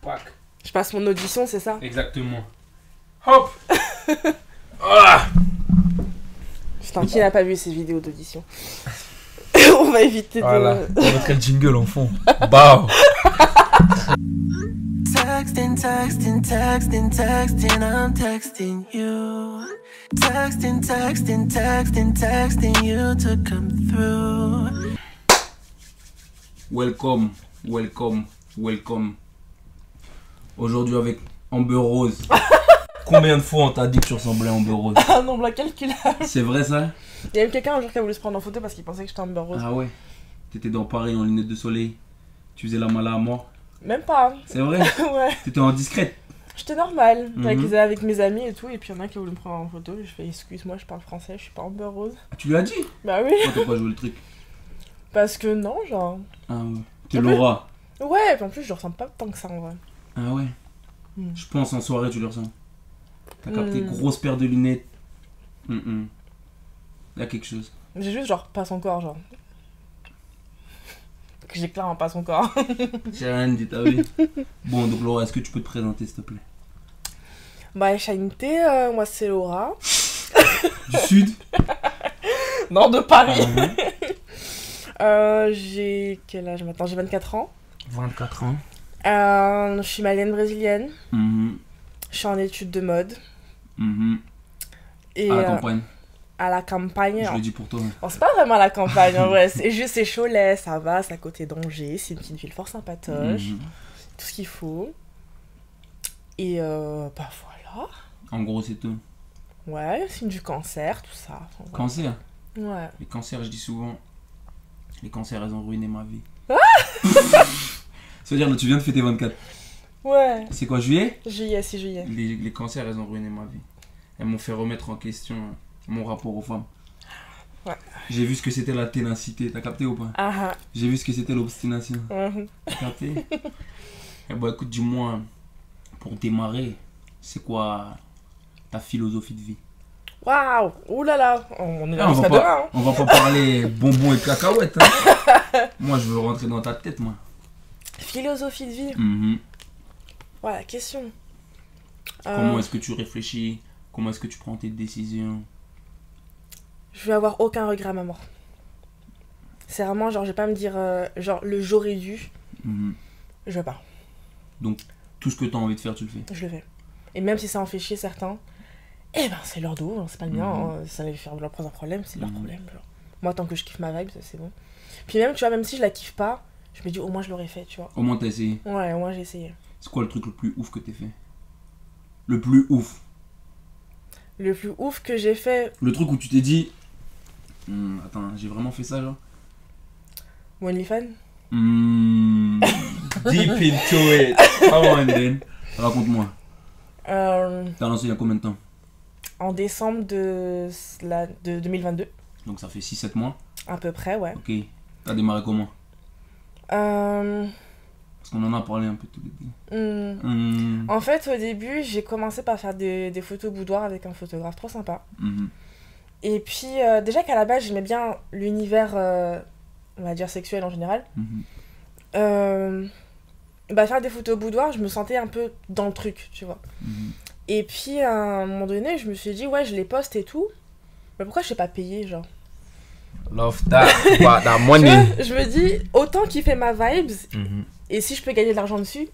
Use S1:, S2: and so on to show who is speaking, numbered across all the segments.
S1: Pac.
S2: Je passe mon audition, c'est ça
S1: Exactement. Hop Voilà
S2: Putain, qui n'a pas vu ces vidéos d'audition On va éviter
S1: Voilà.
S2: de.
S3: On mettrait le jingle en fond. Bah
S4: Texting, texting, texting, texting, I'm texting you. Texting, texting, texting, texting you to come through.
S1: Welcome, welcome, welcome. Aujourd'hui avec Amber Rose. Combien de fois on t'a dit que tu ressemblais à Amber Rose
S2: Un nombre incalculable.
S1: C'est vrai ça
S2: Il y a eu quelqu'un un jour qui a voulu se prendre en photo parce qu'il pensait que j'étais Amber Rose.
S1: Ah ouais. T'étais dans Paris en lunettes de soleil. Tu faisais la mala à mort.
S2: Même pas. hein.
S1: C'est vrai
S2: ouais.
S1: T'étais en discrète.
S2: J'étais normale. J'étais avec-
S1: Mhm.
S2: avec mes amis et tout. Et puis il y en a un qui a voulu me prendre en photo. Je fais excuse-moi, je parle français, je suis pas Amber Rose.
S1: Ah, Tu lui as dit
S2: Bah oui.
S1: Pourquoi t'as pas joué le truc
S2: Parce que non, genre.
S1: Ah ouais. T'es
S2: Ah ouais.
S1: Laura.
S2: Ouais, puis en plus, je ressemble pas tant que ça en vrai.
S1: Ah ouais
S2: Hmm.
S1: Je pense en soirée, tu le ressens. T'as capté
S2: Hmm.
S1: grosse paire de lunettes. Hum, hum. Il y a quelque chose.
S2: J'ai juste, genre, pas son corps, genre. Que J'ai clairement pas son corps. Hmm.
S1: J'ai rien dit, t'as vu Bon, donc Laura, est-ce que tu peux te présenter, s'il te plaît
S2: Bah, Shanite, euh, moi c'est Laura.
S1: Du sud
S2: Non, de
S1: Ah
S2: Paris.
S1: ouais.
S2: Euh, j'ai quel âge maintenant J'ai 24 ans.
S1: 24 ans.
S2: Euh, je suis malienne brésilienne.
S1: Mhm,
S2: Je suis en études de mode.
S1: mhm.
S2: Et
S1: À Ah, la
S2: euh,
S1: campagne.
S2: à la campagne.
S1: Je le dis pour toi.
S2: Bon, c'est pas vraiment à la campagne en vrai. C'est juste, c'est Cholet, ça va, c'est à côté d'Angers. C'est une petite ville fort sympatoche.
S1: Mhm.
S2: Tout ce qu'il faut. Et euh, bah voilà.
S1: En gros, c'est tout.
S2: Ouais, signe du cancer, tout ça. Enfin, voilà.
S1: Cancer.
S2: Ouais.
S1: Les cancers, je dis souvent. Les cancers, elles ont ruiné ma vie.
S2: Ah
S1: C'est-à-dire, là, tu viens de fêter 24.
S2: Ouais.
S1: C'est quoi, juillet
S2: Juillet, c'est juillet.
S1: Les, les cancers, elles ont ruiné ma vie. Elles m'ont fait remettre en question mon rapport aux femmes.
S2: Ouais.
S1: J'ai vu ce que c'était la ténacité, t'as capté ou pas
S2: Ah
S1: J'ai vu ce que c'était l'obstination,
S2: ah. mhm.
S1: t'as capté Eh bah écoute, dis-moi, pour démarrer, c'est quoi ta philosophie de vie
S2: Waouh! Ouh là là! On est là
S1: Ah, on,
S2: jusqu'à
S1: va
S2: demain!
S1: pas,
S2: hein.
S1: on va pas parler bonbons et cacahuètes. hein. moi, je veux rentrer dans ta tête, moi.
S2: Philosophie de vie.
S1: Mhm.
S2: Voilà, question. Euh,
S1: Comment est-ce que tu réfléchis Comment est-ce que tu prends tes décisions
S2: je vais avoir aucun regret à ma mort. C'est vraiment genre, je vais pas me dire, euh, genre, le j'aurais dû, Mm-hmm.
S1: Mhm.
S2: je vais pas,
S1: Tout ce que t'as envie de faire, tu le fais.
S2: je le fais. Et même si ça en fait chier certains, eh ben c'est leur dos, hein, c'est pas le mien,
S1: Mhm.
S2: hein, ça va faire leur propre problème, c'est leur
S1: Mhm.
S2: problème. genre. Moi, tant que je kiffe ma vibe, ça, c'est bon. Puis même, tu vois, même si je la kiffe pas, je me dis, au moins je l'aurais fait, tu vois.
S1: Au moins, t'as essayé.
S2: Ouais, au moins j'ai essayé.
S1: C'est quoi le truc le plus ouf que t'aies fait Le plus ouf.
S2: Le plus ouf que j'ai fait,
S1: Le truc où tu t'es dit. Hmm, attends, j'ai vraiment fait ça, genre
S2: mon OnlyFans,
S1: Hmm, Deep into it. Come on, then. Raconte-moi.
S2: euh,
S1: T'as lancé il y a combien de temps
S2: en décembre de, la, de 2022,
S1: Donc ça fait 6-7 mois.
S2: à peu près, ouais.
S1: Ok. T'as démarré comment
S2: Euh,
S1: Parce qu'on en a parlé un peu tous les deux.
S2: hmm.
S1: Hmm,
S2: En fait, au début, j'ai commencé par faire des, des photos boudoir avec un photographe trop sympa.
S1: mhm,
S2: Et puis, euh, déjà qu'à la base, j'aimais bien l'univers, euh, on va dire sexuel en général.
S1: mhm.
S2: Euh, bah, faire des photos boudoir, je me sentais un peu dans le truc, tu vois.
S1: Mhm.
S2: Et puis, à un moment donné, je me suis dit, ouais, je les poste et tout. Mais pourquoi je sais pas payer, genre
S3: Love that, but that
S2: Tu
S3: money.
S2: vois, Je me dis, autant kiffer ma vibes, et si je peux gagner de l'argent dessus,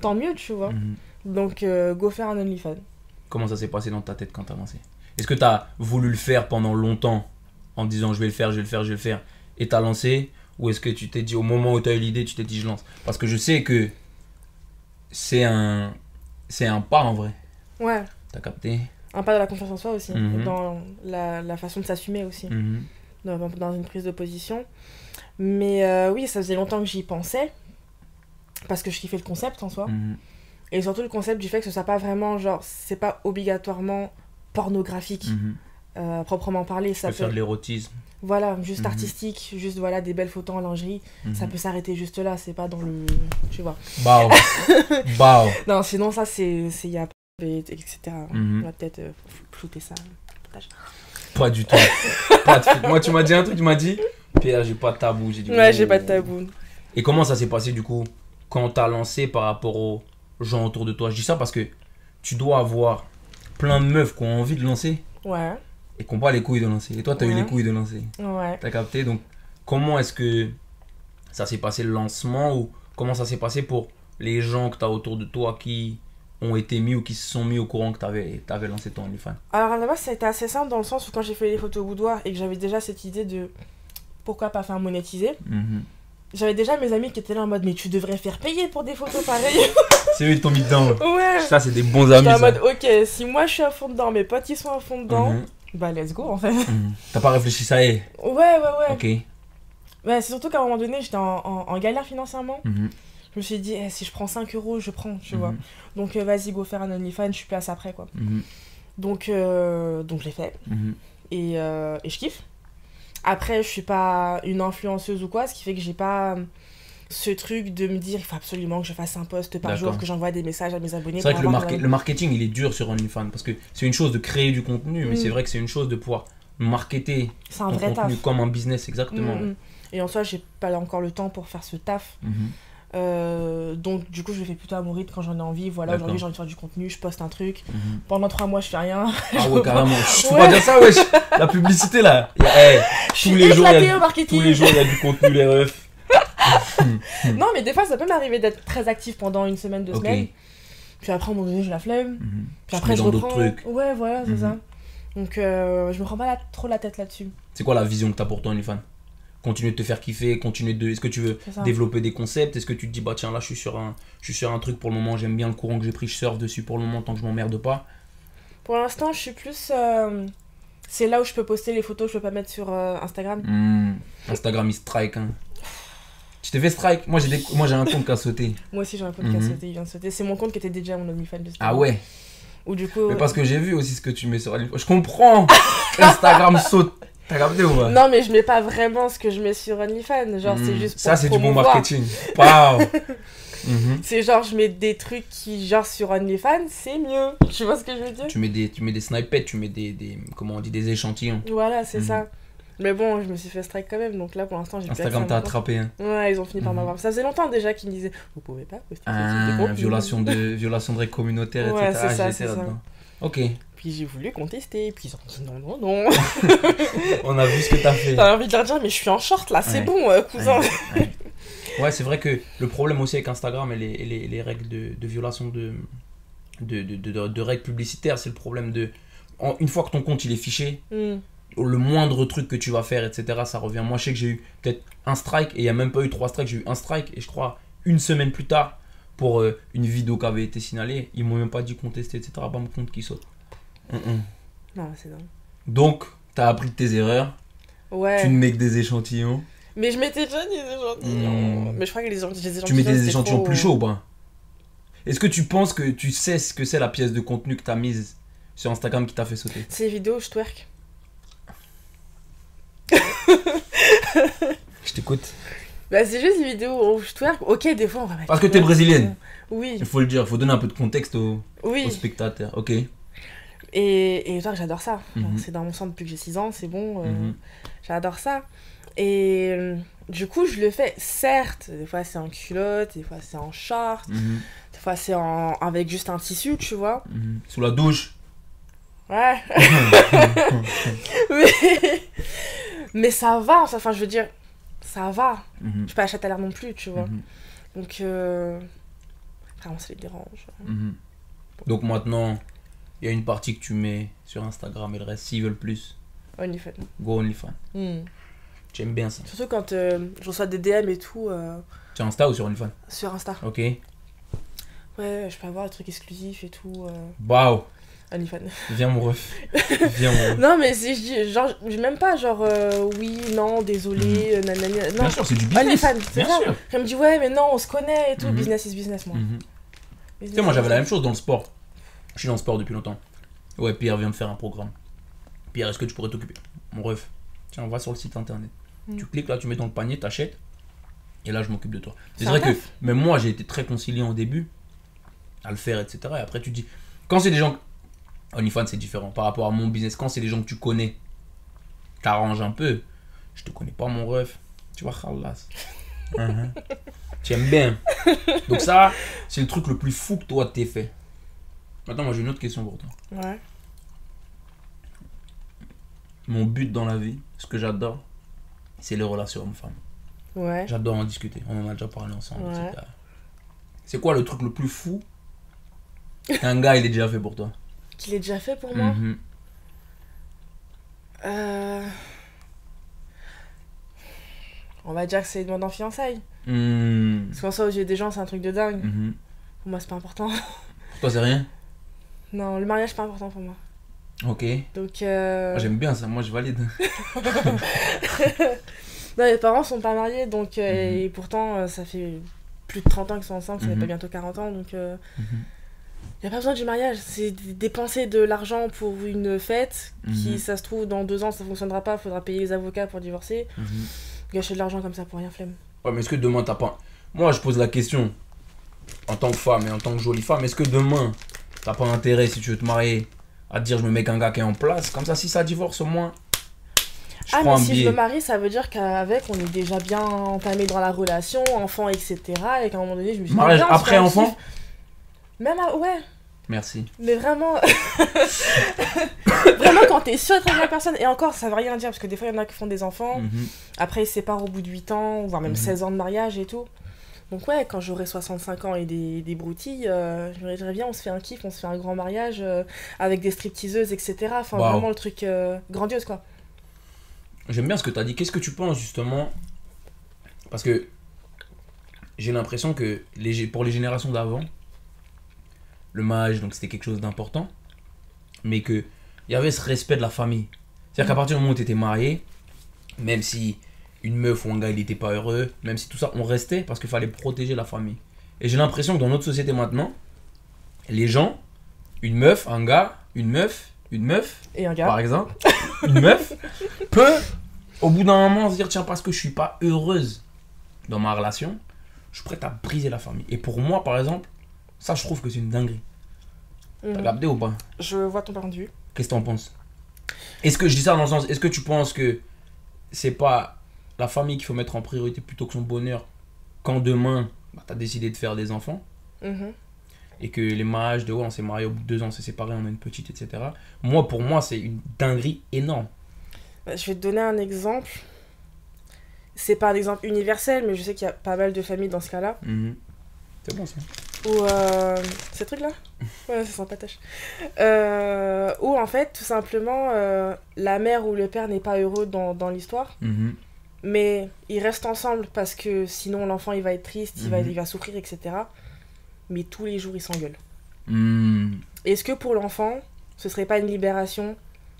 S2: tant mieux, tu vois.
S3: Mm.
S2: Donc, euh, go faire un OnlyFans.
S3: Comment ça s'est passé dans ta tête quand t'as lancé Est-ce que t'as voulu le faire pendant longtemps en disant je vais le faire, je vais le faire, je vais le faire et t'as lancé Ou est-ce que tu t'es dit au moment où t'as eu l'idée, tu t'es dit je lance Parce que je sais que c'est un, c'est un pas en vrai.
S2: Ouais.
S3: T'as capté
S2: un pas dans la confiance en soi aussi,
S3: Mhm.
S2: dans la, la façon de s'assumer aussi, dans, dans une prise de position. Mais euh, oui, ça faisait longtemps que j'y pensais, parce que je kiffais le concept en soi.
S3: Mm-hmm.
S2: Et surtout le concept du fait que ce soit pas vraiment, genre, c'est pas obligatoirement pornographique, euh, à proprement parler.
S3: Tu
S2: Ça
S3: peux Mhm. Mm-hmm. faire
S2: peut,
S3: de l'érotisme.
S2: voilà, juste
S3: Mhm.
S2: artistique, juste voilà, des belles photos en lingerie. Ça peut s'arrêter juste là, c'est pas dans le. Tu vois.
S3: Mm-hmm. Bao. Bao.
S2: Non, sinon, ça, c'est. c'est- y a et- etc.
S3: Mhm.
S2: On va peut-être euh, flouter ça.
S3: Pas du tout. Pas de fil- Moi, tu m'as dit un truc, tu m'as dit Pierre, j'ai pas de tabou. J'ai dit,
S2: Euh, Ouais, j'ai pas de
S3: oh.
S2: tabou.
S3: Et comment ça s'est passé du coup quand t'as lancé par rapport au
S1: gens autour de toi. Je dis ça parce que tu dois avoir plein de meufs qui ont envie de lancer
S2: Ouais,
S1: et qui n'ont pas les couilles de lancer. Et toi, tu as eu
S2: Ouais.
S1: les couilles de lancer.
S2: ouais.
S1: T'as capté Donc, comment est-ce que ça s'est passé le lancement ou comment ça s'est passé pour les gens que t'as autour de toi qui ont été mis ou qui se sont mis au courant que t'avais avais lancé ton OnlyFans
S2: Alors à la base, ça a été assez simple dans le sens où quand j'ai fait les photos au boudoir et que j'avais déjà cette idée de pourquoi pas faire monétiser,
S1: Mhm.
S2: j'avais déjà mes amis qui étaient là en mode mais tu devrais faire payer pour des photos pareilles.
S1: C'est eux, ils t'ont mis dedans.
S2: ouais.
S1: Ça, c'est des bons amis.
S2: J'étais en
S1: ça.
S2: mode ok, si moi je suis à fond dedans, mes potes ils sont à fond dedans,
S1: Mhm,
S2: bah let's go en fait.
S1: mhm. T'as pas réfléchi ça et
S2: Ouais, ouais, ouais.
S1: Ok.
S2: Ouais, c'est surtout qu'à un moment donné, j'étais en, en- en galère financièrement.
S1: Mhm,
S2: Je me suis dit, eh, si je prends 5 euros, je prends, tu
S1: mhm,
S2: vois. Donc euh, vas-y, go faire un OnlyFans, je suis place après, quoi.
S1: mhm,
S2: Donc, euh, donc je l'ai fait
S1: mhm.
S2: et, euh, et je kiffe. Après, je suis pas une influenceuse ou quoi, ce qui fait que j'ai pas euh, ce truc de me dire, il faut absolument que je fasse un post par
S1: D'accord.
S2: jour, que j'envoie des messages à mes abonnés.
S1: C'est vrai
S2: pour
S1: que le,
S2: avoir
S1: market-
S2: de-
S1: le marketing, il est dur sur OnlyFans parce que c'est une chose de créer du contenu, mais
S2: Mhm.
S1: c'est vrai que c'est une chose de pouvoir marketer
S2: C'est un
S1: ton
S2: vrai taf.
S1: contenu comme un business, exactement.
S2: Mhm. Et en soi, j'ai pas encore le temps pour faire ce taf.
S1: Mhm.
S2: Euh, donc, du coup, je le fais plutôt à mon rythme quand j'en ai envie. Voilà,
S1: D'accord.
S2: aujourd'hui, j'ai envie de faire du contenu, je poste un truc.
S1: Mhm.
S2: Pendant 3 mois, je fais rien.
S1: Ah ouais, carrément. Je peux
S2: Ouais.
S1: pas dire ça, wesh. La publicité là. Y a- hey,
S2: Je
S1: tous
S2: suis
S1: les jours, il y a
S2: éclatée hein,
S1: du-
S2: au marketing.
S1: tous les jours, il y a du contenu, les refs.
S2: Non, mais des fois, ça peut m'arriver d'être très active pendant une semaine, deux
S1: Ok.
S2: semaines. Puis après, à un moment donné, j'ai la flemme.
S1: Mhm.
S2: Puis
S1: Je
S2: après,
S1: suis
S2: je
S1: dans d'autres
S2: reprends.
S1: trucs.
S2: Ouais, voilà, c'est
S1: Mhm.
S2: ça. Donc, euh, je me prends pas la- trop la tête là-dessus.
S1: C'est quoi la vision que t'as pour toi, OnlyFans Continuer de te faire kiffer, continuer de. Est-ce que tu veux
S2: C'est ça.
S1: développer des concepts Est-ce que tu te dis, bah tiens, là, je suis sur un, je suis sur un truc pour le moment, j'aime bien le courant que j'ai pris, je surfe dessus pour le moment tant que je m'emmerde pas.
S2: Pour l'instant, je suis plus. euh, C'est là où je peux poster les photos que je peux pas mettre sur euh, Instagram.
S1: Mhm. Instagram, il strike. Hein. Tu t'es fait strike Moi, j'ai des... moi j'ai un compte qui a sauté.
S2: Moi aussi, j'ai un compte
S1: Mhm.
S2: qui a sauté, il vient de sauter. C'est mon compte qui était déjà mon OnlyFans. de ce
S1: Ah
S2: temps.
S1: ouais
S2: Ou du coup.
S1: Mais parce que j'ai vu aussi ce que tu mets sur OnlyFans. Je comprends Instagram saute. T'as capté ou pas
S2: Non, mais je mets pas vraiment ce que je mets sur OnlyFans. Genre, c'est
S1: Mm.
S2: juste. Pour
S1: ça c'est du bon
S2: promouvoir.
S1: marketing. Wow. Mhm.
S2: C'est genre, je mets des trucs qui, genre, sur OnlyFans, c'est mieux. Tu vois ce que je veux dire
S1: Tu mets des tu mets des snipettes, tu mets des, des comment on dit des échantillons.
S2: Voilà, c'est
S1: Mhm.
S2: ça. Mais bon, je me suis fait strike quand même, donc là pour l'instant j'ai plus
S1: Instagram
S2: accès
S1: t'a
S2: à mon compte.
S1: attrapé hein.
S2: Ouais, ils ont fini par
S1: Mhm.
S2: m'avoir. Ça faisait longtemps déjà qu'ils me disaient Vous pouvez pas poster ça sur
S1: Ah,
S2: tes comptes.
S1: violation de violation de règles communautaires
S2: Ouais,
S1: etc.
S2: c'est ça,
S1: j'étais
S2: c'est ça.
S1: là-dedans. OK.
S2: Puis j'ai voulu contester, puis ils ont dit Non, non, non.
S1: On a vu ce que t'as fait.
S2: T'as envie de leur dire Mais je suis en short là, c'est
S1: Ouais.
S2: bon, euh, cousin.
S1: Ouais, ouais. Ouais, c'est vrai que le problème aussi avec Instagram et les, et les- les règles de, de violation de, de, de- de- de règles publicitaires, c'est le problème de. en- une fois que ton compte il est fiché,
S2: Mhm.
S1: le moindre truc que tu vas faire, etc., ça revient. Moi, je sais que j'ai eu peut-être un strike et il n'y a même pas eu trois strikes, j'ai eu un strike et je crois une semaine plus tard pour euh, une vidéo qui avait été signalée, ils m'ont même pas dit contester, etc. Bam, compte qui saute. Hum, hum.
S2: Non, c'est dingue.
S1: Donc, tu as appris de tes erreurs,
S2: Ouais.
S1: tu ne mets que des échantillons,
S2: Mais je mettais déjà des échantillons.
S1: Mhm.
S2: Mais je crois que les échantillons. les
S1: tu mets des
S2: c'était
S1: échantillons
S2: trop-
S1: plus chauds ou pas Est-ce que tu penses que tu sais ce que c'est la pièce de contenu que tu as mise sur Instagram qui t'a fait sauter
S2: euh, C'est les vidéos où je twerk.
S1: Je t'écoute.
S2: Bah, c'est juste les vidéos où je twerk. Ok, des fois on va mettre.
S1: Parce que t'es brésilienne.
S2: Oui,
S1: Il faut le dire, il faut donner un peu de contexte aux, aux
S2: oui.
S1: spectateurs. Ok.
S2: Et, et toi, j'adore ça. Enfin,
S1: Mhm.
S2: C'est dans mon sang depuis que j'ai 6 ans, c'est bon. euh,
S1: Mhm.
S2: J'adore ça. Et euh, du coup, je le fais, certes. Des fois, c'est en culotte, des fois, c'est en short,
S1: Mhm.
S2: des fois, c'est en... avec juste un tissu, tu vois.
S1: Mhm. Sous la douche.
S2: Ouais. mais... mais ça va, enfin, je veux dire, ça va.
S1: Mhm.
S2: Je suis pas à Châtelaire non plus, tu vois.
S1: Mhm.
S2: Donc, euh... vraiment, ça les dérange.
S1: Mhm. Donc maintenant, il y a une partie que tu mets sur Instagram et le reste, s'ils veulent plus,
S2: OnlyFans.
S1: go OnlyFans.
S2: Hmm.
S1: J'aime bien ça.
S2: Surtout quand euh, je reçois des DM et tout euh,
S1: Sur Insta ou sur OnlyFans
S2: sur Insta.
S1: Ok.
S2: Ouais, je peux avoir des trucs exclusifs et tout. Euh...
S1: Waouh
S2: OnlyFans.
S1: Viens mon ref. Viens mon ref.
S2: Non, mais si je dis, genre, je- même pas, genre, euh, oui, non, désolé, euh, nanana. Non,
S1: Mhm. Bien sûr, c'est du
S2: pas les
S1: business.
S2: fans, c'est
S1: Bien
S2: ça.
S1: sûr.
S2: Elle me dit, ouais, mais non, on se connaît et tout,
S1: Mhm.
S2: business is business, moi.
S1: Mhm.
S2: Business
S1: Tu sais, moi
S2: is
S1: j'avais la même
S2: business.
S1: chose dans le sport. Je suis dans le sport depuis longtemps. Ouais, Pierre vient de faire un programme. Pierre, est-ce que tu pourrais t'occuper Mon ref, tiens, on va sur le site internet.
S2: Mm.
S1: Tu cliques là, tu mets dans le panier, t'achètes. Et là, je m'occupe de toi. C'est
S2: C'est
S1: vrai
S2: un
S1: que même moi, j'ai été très conciliant au début à le faire, etc. Et après, tu te dis, quand c'est des gens. OnlyFans, c'est différent par rapport à mon business. Quand c'est des gens que tu connais, t'arranges un peu. Je te connais pas, mon ref. Tu vois, khalas. Mhm. Tu aimes bien. Donc ça, c'est le truc le plus fou que toi t'es fait. Maintenant, moi j'ai une autre question pour toi.
S2: Ouais.
S1: Mon but dans la vie, ce que j'adore, c'est les relations hommes-femmes.
S2: Ouais.
S1: J'adore en discuter. On en a déjà parlé ensemble.
S2: Ouais.
S1: etc. C'est quoi le truc le plus fou qu'un gars il est déjà fait pour toi
S2: Qu'il est déjà fait pour moi.
S1: Mhm.
S2: Euh... On va dire que c'est une demande en fiançailles.
S1: Mhm.
S2: Parce qu'en soi, aux yeux des gens, c'est un truc de dingue.
S1: Mhm.
S2: Pour moi, c'est pas important.
S1: Pour toi, c'est rien
S2: non, le mariage, c'est pas important pour moi.
S1: Ok.
S2: Donc, euh...
S1: Moi, j'aime bien ça. Moi, je valide.
S2: non, mes parents sont pas mariés, donc euh,
S1: Mhm.
S2: et pourtant, euh, ça fait plus de 30 ans qu'ils sont ensemble, ça fait
S1: Mhm.
S2: pas bientôt 40 ans, donc euh,
S1: Mhm.
S2: y a pas besoin du mariage. C'est d- dépenser de l'argent pour une fête
S1: Mhm.
S2: qui, ça se trouve, dans deux ans, ça fonctionnera pas, faudra payer les avocats pour divorcer.
S1: Mhm.
S2: Gâcher de l'argent comme ça pour rien, flemme.
S1: Ouais, mais est-ce que demain t'as pas. Moi, je pose la question en tant que femme et en tant que jolie femme, est-ce que demain t'as pas intérêt, si tu veux te marier, à te dire je me mets qu'un gars qui est en place Comme ça, si ça divorce, au moins, je
S2: ah,
S1: prends
S2: mais
S1: un
S2: si
S1: billet.
S2: je me marie, ça veut dire qu'avec, on est déjà bien entamé dans la relation, enfant, etc. Et qu'à un moment donné, je me suis dit,
S1: Mariage
S2: viens, on se fait
S1: après
S2: un
S1: enfant
S2: kiff. Même à- ouais,
S1: Merci.
S2: mais vraiment. vraiment, quand t'es sûr d'être avec la personne, et encore, ça veut rien dire, parce que des fois, il y en a qui font des enfants,
S1: Mhm.
S2: après, ils se séparent au bout de 8 ans, voire même
S1: Mhm.
S2: 16 ans de mariage et tout. Donc, ouais, quand j'aurai 65 ans et des, des broutilles, euh, je me dirais bien, on se fait un kiff, on se fait un grand mariage euh, avec des stripteaseuses, etc. Enfin,
S1: Waouh.
S2: vraiment, le truc euh, grandiose, quoi.
S1: J'aime bien ce que tu as dit. Qu'est-ce que tu penses justement Parce que j'ai l'impression que les, gé- pour les générations d'avant, le mariage, donc c'était quelque chose d'important, mais que il y avait ce respect de la famille. C'est-à-dire qu'à partir du moment où tu étais marié, même si une meuf ou un gars il n'était pas heureux, même si tout ça, on restait parce qu'il fallait protéger la famille. Et j'ai l'impression que dans notre société maintenant, les gens, une meuf, un gars, une meuf, une meuf,
S2: Et un gars.
S1: par exemple, une meuf peut, au bout d'un moment, se dire tiens, parce que je suis pas heureuse dans ma relation, je suis prête à briser la famille. Et pour moi, par exemple, ça, je trouve que c'est une dinguerie. T'as
S2: Mhm.
S1: capté ou pas
S2: Je vois ton point de vue.
S1: Qu'est-ce que t'en penses Est-ce que je dis ça dans le sens, est-ce que tu penses que c'est pas la famille qu'il faut mettre en priorité plutôt que son bonheur quand demain bah, t'as décidé de faire des enfants
S2: Mhm.
S1: et que les mariages de ouais, on s'est marié au bout de deux ans, on s'est séparés, on a une petite, etc. Moi, pour moi, c'est une dinguerie énorme.
S2: Bah, Je vais te donner un exemple. C'est pas un exemple universel, mais je sais qu'il y a pas mal de familles dans ce cas-là
S1: Mhm. C'est bon ça.
S2: où euh, ces trucs-là, ouais, ça sent pas tâche. Euh, où en fait, tout simplement, euh, la mère ou le père n'est pas heureux dans, dans l'histoire,
S1: Mhm.
S2: mais ils restent ensemble parce que sinon l'enfant il va être triste, il, va,
S1: Mhm.
S2: il va souffrir, etc. Mais tous les jours ils s'engueulent.
S1: Mhm.
S2: Est-ce que pour l'enfant, ce serait pas une libération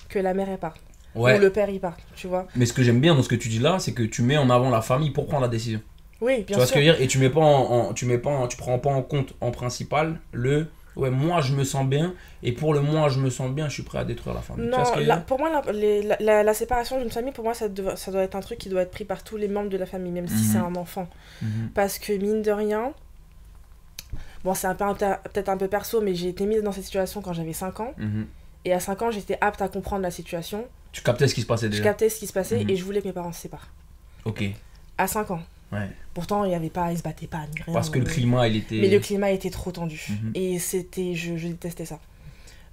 S2: que la mère y parte
S1: Ouais,
S2: ou le père y parte, tu vois
S1: mais ce que j'aime bien dans ce que tu dis là, c'est que tu mets en avant la famille pour prendre la décision.
S2: Oui,
S1: tu
S2: bien
S1: vois ce
S2: sûr.
S1: que je veux dire Et tu mets pas en, en- tu mets pas en- tu prends pas en compte en principal le ouais, moi je me sens bien et pour le moi je me sens bien, je suis prêt à détruire la famille. tu vois
S2: Non,
S1: ce que je veux
S2: la-
S1: dire
S2: pour moi, la, les- la- la- la séparation d'une famille, pour moi, ça, doit- ça doit être un truc qui doit être pris par tous les membres de la famille, même si
S1: Mhm.
S2: c'est un enfant.
S1: Mhm.
S2: Parce que, mine de rien, bon, c'est un peu inter- peut-être un peu perso, mais j'ai été mise dans cette situation quand j'avais 5 ans.
S1: Mhm.
S2: Et à 5 ans, j'étais apte à comprendre la situation.
S1: Tu captais ce qui se passait
S2: Je
S1: déjà.
S2: captais ce qui se passait
S1: Mhm.
S2: et je voulais que mes parents se séparent.
S1: OK.
S2: À 5 ans.
S1: Ouais.
S2: Pourtant, il y avait pas, ils se battaient pas, ni rien.
S1: Parce que le
S2: Euh,
S1: climat, il était
S2: Mais le climat était trop tendu.
S1: Mhm.
S2: Et c'était. Je, je détestais ça.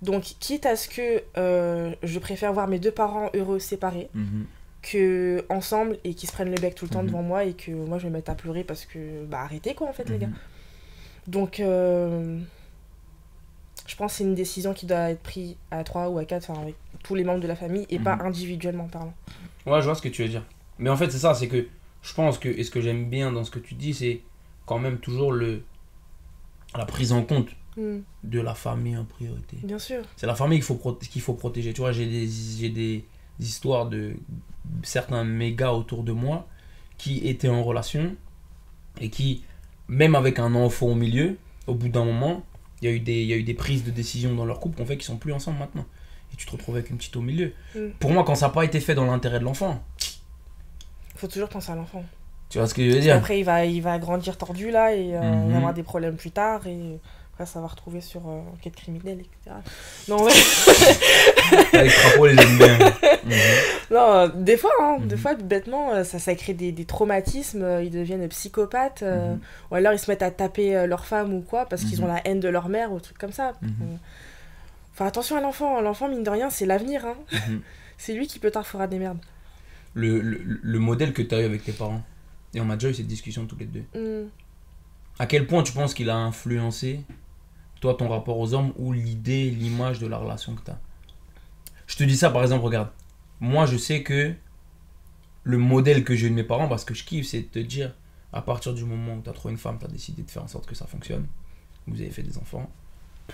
S2: Donc, quitte à ce que euh, je préfère voir mes deux parents heureux séparés
S1: Mhm.
S2: que ensemble et qu'ils se prennent le bec tout le temps
S1: Mhm.
S2: devant moi et que moi je me mette à pleurer parce que. Bah, arrêtez quoi en fait, les
S1: Mhm.
S2: gars. Donc. euh, je pense que c'est une décision qui doit être prise à trois ou à quatre, enfin avec tous les membres de la famille et pas
S1: Mhm.
S2: individuellement parlant.
S1: Ouais, je vois ce que tu veux dire. Mais en fait, c'est ça, c'est que je pense que, et ce que j'aime bien dans ce que tu dis, c'est quand même toujours le, la prise en compte
S2: Mhm.
S1: de la famille en priorité.
S2: Bien sûr.
S1: C'est la famille qu'il faut, proté- qu'il faut protéger. Tu vois, j'ai des, j'ai des histoires de certains méga autour de moi qui étaient en relation et qui, même avec un enfant au milieu, au bout d'un moment, il y, a eu des- il y a eu des prises de décision dans leur couple qu'on fait qu'ils sont plus ensemble maintenant. Et tu te retrouves avec une petite au milieu.
S2: Mm.
S1: Pour moi, quand ça n'a pas été fait dans l'intérêt de l'enfant,
S2: Faut toujours penser à l'enfant.
S1: tu vois ce que je veux dire
S2: Après, il va, il va grandir tordu là et euh, il
S1: Mhm.
S2: va avoir des problèmes plus tard et Après, ça va retrouver sur euh, enquête criminelle, etc. Non, ouais.
S1: Avec Crapaud, les aime bien. Mhm.
S2: Non, euh, des fois, hein, des
S1: Mhm.
S2: fois, bêtement, euh, ça, ça crée des, des traumatismes, euh, ils deviennent psychopathes, euh,
S1: Mhm.
S2: ou alors ils se mettent à taper euh, leur femme ou quoi, parce qu'ils
S1: Mhm.
S2: ont la haine de leur mère ou truc comme ça.
S1: Mhm.
S2: Euh, Enfin, attention à l'enfant, hein. l'enfant, mine de rien, c'est l'avenir, hein.
S1: Mhm.
S2: c'est lui qui peut t'arfoura des merdes.
S1: le, le, le modèle que tu as eu avec tes parents. Et on a déjà eu cette discussion tous les deux.
S2: Mhm.
S1: À quel point tu penses qu'il a influencé, toi, ton rapport aux hommes ou l'idée, l'image de la relation que tu as Je te dis ça par exemple, regarde. Moi, je sais que le modèle que j'ai eu de mes parents, parce que je kiffe, c'est de te dire à partir du moment où tu as trouvé une femme, tu as décidé de faire en sorte que ça fonctionne, vous avez fait des enfants,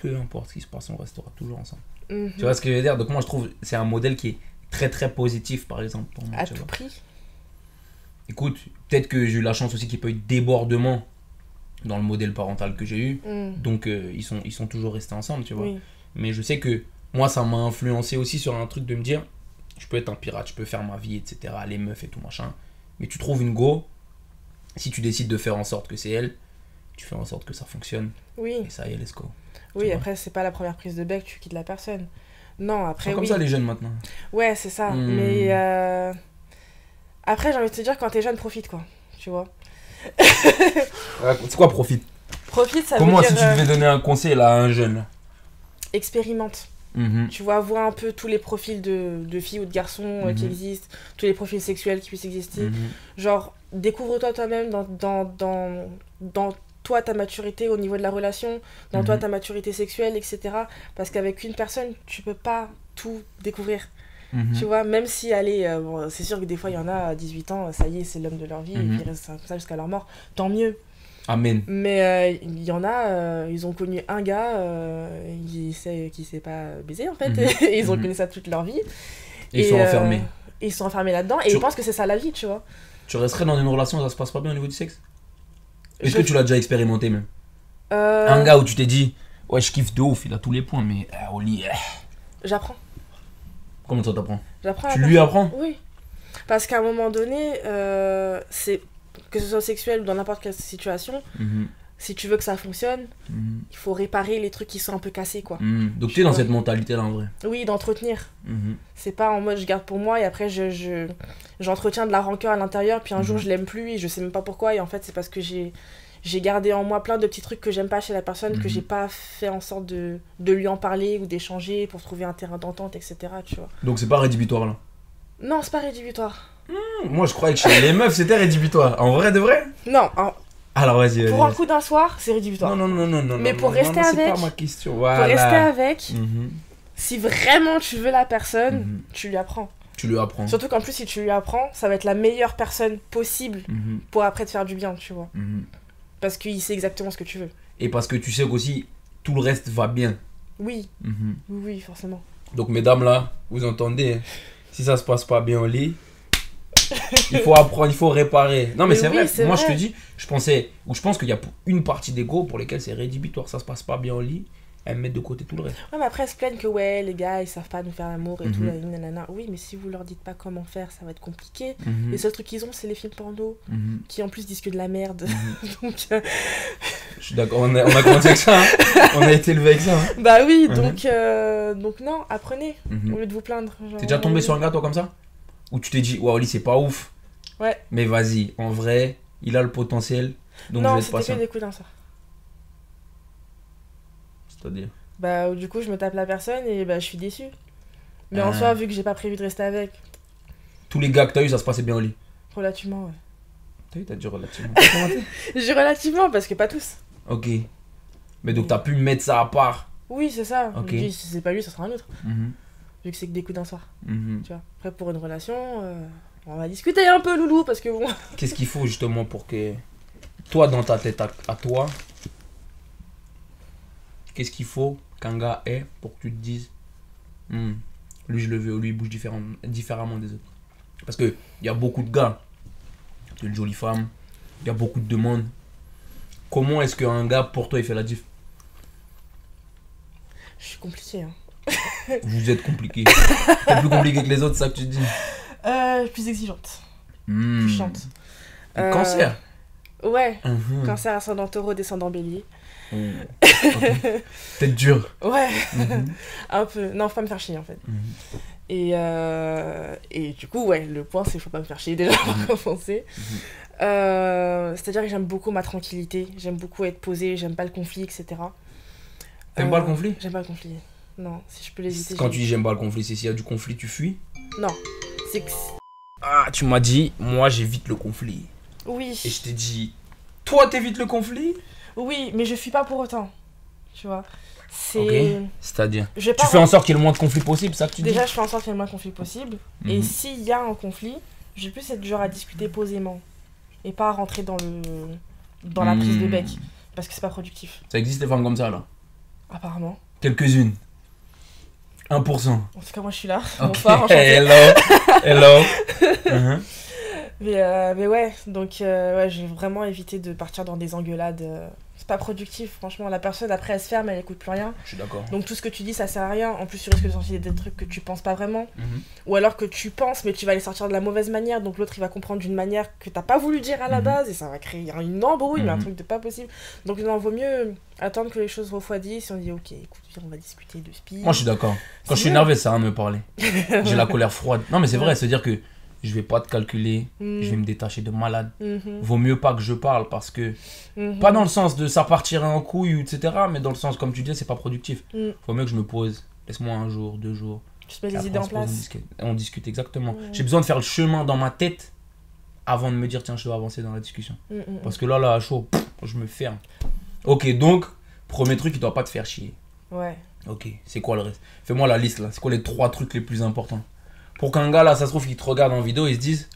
S1: peu importe ce qui se passe, on restera toujours ensemble.
S2: Mhm.
S1: Tu vois ce que je veux dire Donc, moi, je trouve c'est un modèle qui est très très positif, par exemple, pour moi.
S2: À
S1: tu
S2: tout
S1: vois.
S2: prix.
S1: Écoute, peut-être que j'ai eu la chance aussi qu'il n'y ait pas eu de débordement dans le modèle parental que j'ai eu.
S2: Mhm.
S1: Donc euh, ils, sont, ils sont toujours restés ensemble, tu vois.
S2: Oui.
S1: Mais je sais que moi, ça m'a influencé aussi sur un truc de me dire, je peux être un pirate, je peux faire ma vie, etc. Les meufs et tout machin. Mais tu trouves une go, si tu décides de faire en sorte que c'est elle, tu fais en sorte que ça fonctionne.
S2: Oui,
S1: Et ça y est, let's go. Tu
S2: oui
S1: vois.
S2: après, c'est pas la première prise de bec, tu quittes la personne. Non,
S1: C'est
S2: après,
S1: comme
S2: oui.
S1: ça les jeunes maintenant.
S2: Ouais, c'est ça.
S1: Hmm.
S2: Mais euh, après, j'ai envie de te dire, quand t'es jeune, profite, quoi. Tu vois.
S1: Euh, C'est quoi profite
S2: Profite, ça
S1: Comment
S2: veut
S1: si
S2: dire
S1: tu
S2: euh,
S1: devais donner un conseil là, à un jeune là
S2: expérimente.
S1: Mhm.
S2: Tu vois, vois un peu tous les profils de, de filles ou de garçons euh, qui
S1: Mhm.
S2: existent, tous les profils sexuels qui puissent exister.
S1: Mhm.
S2: Genre, découvre-toi toi-même dans, dans, dans, dans toi ta maturité au niveau de la relation, dans toi
S1: Mhm.
S2: ta maturité sexuelle, etc. Parce qu'avec une personne, tu peux pas tout découvrir.
S1: Mhm.
S2: Tu vois, même si, allez, euh, bon, c'est sûr que des fois, il y en a à 18 ans, ça y est, c'est l'homme de leur vie,
S1: Mhm.
S2: et puis ils restent comme ça jusqu'à leur mort, tant mieux.
S1: Amen.
S2: Mais euh, il y en a, euh, ils ont connu un gars euh, qui sait qui sait pas baiser, en fait,
S1: Mhm.
S2: et ils ont
S1: Mhm.
S2: connu ça toute leur vie.
S1: Ils sont
S2: euh,
S1: enfermés.
S2: et ils sont enfermés là-dedans, et
S1: Tu-
S2: ils pensent que c'est ça la vie, tu vois.
S1: Tu resterais dans une relation où ça se passe pas bien au niveau du sexe Est-ce
S2: Je-
S1: que tu l'as déjà expérimenté même
S2: Euh,
S1: Un gars où tu t'es dit, ouais, je kiffe de ouf, il a tous les points, mais euh, au lit, euh,
S2: J'apprends.
S1: comment ça t'apprends
S2: J'apprends à
S1: Tu
S2: la
S1: lui apprends
S2: Oui. Parce qu'à un moment donné, euh, c'est que ce soit sexuel ou dans n'importe quelle situation,
S1: Mhm,
S2: si tu veux que ça fonctionne,
S1: mhm,
S2: il faut réparer les trucs qui sont un peu cassés, quoi.
S1: mhm. Donc t'es dans cette mentalité là en vrai.
S2: Oui, d'entretenir.
S1: Mhm,
S2: C'est pas en mode je garde pour moi et après je, je- j'entretiens de la rancœur à l'intérieur, puis un jour
S1: Mhm.
S2: je l'aime plus et je sais même pas pourquoi. Et en fait, c'est parce que j'ai, j'ai gardé en moi plein de petits trucs que j'aime pas chez la personne,
S1: Mhm.
S2: que j'ai pas fait en sorte de, de lui en parler ou d'échanger pour trouver un terrain d'entente, etc. Tu vois.
S1: Donc c'est pas rédhibitoire là.
S2: Non, c'est pas rédhibitoire.
S1: Hmm, Moi je croyais que chez les meufs c'était rédhibitoire. En vrai de vrai
S2: Non, en-
S1: Alors vas-y, vas-y.
S2: pour un
S1: vas-y.
S2: coup d'un soir, c'est rédhibitoire.
S1: Non, non, non, non, non.
S2: Mais
S1: non,
S2: pour
S1: non,
S2: rester
S1: non, C'est
S2: avec-
S1: pas ma question.
S2: Pour
S1: Voilà.
S2: rester avec,
S1: Mhm,
S2: si vraiment tu veux la personne,
S1: mhm.
S2: tu lui apprends.
S1: Tu lui apprends.
S2: Surtout qu'en plus, si tu lui apprends, ça va être la meilleure personne possible
S1: Mhm,
S2: pour après te faire du bien, tu vois.
S1: mhm.
S2: Parce qu'il sait exactement ce que tu veux.
S1: Et parce que tu sais qu'aussi tout le reste va bien.
S2: Oui,
S1: Mhm.
S2: oui, oui, forcément.
S1: Donc mesdames là, vous entendez, hein, si ça se passe pas bien au lit, il faut apprendre, il faut réparer. Non mais,
S2: Mais
S1: c'est
S2: oui,
S1: vrai,
S2: c'est
S1: moi je
S2: vrai.
S1: te dis, je pensais, ou je pense qu'il y a pour- une partie des go pour lesquels c'est rédhibitoire, ça se passe pas bien au lit, elles mettent de côté tout le reste.
S2: Ouais, mais après, elles se plaignent que ouais, les gars, ils savent pas nous faire l'amour et tout,
S1: Mhm.
S2: nanana. Oui, mais si vous leur dites pas comment faire, ça va être compliqué. Les seuls trucs qu'ils ont, c'est les films porno,
S1: Mhm.
S2: qui en plus disent que de la merde. donc, euh,
S1: Je suis d'accord, on a, on a grandi avec ça, hein. on a été élevé avec ça. hein.
S2: bah oui,
S1: Mhm.
S2: donc, euh, donc non, apprenez,
S1: Mhm.
S2: au lieu de vous plaindre. genre,
S1: T'es déjà tombé
S2: euh,
S1: sur un gars toi comme ça Où tu t'es dit, waouh Oli c'est pas ouf.
S2: Ouais.
S1: Mais vas-y, en vrai, il a le potentiel, donc je
S2: Non,
S1: vais être
S2: c'était que
S1: patient.
S2: des coups d'un soir.
S1: C'est-à-dire
S2: Bah, du coup, je me tape la personne et bah, je suis déçue. Mais en
S1: Ah.
S2: soi, vu que j'ai pas prévu de rester avec,
S1: tous les gars que t'as eu, ça se passait bien au lit.
S2: relativement, ouais.
S1: T'as eu, t'as dit relativement.
S2: J'ai relativement, parce que pas tous.
S1: Ok. Mais donc t'as pu mettre ça à part.
S2: Oui, c'est ça.
S1: Ok.
S2: Je dis, si c'est pas lui, ça sera un autre.
S1: Mhm.
S2: Vu que c'est que des coups d'un soir, tu vois. Après, pour une relation, euh, on va discuter un peu, loulou, parce que bon.
S1: Qu'est-ce qu'il faut justement pour que toi dans ta tête à, à toi, qu'est-ce qu'il faut qu'un gars ait pour que tu te dises, Hmm, lui je le veux, lui il bouge différem- différemment des autres. Parce que il y a beaucoup de gars, t'es une jolie femme, il y a beaucoup de demandes. Comment est-ce qu'un gars pour toi il fait la diff
S2: Je suis compliquée. Hein.
S1: Vous êtes compliqué. T'es plus compliqué que les autres, c'est ça que tu te dis.
S2: Euh, plus exigeante.
S1: Hmm.
S2: Plus chante.
S1: Cancer.
S2: Ouais.
S1: Mhm. Hmm.
S2: Cancer ascendant taureau, descendant bélier.
S1: Tête dure.
S2: Ouais, un peu. Non, faut pas me faire chier en fait.
S1: Mhm.
S2: Et, euh, et du coup, ouais, le point c'est faut pas me faire chier déjà pour commencer.
S1: Mhm.
S2: Euh, C'est-à-dire que j'aime beaucoup ma tranquillité, j'aime beaucoup être posée, j'aime pas le conflit, etc.
S1: T'aimes pas le conflit
S2: J'aime pas le conflit. Non, si je peux l'éviter.
S1: Quand
S2: je-
S1: tu dis j'aime pas le conflit, c'est s'il y a du conflit, tu fuis
S2: Non, c'est que.
S1: Ah, tu m'as dit, moi j'évite le conflit.
S2: Oui,
S1: Et je t'ai dit, toi t'évites le conflit
S2: oui, mais je fuis pas pour autant. Tu vois C'est.
S1: Ok. C'est-à-dire
S2: Je vais
S1: Tu
S2: pas
S1: fais en sorte qu'il y ait le moins de conflits possible, ça que tu dis
S2: Déjà, je fais en sorte qu'il y ait le moins de conflits possible. Et
S1: Mhm.
S2: s'il y a un conflit, je vais plus être du genre à discuter posément. Et pas à rentrer dans le dans la prise de
S1: Mhm.
S2: bec. Parce que c'est pas productif,
S1: Ça existe des femmes comme ça là
S2: apparemment.
S1: Quelques-unes. 1%.
S2: En tout cas, moi, je suis là.
S1: Ok.
S2: Bonsoir, enchantée.
S1: Hello. Hello. Mhm.
S2: Mais, euh, mais ouais, donc euh, ouais, j'ai vraiment évité de partir dans des engueulades. euh, C'est pas productif, franchement. La personne, après, elle se ferme, elle écoute plus rien.
S1: Je suis d'accord.
S2: Donc tout ce que tu dis, ça sert à rien. En plus, tu risques de sortir des trucs que tu penses pas vraiment.
S1: Mhm.
S2: Ou alors que tu penses, mais tu vas les sortir de la mauvaise manière, donc l'autre il va comprendre d'une manière que t'as pas voulu dire à la
S1: Mhm.
S2: base, et ça va créer une embrouille, mais un
S1: Mhm.
S2: truc de pas possible. Donc non, vaut mieux attendre que les choses refroidissent, et on dit ok, écoute, viens, on va discuter de spi.
S1: Moi je suis d'accord. Quand
S2: C'est
S1: je suis
S2: mieux.
S1: énervé, ça va me parler. J'ai la colère froide. Non mais c'est vrai, c'est-à-dire que je vais pas te calculer,
S2: Mhm.
S1: je vais me détacher de malade.
S2: Mhm.
S1: Vaut mieux pas que je parle parce que
S2: Mhm.
S1: pas dans le sens de ça partirait en couille ou etc mais dans le sens comme tu dis c'est pas productif
S2: Mm.
S1: faut mieux que je me pose laisse-moi un jour deux jours
S2: Tu te mets
S1: Après,
S2: les idées
S1: Ah, on
S2: en
S1: se pose, on
S2: place. Mm.
S1: discute, on discute exactement
S2: Ouais.
S1: j'ai besoin de faire le chemin dans ma tête avant de me dire tiens je dois avancer dans la discussion
S2: Mhm, mhm.
S1: parce que là là à chaud pff, je me ferme ok donc premier truc il doit pas te faire chier
S2: Ouais.
S1: ok c'est quoi le reste fais-moi la liste là c'est quoi les trois trucs les plus importants pour qu'un gars là ça se trouve qu'il te regarde en vidéo et se dise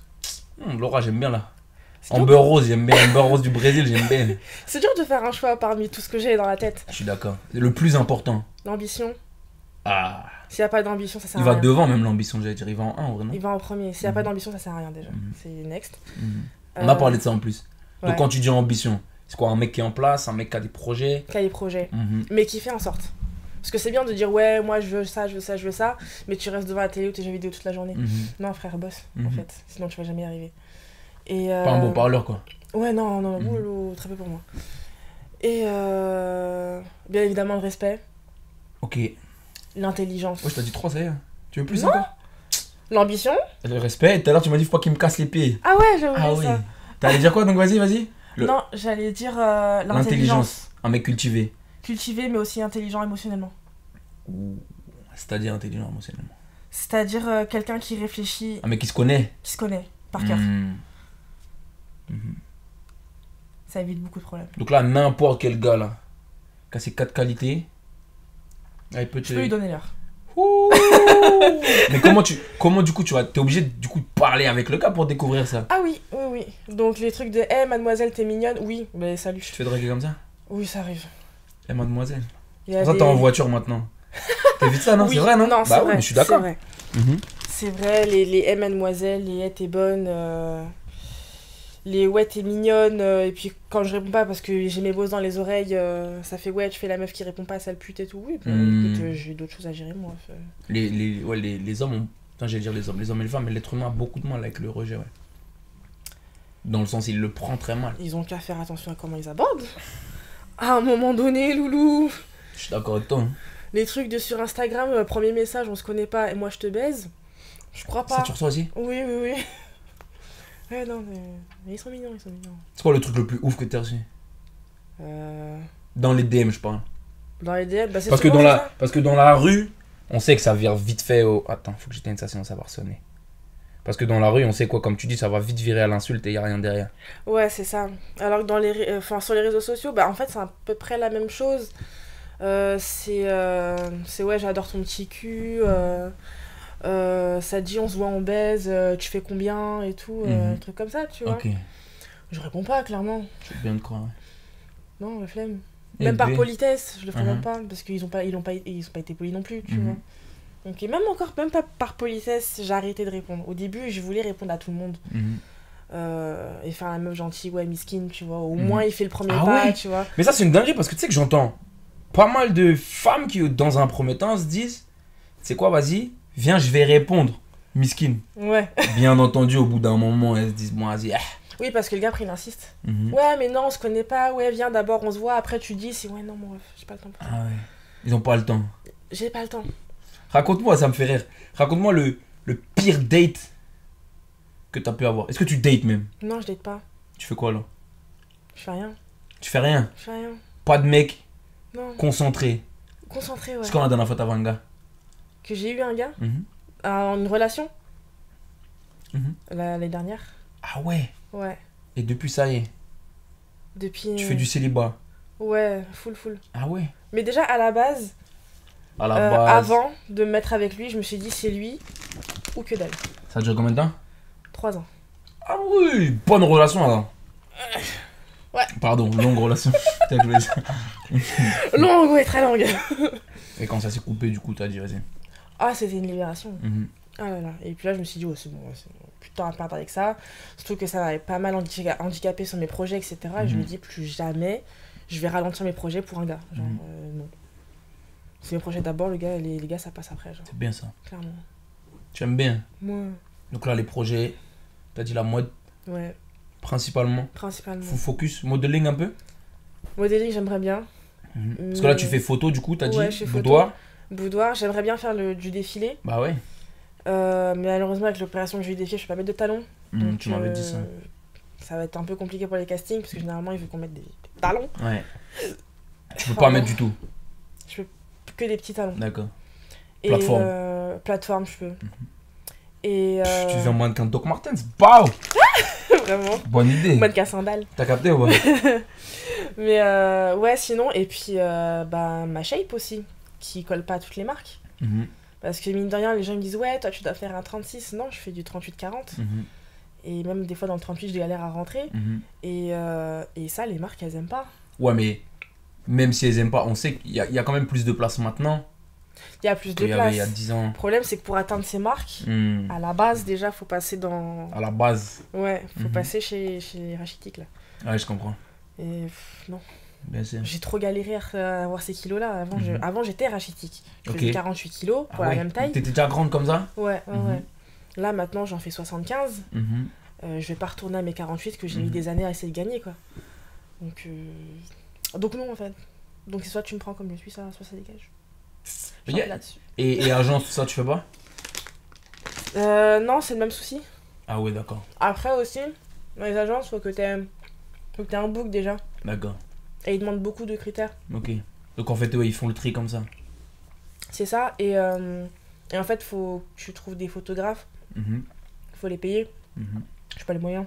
S1: Hum, Laura j'aime bien là
S2: C'est dur-
S1: Amber Rose j'aime bien Amber Rose du Brésil j'aime bien
S2: C'est dur de faire un choix parmi tout ce que j'ai dans la tête.
S1: Je suis d'accord. Le plus important.
S2: L'ambition.
S1: Ah.
S2: S'il y a pas d'ambition, ça sert
S1: Il
S2: à
S1: va
S2: rien.
S1: devant même l'ambition, j'allais dire. Il va en 1, vraiment.
S2: Il va en premier. S'il y a pas
S1: Mhm.
S2: d'ambition, ça sert à rien déjà.
S1: Mhm.
S2: C'est next.
S1: Mhm. On a
S2: Euh,
S1: parlé de ça en plus.
S2: ouais.
S1: Donc quand tu dis ambition, c'est quoi Un mec qui est en place, un mec qui a des projets.
S2: Euh, Cahier projet.
S1: Mhm.
S2: mais qui fait en sorte. Parce que c'est bien de dire ouais, moi je veux ça, je veux ça, je veux ça, mais tu restes devant la télé ou tes jeux vidéo toute la journée.
S1: Mhm.
S2: Non, frère, bosse en
S1: Mhm.
S2: fait, sinon tu vas jamais y arriver. Et, euh,
S1: Pas un bon parleur, quoi.
S2: Ouais, non, non, non,
S1: Mhm.
S2: oulou, très peu pour moi. Et euh, bien évidemment, le respect,
S1: Ok. Moi,
S2: l'intelligence,
S1: je t'ai dit 3, ça y est. Tu veux plus
S2: Non.
S1: encore
S2: l'ambition.
S1: Le respect. Et Tout à l'heure, tu m'as dit, faut pas qu'il me casse les pieds.
S2: Ah ouais, j'ai oublié
S1: Ah oui.
S2: ça.
S1: T'allais dire quoi Donc vas-y, vas-y. Le-
S2: Non, j'allais dire euh, l'intelligence.
S1: Un mec cultivé.
S2: Cultivé, mais aussi intelligent émotionnellement.
S1: Ouh. C'est-à-dire intelligent émotionnellement.
S2: C'est-à-dire euh, quelqu'un qui réfléchit,
S1: Un mec qui se connaît.
S2: qui se connaît par cœur.
S1: Mhm. Mhm.
S2: Ça évite beaucoup de problèmes.
S1: Donc là, n'importe quel gars, là, qui a ces 4 qualités, là, il peut te...
S2: Je peux lui donner l'heure.
S1: Ouh. Mais comment tu comment du coup tu vas t'es obligé du coup de parler avec le gars pour découvrir ça
S2: Ah oui, oui, oui. Donc les trucs de Eh mademoiselle, t'es mignonne. Oui, mais salut.
S1: Tu te fais draguer comme ça
S2: Oui, ça arrive.
S1: Eh mademoiselle.
S2: Il y a
S1: Pour ça
S2: Bah, des-
S1: t'es en voiture maintenant. T'évites ça non
S2: Oui,
S1: C'est vrai non,
S2: c'est
S1: Bah oui,
S2: vrai,
S1: mais je suis d'accord.
S2: C'est vrai.
S1: Mhm.
S2: C'est vrai, les, les Eh mademoiselle, les Eh t'es bonne. euh, Les ouais, t'es mignonne. euh, Et puis quand je réponds pas parce que j'ai mes bosses dans les oreilles, euh, ça fait ouais, tu fais la meuf qui répond pas, sale pute et tout. Oui, bah,
S1: Hmm.
S2: écoute, euh, j'ai d'autres choses à gérer moi. Enfin,
S1: Les, les, ouais, les, les hommes ont... Putain j'allais dire les hommes, les hommes et les femmes, mais l'être humain a beaucoup de mal avec le rejet ouais. Dans le sens il le prend très mal.
S2: Ils ont qu'à faire attention à comment ils abordent. À un moment donné, loulou.
S1: Je suis d'accord avec toi. hein.
S2: Les trucs de sur Instagram, euh, premier message, on se connaît pas et moi je te baise. Je crois pas.
S1: Ça tu reçois aussi
S2: Oui, oui, oui. Ouais, non, mais... mais ils sont mignons, ils sont mignons.
S1: C'est quoi le truc le plus ouf que t'as reçu
S2: Euh...
S1: Dans les DM je parle.
S2: Dans les DM, bah c'est
S1: Parce que
S2: souvent
S1: dans la
S2: ça.
S1: parce que dans la rue on sait que ça vire vite fait au attends faut que j'éteigne ça sinon ça va sonner parce que dans la rue on sait quoi comme tu dis ça va vite virer à l'insulte et y a rien derrière
S2: Ouais, c'est ça. Alors que dans les... ré- euh, Enfin, sur les réseaux sociaux, bah en fait, c'est à peu près la même chose. Euh, c'est... euh, C'est ouais, j'adore ton petit cul. euh, euh, ça te dit, on se voit, on baise. euh, tu fais combien et tout. euh,
S1: Mhm.
S2: truc comme ça, tu vois.
S1: ok
S2: Je réponds pas, clairement.
S1: je veux bien te croire ouais.
S2: Non, la flemme.
S1: Et
S2: Même par
S1: B,
S2: politesse, je le ferai
S1: Mhm.
S2: même pas, parce qu'ils ont pas, ils ont pas, ils ont pas été polis non plus, tu
S1: Mhm.
S2: vois. Donc, et même encore, même pas par politesse, j'ai arrêté de répondre. Au début, je voulais répondre à tout le monde
S1: mhm.
S2: euh, et faire la meuf gentille, ouais, miskine, tu vois. Au
S1: Mhm.
S2: moins, il fait le premier
S1: Ah
S2: pas,
S1: ouais
S2: tu vois.
S1: mais ça c'est une dinguerie parce que tu sais que j'entends pas mal de femmes qui dans un premier temps se disent c'est quoi vas-y viens je vais répondre miskin
S2: Ouais.
S1: bien entendu au bout d'un moment elles se disent bon vas-y ah,
S2: Oui, parce que le gars, après, il insiste.
S1: Mhm.
S2: Ouais, mais non, on se connaît pas. Ouais, viens d'abord, on se voit. Après, tu dis si ouais, non, mon ref, j'ai pas le temps. pour-
S1: Ah ouais. Ils ont pas le temps.
S2: J'ai pas le temps.
S1: Raconte-moi, ça me fait rire. Raconte-moi le, le pire date que t'as pu avoir. Est-ce que tu dates même
S2: Non, je date pas.
S1: Tu fais quoi là
S2: Je fais rien.
S1: Tu fais rien.
S2: Je fais rien.
S1: Pas de mec
S2: Non,
S1: concentré.
S2: concentré, ouais.
S1: C'est quand la dernière fois t'avais un gars
S2: Que j'ai eu un gars
S1: Mhm.
S2: en une relation
S1: Mhm.
S2: la- l'année dernière.
S1: Ah ouais.
S2: Ouais.
S1: Et depuis ça y est,
S2: Depuis. euh,
S1: tu fais du célibat.
S2: Ouais, full, full.
S1: Ah ouais.
S2: Mais déjà, à la base,
S1: À la
S2: euh,
S1: base.
S2: avant de me mettre avec lui, je me suis dit c'est lui ou que dalle.
S1: Ça dure combien de temps
S2: Trois ans.
S1: Ah oui, bonne relation alors.
S2: Ouais.
S1: Pardon, longue relation. Putain, je voulais dire.
S2: Longue, ouais, très longue.
S1: Et quand ça s'est coupé, du coup, t'as dit vas-y.
S2: Ah, c'était une libération.
S1: Mhm.
S2: Ah là là. Et puis là, je me suis dit, oh, c'est bon, ouais, c'est bon. plus de temps à perdre avec ça. Surtout que ça m'avait pas mal handica- handicapé sur mes projets, etc. Et je me
S1: Mhm.
S2: dis, plus jamais, je vais ralentir mes projets pour un gars. Genre,
S1: Mhm.
S2: euh, non. C'est mes projets d'abord, le gars, les, les gars, ça passe après, genre,
S1: C'est bien ça.
S2: clairement.
S1: Tu aimes bien.
S2: Moi,
S1: Donc là, les projets, t'as dit la mode
S2: ouais,
S1: principalement.
S2: principalement.
S1: Full focus, modeling un peu.
S2: Modeling, j'aimerais bien.
S1: Mhm. Parce que là, tu fais photo, du coup, t'as
S2: Ouais, je
S1: dit
S2: fais photo.
S1: boudoir.
S2: Boudoir, j'aimerais bien faire le, du défilé.
S1: Bah ouais.
S2: Euh, mais malheureusement, avec l'opération que j'ai eu des filles, je peux pas mettre de talons.
S1: Mhm,
S2: Donc,
S1: tu m'avais
S2: euh,
S1: dit ça.
S2: Ça va être un peu compliqué pour les castings, parce que généralement, il faut qu'on mette des des talons.
S1: Ouais. Tu peux
S2: Pardon.
S1: pas mettre du tout.
S2: Que des petits talons.
S1: D'accord.
S2: Et,
S1: Plateforme. Mhm.
S2: euh, plateforme, je peux. Et.
S1: Pff,
S2: euh,
S1: Tu deviens moins qu'un Doc Martens. Pow
S2: vraiment.
S1: Bonne idée.
S2: Mode qu'à sandales.
S1: T'as capté ou pas
S2: Mais euh, ouais, sinon, et puis euh, bah, ma shape aussi, qui colle pas à toutes les marques.
S1: Mhm,
S2: Parce que mine de rien, les gens me disent Ouais, toi tu dois faire un 36. Non, je fais du 38-40.
S1: mhm,
S2: Et même des fois, dans le 38, je galère à rentrer.
S1: mhm.
S2: Et, euh, et ça, les marques, elles aiment pas.
S1: Ouais, mais même si elles aiment pas, on sait qu'il y, a- il y a quand même plus de place maintenant
S2: Il y a plus de
S1: qu'il y avait il
S2: place. Mmh.
S1: y a 10 ans.
S2: Le problème, c'est que pour atteindre ces marques,
S1: Hmm,
S2: à la base, déjà, faut passer dans.
S1: À la base.
S2: Ouais, faut
S1: Mhm.
S2: passer chez, chez Rachitic, là.
S1: Ouais, je comprends.
S2: Et pff, non.
S1: Bien sûr.
S2: J'ai trop galéré à avoir ces kilos-là. Avant, je-
S1: Mhm.
S2: avant j'étais rachitique. Je
S1: Ok.
S2: faisais 48 kilos pour
S1: Ah
S2: la
S1: ouais.
S2: même taille.
S1: T'étais déjà grande comme ça
S2: Ouais, ouais,
S1: Mhm.
S2: ouais. Là, maintenant, j'en fais 75.
S1: Mhm.
S2: Euh, je vais pas retourner à mes 48 que j'ai mis
S1: Mhm.
S2: des années à essayer de gagner, quoi. Donc, euh, Donc non, en fait. Donc, c'est soit tu me prends comme je suis, ça, soit ça dégage. Je
S1: Yeah.
S2: suis là-dessus.
S1: Et, et agence, tout ça, tu fais pas
S2: Euh, non, c'est le même souci.
S1: Ah ouais, d'accord.
S2: Après aussi, dans les agences, faut que t'aies faut que t'aies un book déjà.
S1: D'accord.
S2: Et ils demandent beaucoup de critères.
S1: Ok. Donc en fait, ouais, ils font le tri comme ça.
S2: C'est ça. Et, euh, et en fait, faut que tu trouves des photographes.
S1: Mhm,
S2: Faut les payer.
S1: mhm.
S2: J'ai pas les moyens.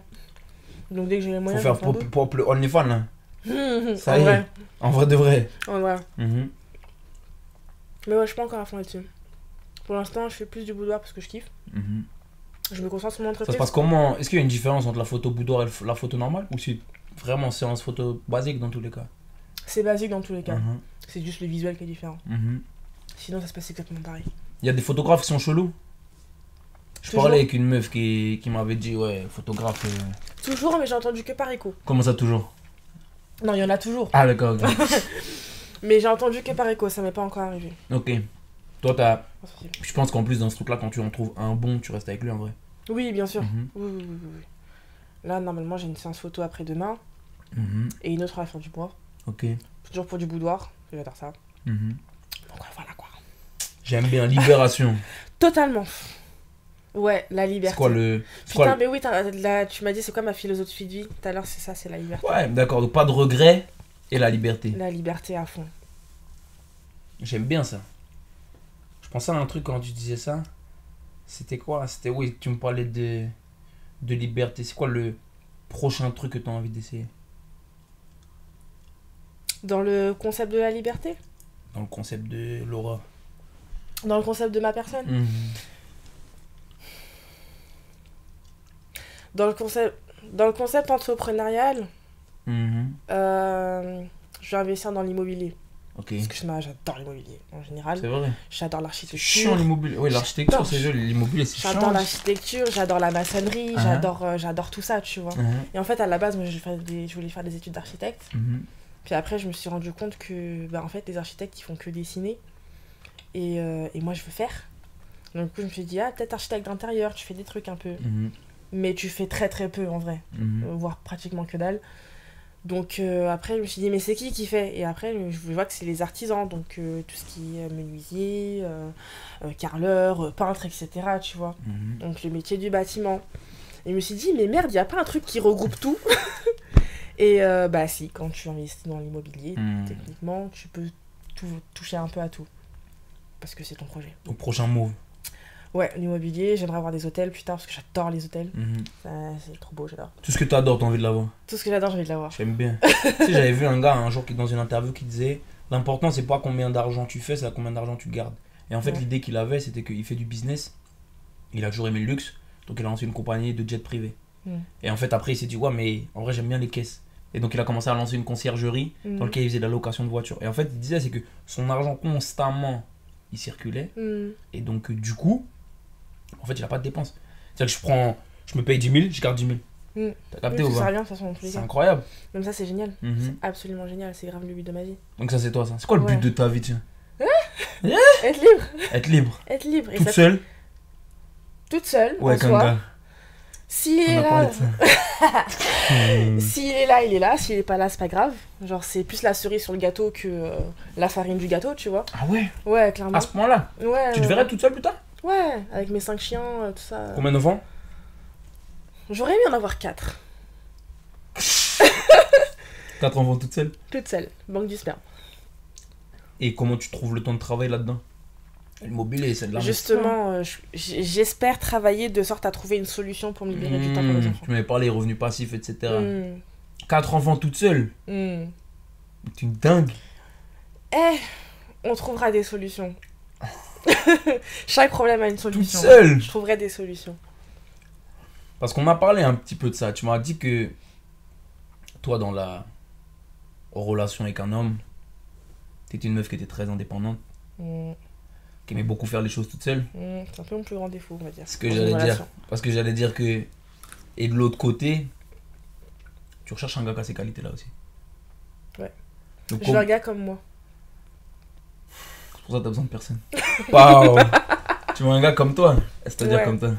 S2: Donc dès que j'ai les
S1: Faut
S2: moyens,
S1: faire
S2: je Hum, vais
S1: propre, propre OnlyFans là.
S2: faire
S1: Ça
S2: ça
S1: y est.
S2: vrai.
S1: En vrai de vrai.
S2: En vrai.
S1: Mhm.
S2: Mais ouais, je suis pas encore à fond là-dessus. Pour l'instant, je fais plus du boudoir parce que je kiffe.
S1: Mhm.
S2: Je me concentre sur mon
S1: Ça
S2: entreprise.
S1: se passe comment Est-ce qu'il y a une différence entre la photo boudoir et le- la photo normale Ou c'est vraiment séance photo basique dans tous les cas
S2: C'est basique dans tous les cas.
S1: Mhm,
S2: C'est juste le visuel qui est différent.
S1: mhm.
S2: Sinon, ça se passe exactement pareil.
S1: Il y a des photographes qui sont chelous. Je
S2: Toujours.
S1: parlais avec une meuf qui, qui m'avait dit, ouais, photographe. euh,
S2: Toujours, mais j'ai entendu que par écho.
S1: Comment ça toujours
S2: Non, il y en a toujours.
S1: Ah, d'accord. ok.
S2: Mais j'ai entendu que par écho, ça m'est pas encore arrivé.
S1: ok. Toi, t'as.
S2: Pas de souci.
S1: Je pense qu'en plus, dans ce truc-là, quand tu en trouves un bon, tu restes avec lui en vrai.
S2: Oui, bien sûr.
S1: Mhm,
S2: Oui, oui, oui, oui, oui. Là, normalement, j'ai une séance photo après-demain
S1: mhm.
S2: et une autre à la fin du mois.
S1: Ok.
S2: Toujours pour du boudoir. J'adore ça.
S1: mhm.
S2: Donc ouais, voilà quoi.
S1: J'aime bien, libération.
S2: Totalement. Ouais, la liberté.
S1: c'est quoi le. c'est quoi
S2: Putain,
S1: le-
S2: mais oui, t'as- là, tu m'as dit c'est quoi ma philosophie de vie Tout à l'heure, c'est ça, c'est la liberté.
S1: Ouais, d'accord. Donc, pas de regret et la liberté.
S2: La liberté à fond.
S1: J'aime bien ça. Je pensais à un truc quand tu disais ça. C'était quoi C'était oui, tu me parlais de, de liberté. C'est quoi le prochain truc que tu as envie d'essayer
S2: Dans le concept de la liberté
S1: dans le concept de Laura
S2: Dans le concept de ma personne
S1: Mm-hmm.
S2: Dans le concept, dans le concept entrepreneurial,
S1: Mhm.
S2: euh, je vais investir dans l'immobilier.
S1: Ok.
S2: Parce que je- moi, j'adore l'immobilier en
S1: C'est
S2: général.
S1: vrai.
S2: J'adore
S1: C'est chiant
S2: l'architecture.
S1: l'immobilier. Oui, l'architecture,
S2: J'adore.
S1: c'est joli. L'immobilier, c'est chiant.
S2: J'adore l'architecture, j'adore la maçonnerie,
S1: Ah.
S2: j'adore euh, j'adore tout ça, tu vois.
S1: Mhm.
S2: Et en fait, à la base, moi, je voulais faire des, je voulais faire des études d'architecte.
S1: Mhm.
S2: Puis après, je me suis rendu compte que, bah, en fait, les architectes, ils font que dessiner. Et, euh, et moi, je veux faire. Donc, du coup, je me suis dit, ah, peut-être architecte d'intérieur, tu fais des trucs un peu.
S1: Mhm.
S2: mais tu fais très très peu en vrai,
S1: Mhm.
S2: euh, voire pratiquement que dalle. Donc euh, après, je me suis dit, mais c'est qui qui fait Et après, je vois que c'est les artisans, donc euh, tout ce qui est menuisier, euh, euh, carreleur, euh, peintre, etc. Tu vois
S1: Mhm.
S2: donc le métier du bâtiment. Et je me suis dit, mais merde, il n'y a pas un truc qui regroupe tout Et euh, bah si, quand tu investis dans l'immobilier,
S1: Mhm.
S2: techniquement, tu peux tout- toucher un peu à tout. Parce que c'est ton projet.
S1: Au prochain move.
S2: Ouais, l'immobilier, j'aimerais avoir des hôtels plus tard parce que j'adore les hôtels.
S1: Mhm.
S2: Ça, C'est trop beau, j'adore.
S1: Tout ce que t'adores, t'as envie de l'avoir.
S2: Tout ce que j'adore, j'ai envie de l'avoir.
S1: J'aime bien. tu sais, j'avais vu un gars un jour qui dans une interview qui disait l'important c'est pas combien d'argent tu fais, c'est à combien d'argent tu gardes. Et en fait
S2: Ouais.
S1: l'idée qu'il avait c'était qu'il fait du business, il a toujours aimé le luxe, donc il a lancé une compagnie de jet privé.
S2: Mm.
S1: Et en fait après il s'est dit ouais mais en vrai j'aime bien les caisses. Et donc il a commencé à lancer une conciergerie
S2: Mm.
S1: dans laquelle il faisait de la location de voitures. Et en fait il disait c'est que son argent constamment il circulait
S2: Mm.
S1: et donc euh, du coup en fait il a pas de dépenses. C'est-à-dire que je prends, je me paye 10 000, je garde 10 000.
S2: Mm.
S1: T'as
S2: Oui,
S1: capté ou
S2: ça
S1: pas
S2: revient de toute façon dans tous les
S1: C'est
S2: cas.
S1: incroyable.
S2: Même ça, c'est génial.
S1: Mhm.
S2: Absolument génial, c'est grave le but de ma vie.
S1: Donc ça c'est toi ça. C'est quoi le
S2: Ouais.
S1: but de ta vie tiens
S2: Être libre,
S1: Être libre,
S2: être libre. Et
S1: toute
S2: ça-
S1: seule
S2: Toute seule,
S1: ou
S2: en
S1: avec un
S2: soi.
S1: gars
S2: Si
S1: On a
S2: là,
S1: parlé de ça. Hmm.
S2: S'il est là, il est là. S'il est pas là, c'est pas grave. Genre, c'est plus la cerise sur le gâteau que euh, la farine du gâteau, tu vois.
S1: Ah ouais
S2: Ouais, clairement.
S1: À ce point-là
S2: ouais,
S1: Ah, Tu te
S2: Ah ouais. Euh.
S1: verrais toute seule plus tard
S2: Ouais, avec mes cinq chiens, euh, tout ça.
S1: Combien d'enfants
S2: J'aurais aimé en avoir quatre.
S1: Quatre enfants toute seule
S2: Toute seule. Banque du sperme.
S1: Et comment tu trouves le temps de travail là-dedans L'immobilier, c'est de la
S2: Justement, euh, je- j- j'espère travailler de sorte à trouver une solution pour me libérer du temps pour les enfants.
S1: Hmm. Tu m'avais parlé des revenus passifs, etc.
S2: Mm,
S1: Quatre enfants toute seule
S2: mm.
S1: Tu une dingue
S2: Eh, on trouvera des solutions. Chaque problème a une
S1: Toute
S2: solution.
S1: seule
S2: Je trouverai des solutions.
S1: Parce qu'on a parlé un petit peu de ça. Tu m'as dit que toi, dans la relation avec un homme, t'étais une meuf qui était très indépendante,
S2: Mm,
S1: qui aimait beaucoup faire les choses toute seule.
S2: mm, C'est un peu mon plus grand défaut, on va dire.
S1: Ce que
S2: dans une
S1: j'allais dire.
S2: relation.
S1: Parce que j'allais dire que. Et de l'autre côté, tu recherches un gars qui a ces qualités-là aussi.
S2: Ouais.
S1: Donc,
S2: Je veux
S1: comme-
S2: un gars comme moi.
S1: c'est pour ça que t'as besoin de personne. Waouh Tu veux un gars comme toi C'est-à-dire
S2: Ouais.
S1: comme toi.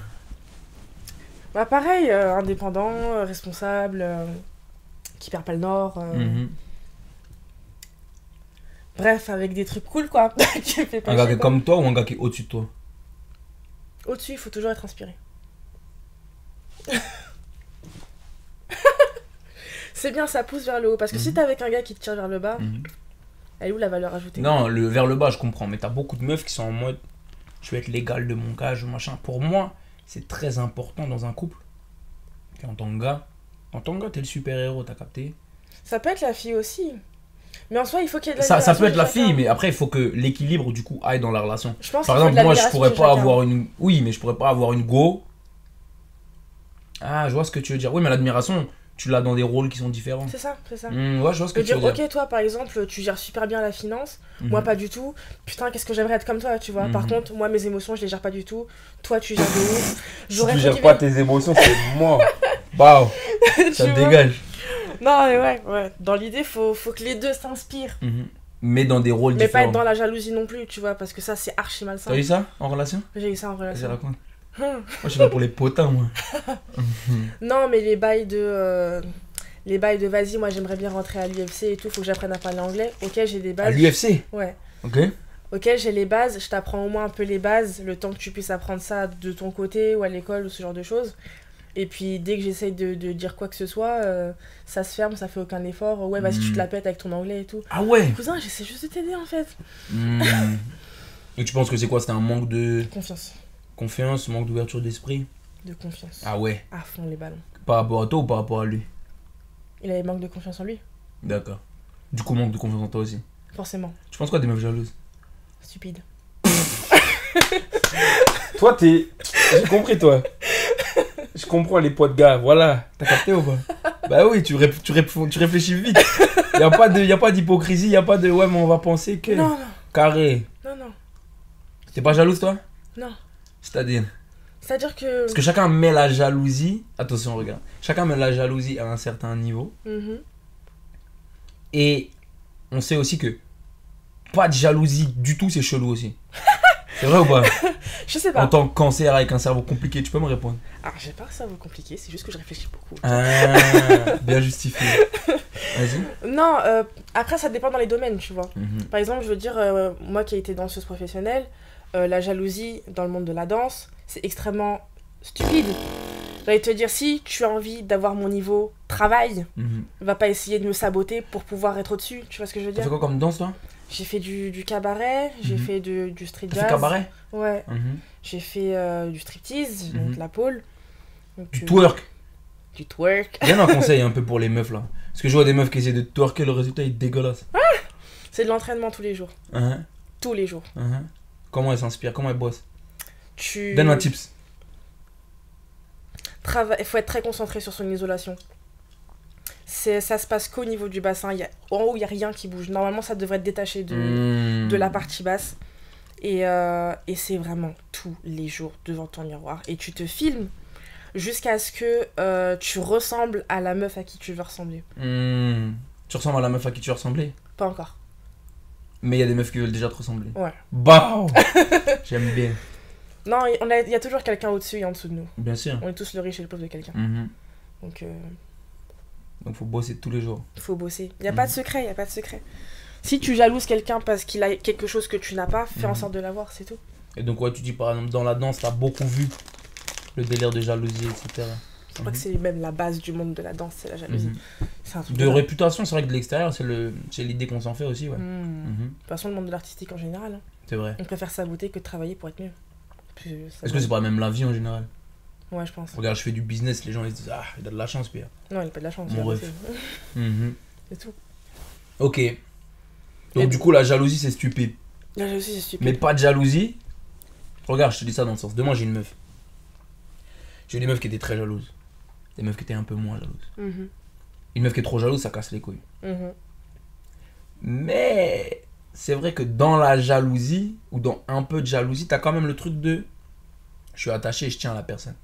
S2: Bah pareil, euh, indépendant, euh, responsable, euh, qui perd pas le nord. euh,
S1: Mhm.
S2: Bref, avec des trucs cool quoi. qui fait pas
S1: Un gars qui
S2: chier,
S1: est
S2: quoi.
S1: comme toi ou un gars qui est au-dessus de toi
S2: Au-dessus, il faut toujours être inspiré. C'est bien, ça pousse vers le haut. Parce que si
S1: Mhm.
S2: t'es avec un gars qui te tire vers le bas,
S1: Mhm.
S2: elle est où la valeur ajoutée
S1: Non, le, vers le bas, je comprends, mais t'as beaucoup de meufs qui sont en mode je vais être l'égal de mon gars, je machin. Pour moi, c'est très important dans un couple. Puis en tant que gars, en tant que gars, t'es le super-héros, t'as capté
S2: Ça peut être la fille aussi. Mais en soi, il faut qu'il y ait de la
S1: ça, ça
S2: libération
S1: peut être
S2: de
S1: la
S2: chacun.
S1: fille, mais après, il faut que l'équilibre du coup aille dans la relation.
S2: Je pense
S1: Par
S2: qu'il faut de
S1: exemple,
S2: la
S1: moi, je
S2: libération
S1: pourrais
S2: de
S1: pas
S2: chacun.
S1: avoir une. Oui, mais je pourrais pas avoir une go. Ah, je vois ce que tu veux dire. Oui, mais l'admiration, tu l'as dans des rôles qui sont différents.
S2: C'est ça, c'est ça.
S1: Hmm, ouais, je vois ce
S2: Je
S1: que
S2: veux
S1: tu
S2: dire,
S1: veux dire.
S2: ok, toi par exemple, tu gères super bien la finance.
S1: Mhm.
S2: Moi, pas du tout. Putain, qu'est-ce que j'aimerais être comme toi, tu vois. Par
S1: Mhm.
S2: contre, moi, mes émotions, je les gère pas du tout. Toi, tu gères de ouf.
S1: Si
S2: J'aurais
S1: tu
S2: fait
S1: gères pas
S2: kiffer,
S1: tes émotions, c'est moi. Waouh,
S2: tu
S1: ça te
S2: vois.
S1: dégage.
S2: Non, mais ouais, ouais. Dans l'idée, faut, faut que les deux s'inspirent.
S1: Mhm. Mais dans des rôles
S2: Mais pas
S1: différents.
S2: être dans la jalousie non plus, tu vois, parce que ça, c'est archi malsain.
S1: T'as eu ça en relation
S2: J'ai eu ça en
S1: Vas-y,
S2: relation.
S1: raconte.
S2: Hum.
S1: moi, je suis là pour les potins, moi.
S2: Non, mais les bails de. euh, Les bails de vas-y, moi j'aimerais bien rentrer à l'UFC et tout, faut que j'apprenne à parler anglais. Ok, j'ai des
S1: À
S2: bases.
S1: l'UFC
S2: Ouais.
S1: Ok.
S2: Ok, j'ai les bases, je t'apprends au moins un peu les bases, le temps que tu puisses apprendre ça de ton côté ou à l'école ou ce genre de choses. Et puis dès que j'essaye de, de dire quoi que ce soit, euh, ça se ferme, ça fait aucun effort. Ouais, vas-y, tu
S1: Mm.
S2: te la pètes avec ton anglais et tout.
S1: Ah ouais
S2: Cousin, j'essaie juste de t'aider en fait.
S1: Hmm. Et tu penses que c'est quoi C'était un manque de
S2: Confiance.
S1: confiance, manque d'ouverture d'esprit
S2: De confiance.
S1: Ah ouais.
S2: À fond les ballons.
S1: Par rapport à toi ou par rapport à lui
S2: Il avait manque de confiance en lui,
S1: D'accord. Du coup, manque de confiance en toi aussi.
S2: forcément.
S1: Tu penses quoi des meufs jalouses
S2: Stupide.
S1: Toi, t'es. J'ai compris, toi. Je comprends les poids de gars, voilà. T'as capté ou pas Bah oui, tu, ré- tu, ré- tu réfléchis vite. Y a pas de- y a pas d'hypocrisie, y a pas de ouais, mais on va penser que.
S2: Non, non,
S1: Carré.
S2: non, non.
S1: T'es pas jalouse, toi
S2: Non.
S1: C'est-à-dire
S2: C'est-à-dire que.
S1: Parce que chacun met la jalousie. Attention, regarde. Chacun met la jalousie à un certain niveau.
S2: Mhm.
S1: Et on sait aussi que pas de jalousie du tout, c'est chelou aussi. C'est vrai ou pas
S2: Je sais
S1: En
S2: pas.
S1: tant que cancer avec un cerveau compliqué, tu peux me répondre
S2: Alors, j'ai pas que ça vous compliquer, c'est juste que je réfléchis beaucoup.
S1: Ah, bien justifié. Vas-y.
S2: Non, euh, après, ça dépend dans les domaines, tu vois.
S1: Mhm.
S2: Par exemple, je veux dire, euh, moi qui ai été danseuse professionnelle, euh, la jalousie dans le monde de la danse, c'est extrêmement stupide. J'allais te dire, si tu as envie d'avoir mon niveau travail,
S1: Mhm.
S2: va pas essayer de me saboter pour pouvoir être au-dessus, tu vois ce que je veux
S1: T'as fait
S2: dire
S1: quoi comme danse toi
S2: J'ai fait du, du cabaret, j'ai
S1: Mhm.
S2: fait de- du street
S1: T'as
S2: jazz.
S1: fait cabaret
S2: Ouais,
S1: Mhm.
S2: j'ai fait euh, du striptease, donc
S1: Mhm.
S2: la pole. Donc,
S1: Du
S2: euh,
S1: twerk.
S2: Du twerk.
S1: Donne un conseil un peu pour les meufs là. Parce que je vois des meufs qui essaient de twerker, le résultat est dégueulasse.
S2: C'est de l'entraînement tous les jours.
S1: Hein,
S2: Tous les jours.
S1: hein. Comment elles s'inspirent Comment elles bossent
S2: Tu.
S1: Donne un tips.
S2: Il faut être très concentré sur son isolation. C'est, ça se passe qu'au niveau du bassin. Il Y a, en haut, il n'y a rien qui bouge. Normalement, ça devrait être détaché de,
S1: Mm.
S2: de
S1: Mhm.
S2: la partie basse. Et, euh, et c'est vraiment tous les jours devant ton miroir. Et tu te filmes jusqu'à ce que euh, tu ressembles à la meuf à qui tu veux ressembler.
S1: Mmh. Tu ressembles à la meuf à qui tu ressemblais,
S2: Pas encore.
S1: mais il y a des meufs qui veulent déjà te ressembler.
S2: Ouais.
S1: Bah J'aime bien.
S2: Non, on a- il y a toujours quelqu'un au-dessus et en dessous de nous.
S1: Bien sûr.
S2: On est tous le riche et le pauvre de quelqu'un.
S1: Mhm.
S2: Donc, euh,
S1: Donc faut bosser tous les jours.
S2: faut bosser.
S1: Mm.
S2: Il n'y a pas de secret, il n'y a pas de secret. Si tu jalouses quelqu'un parce qu'il a quelque chose que tu n'as pas, fais en
S1: Mhm.
S2: sorte de l'avoir, c'est tout.
S1: Et donc ouais, tu dis par exemple dans la danse, t'as beaucoup vu le délire de jalousie, etc.
S2: Je
S1: Mm.
S2: crois que c'est même la base du monde de la danse, c'est la jalousie.
S1: Mhm.
S2: C'est un truc
S1: De
S2: dingue.
S1: réputation, c'est vrai que de l'extérieur, c'est le, c'est l'idée qu'on s'en fait aussi, ouais.
S2: Mhm. De
S1: Mhm.
S2: toute façon, le monde de l'artistique en général, hein.
S1: C'est vrai.
S2: on préfère saboter que de travailler pour être mieux. Puis, euh, ça
S1: Est-ce que
S2: va.
S1: c'est pas même la vie en général
S2: Ouais, je pense.
S1: Regarde, je fais du business, les gens ils se disent ah, il a de la chance, Pierre.
S2: Non, il a pas de la chance.
S1: Mon
S2: il a
S1: ref.
S2: bossé.
S1: Mhm.
S2: C'est tout.
S1: Ok.
S2: Et-
S1: Donc du coup, la jalousie, c'est stupide.
S2: La jalousie, c'est stupide.
S1: Mais pas de jalousie. Regarde, je te dis ça dans le sens. Demain, j'ai une meuf. J'ai eu des meufs qui étaient très jalouses. Des meufs qui étaient un peu moins jalouses.
S2: Mhm.
S1: Une meuf qui est trop jalouse, ça casse les couilles.
S2: Mhm.
S1: Mais c'est vrai que dans la jalousie, ou dans un peu de jalousie, t'as quand même le truc de je suis attaché et je tiens à la personne.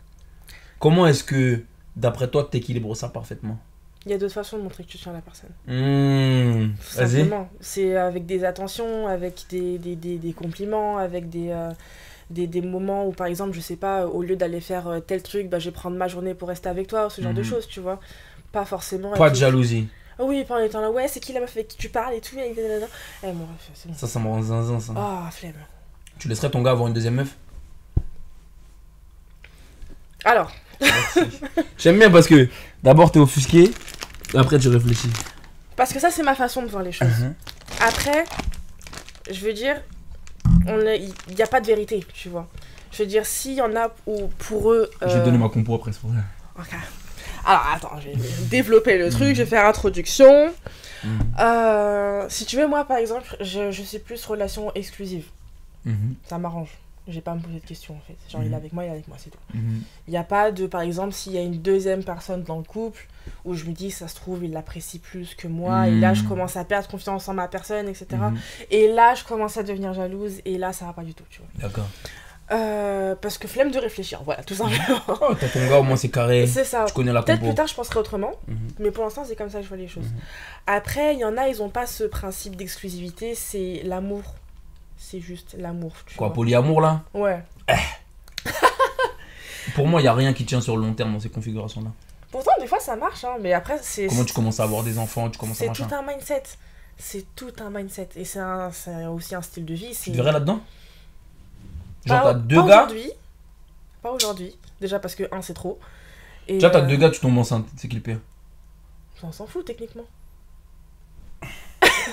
S1: Comment est-ce que, d'après toi, t'équilibres ça parfaitement
S2: Il y a d'autres façons de montrer que tu tiens la personne.
S1: Mmh,
S2: Tout
S1: Vas-y.
S2: simplement. C'est avec des attentions, avec des, des, des, des compliments, avec des, euh, des, des moments où, par exemple, je sais pas, au lieu d'aller faire euh, tel truc, bah, je vais prendre ma journée pour rester avec toi, ce genre de
S1: Mhm.
S2: choses, tu vois. Pas forcément.
S1: Pas de
S2: être-
S1: jalousie.
S2: Ah oui, pendant les temps là, ouais, c'est qui la meuf avec qui tu parles et tout, et blablabla. Eh, mon ref, c'est bon.
S1: Ça, ça me rend zinzin, ça.
S2: Ah, flemme.
S1: Tu laisserais ton gars avoir une deuxième meuf
S2: Alors,
S1: J'aime bien parce que d'abord t'es offusqué, après tu réfléchis.
S2: parce que ça, c'est ma façon de voir les choses. Après, je veux dire, on est- il n'y a pas de vérité, tu vois. Je veux dire, s'il y en a où, pour eux.
S5: J'ai
S2: euh,
S5: donné ma compo après, c'est pour ça.
S2: ok. Alors, attends, je vais développer le truc, je vais faire introduction.
S1: Mhm.
S2: Mm. Euh, si tu veux, moi, par exemple, je, je suis plus relation exclusive.
S1: Mm-hmm.
S2: Ça m'arrange. J'ai pas à me poser de questions, en fait. Genre, il est
S1: Mhm.
S2: avec moi, il est avec moi, c'est tout.
S1: Mm-hmm.
S2: Il n'y a pas de, par exemple, s'il y a une deuxième personne dans le couple, où je me dis, ça se trouve, il l'apprécie plus que moi, et là, je
S1: Mhm.
S2: commence à perdre confiance en ma personne, etc.
S1: Mm-hmm.
S2: Et là, je commence à devenir jalouse, et là, ça va pas du tout, tu vois.
S1: D'accord.
S2: Euh, parce que flemme de réfléchir, voilà, tout simplement.
S1: Oh, t'as ton gars, au moins c'est carré.
S2: c'est ça.
S1: Tu connais la
S2: Peut-être
S1: compo.
S2: plus tard, je penserai autrement,
S1: Mhm.
S2: mais pour l'instant, c'est comme ça que je vois les choses. Après, il y en a, ils ont pas ce principe d'exclusivité, c'est l'amour. C'est juste l'amour, tu
S1: Quoi,
S2: vois.
S1: polyamour là
S2: Ouais.
S1: Pour moi, il a rien qui tient sur le long terme dans ces configurations-là.
S2: Pourtant, des fois, ça marche, hein, mais après, c'est...
S1: Comment tu commences à avoir des enfants, tu commences à
S2: C'est
S1: machin.
S2: tout un mindset. C'est tout un mindset. Et c'est un- c'est aussi un style de vie.
S1: Tu
S2: c'est-
S1: te verrais là-dedans
S2: Pas-
S1: Genre, t'as
S2: Bah, pas
S1: deux gars.
S2: aujourd'hui. Pas aujourd'hui. Déjà parce que un, c'est trop. Et
S1: Tu vois, t'as
S2: euh,
S1: deux gars, tu tombes enceinte. C'est qui le pire
S2: On s'en fout techniquement.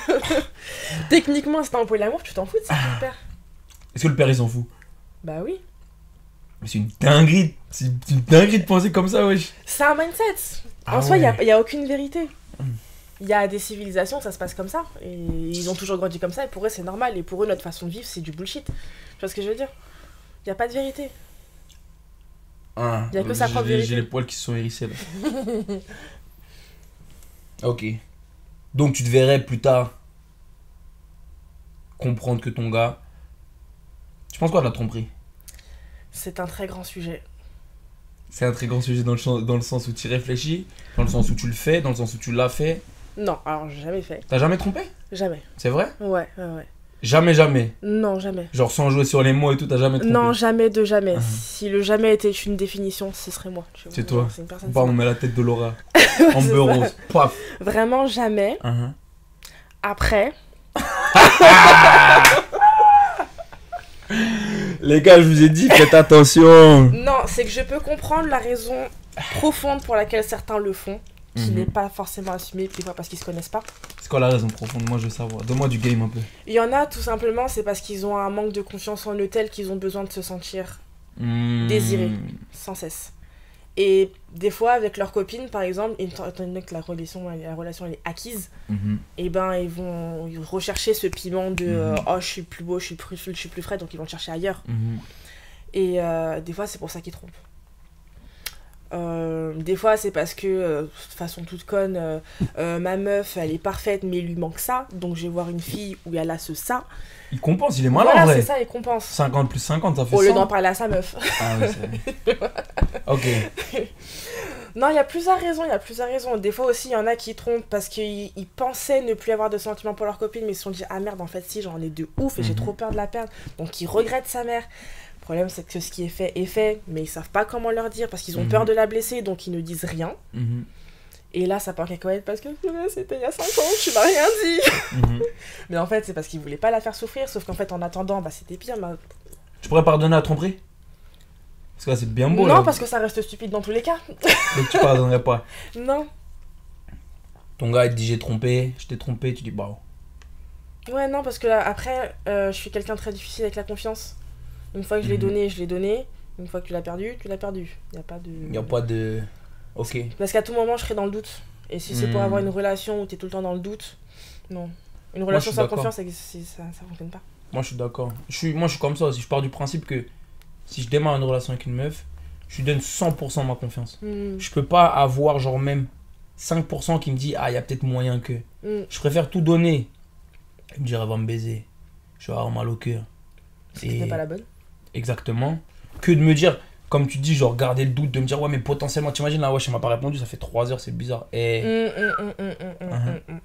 S2: techniquement, si t'as un l'amour, tu t'en fous de ça, ton père.
S1: Est-ce que le père, il s'en fout
S2: Bah oui.
S1: Mais c'est une dinguerie. C'est une dinguerie de penser comme ça, wesh.
S2: C'est un mindset. En
S1: Ah
S2: soi, il
S1: ouais.
S2: n'y a, aucune vérité.
S1: Mm.
S2: Il y a des civilisations, ça se passe comme ça. Et ils ont toujours grandi comme ça. Et pour eux, c'est normal. Et pour eux, notre façon de vivre, c'est du bullshit. Tu vois ce que je veux dire Il n'y a pas de vérité.
S1: Ah,
S2: Y a que sa
S1: j'ai-
S2: propre vérité.
S1: J'ai les poils qui se sont hérissés là. ok. Donc tu te verrais plus tard comprendre que ton gars. Tu penses quoi de la tromperie
S2: C'est un très grand sujet.
S1: C'est un très grand sujet dans le, chan- dans le sens où tu y réfléchis, dans le sens où tu le fais, dans le sens où tu l'as fait.
S2: Non, alors j'ai jamais fait.
S1: T'as jamais trompé
S2: Jamais.
S1: C'est vrai
S2: Ouais, ouais, ouais.
S1: Jamais, jamais.
S2: Non, jamais.
S1: Genre sans jouer sur les mots et tout, t'as jamais trompé.
S2: Non, jamais de jamais.
S1: Ah.
S2: Si le jamais était une définition, ce serait moi. tu vois.
S1: C'est toi.
S2: Genre, C'est une personne.
S1: Bah, on met la tête de Laura. en
S2: c'est
S1: bleu
S2: ça.
S1: rose. Paf.
S2: Vraiment jamais.
S1: Hein,
S2: Après,
S1: hein. Les gars, je vous ai dit, faites attention.
S2: non, c'est que je peux comprendre la raison profonde pour laquelle certains le font, qui
S1: Mhm.
S2: n'est pas forcément assumée, des fois parce qu'ils se connaissent pas.
S1: C'est quoi la raison profonde Moi, je veux savoir. Donne-moi du game un peu.
S2: Il y en a tout simplement, c'est parce qu'ils ont un manque de confiance en eux tel qu'ils ont besoin de se sentir
S1: Mmh.
S2: Désiré. sans cesse. Et des fois, avec leurs copines, par exemple, étant étant donné que la relation, elle- la relation elle est acquise,
S1: Mhm.
S2: et ben ils vont rechercher ce piment de euh,
S1: Mhm.
S2: oh je suis plus beau, je suis plus, je suis plus frais, donc ils vont le chercher ailleurs.
S1: Mhm.
S2: Et euh, des fois, c'est pour ça qu'ils trompent. Euh, des fois, c'est parce que, euh, de façon toute conne, euh, euh, ma meuf, elle est parfaite, mais il lui manque ça. Donc, je vais voir une fille où elle a ce ça.
S1: Il compense, il est malin en
S2: voilà, c'est
S1: vrai.
S2: ça les compenses.
S1: 50 plus 50, ça fait
S2: Au lieu
S1: 100.
S2: d'en parler à sa meuf.
S1: Ah oui, c'est vrai. ok.
S2: non, il y a plusieurs raisons, il y a plusieurs raisons. Des fois aussi, il y en a qui trompent parce qu'ils ils pensaient ne plus avoir de sentiments pour leur copine, mais ils se sont dit Ah merde, en fait, si, j'en ai de ouf et j'ai
S1: Mhm.
S2: trop peur de la perdre. Donc, ils regrettent sa mère. Le problème, c'est que ce qui est fait est fait, mais ils savent pas comment leur dire parce qu'ils ont
S1: Mhm.
S2: peur de la blesser, donc ils ne disent rien.
S1: Mhm.
S2: Et là, ça part en cacahuète parce que purée, c'était il y a 5 ans, tu m'as rien dit.
S1: Mhm.
S2: Mais en fait, c'est parce qu'il voulait pas la faire souffrir, sauf qu'en fait, en attendant, bah c'était pire. bah-
S1: Tu pourrais pardonner à tromperie Parce que là, c'est bien beau.
S2: non,
S1: là.
S2: parce que ça reste stupide dans tous les cas.
S1: Donc tu pardonnerais pas.
S2: Non.
S1: Ton gars, il te dit j'ai trompé, je t'ai trompé, tu dis bah.
S2: Ouais, non, parce que là, après, euh, je suis quelqu'un de très difficile avec la confiance. Une fois que je l'ai
S1: Mhm.
S2: donné, je l'ai donné. Une fois que tu l'as perdu, tu l'as perdu. Y a pas de.
S1: Il n'y a pas de. Ok.
S2: Parce qu'à tout moment, je serai dans le doute. Et si c'est pour
S1: Mhm.
S2: avoir une relation où t'es tout le temps dans le doute, non.
S1: Moi,
S2: Une
S1: je
S2: relation
S1: suis
S2: sans
S1: d'accord.
S2: confiance, ça, c'est- ça, ça fonctionne pas.
S1: Moi, je suis d'accord. Je suis, moi, je suis comme ça aussi. Je pars du principe que si je démarre une relation avec une meuf, je lui donne 100% ma confiance.
S2: Mhm.
S1: Je peux pas avoir, genre, même 5% qui me dit Ah, il y a peut-être moyen que.
S2: Mhm.
S1: Je préfère tout donner. Elle me dire Elle va me baiser. Je vais avoir mal au cœur.
S2: Parce que t'es
S1: Et-
S2: pas la bonne.
S1: Exactement. Que de me dire, comme tu dis, genre, garder le doute, de me dire Ouais, mais potentiellement, t'imagines là, ouais, elle m'a pas répondu, ça fait 3 heures, c'est bizarre. Et.
S2: Mm, mm, mm, mm, mm, mm,
S1: Mhm.
S2: mm, mm.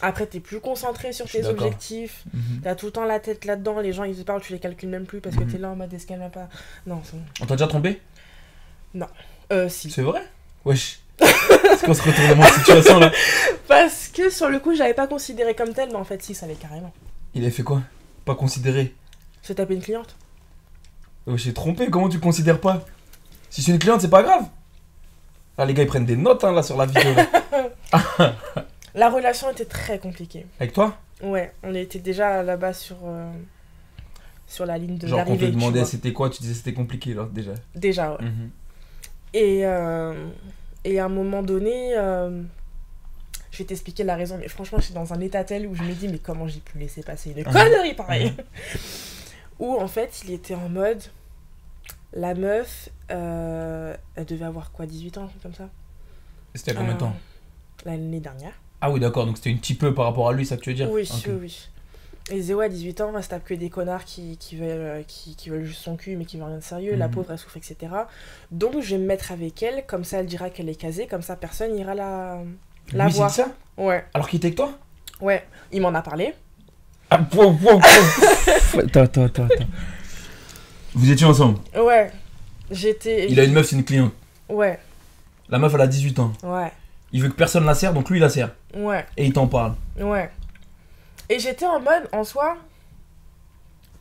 S2: Après, t'es plus concentré sur
S1: Je suis
S2: tes
S1: d'accord.
S2: objectifs. T'as tout le temps la tête là-dedans. Les gens, ils te parlent, tu les calcules même plus parce que
S1: Mhm.
S2: t'es là en mode est-ce qu'elle m'a pas. Non, c'est bon.
S1: On t'a déjà trompé
S2: Euh, si.
S1: C'est vrai Wesh. Est-ce qu'on se retourne dans ma situation là
S2: Parce que sur le coup, j'avais pas considéré comme tel, mais en fait, si, ça l'est carrément.
S1: Il a fait quoi Pas considéré.
S2: Se taper une cliente.
S1: Wesh, j'ai trompé, comment tu considères pas Si c'est une cliente, c'est pas grave. Là, les gars, ils prennent des notes hein, là sur la vidéo. là.
S2: La relation était très compliquée.
S1: Avec toi
S2: Ouais, on était déjà là-bas sur. euh, Sur la ligne de
S1: Genre, qu'on te
S2: l'arrivée, tu
S1: demandait
S2: vois. Mhm.
S1: c'était quoi, tu disais c'était compliqué là déjà.
S2: Déjà, ouais. Et, euh, et à un moment donné, euh, je vais t'expliquer la raison, mais franchement, je suis dans un état tel où je me dis, mais comment j'ai pu laisser passer une connerie pareille Où en fait, il était en mode, la meuf, euh, elle devait avoir quoi, 18 ans, un truc comme ça
S1: C'était à combien de temps
S2: Euh, L'année dernière.
S1: Ah oui, d'accord, donc c'était une petit peu par rapport à lui, ça que tu veux dire
S2: Oui,
S1: Ok.
S2: oui, oui. Et il disait, ouais, à 18 ans, on se tape que des connards qui, qui, veulent, euh, qui, qui veulent juste son cul, mais qui veulent rien de sérieux. La
S1: Mhm.
S2: pauvre, elle souffre, etc. Donc, je vais me mettre avec elle, comme ça, elle dira qu'elle est casée, comme ça, personne ira la, la
S1: Lui, c'est
S2: voir.
S1: ça
S2: Ouais,
S1: Alors qu'il était que toi
S2: ouais. Il m'en a parlé.
S1: Ah, pou, pou, pou. Attends, attends, attends, attends. Vous étiez ensemble
S2: Ouais. J'étais.
S1: Il a une meuf, c'est une cliente.
S2: Ouais,
S1: La meuf, elle a 18 ans.
S2: ouais,
S1: Il veut que personne la serre, donc lui, il la serre.
S2: ouais,
S1: Et il t'en parle.
S2: ouais. Et j'étais en mode, en soi,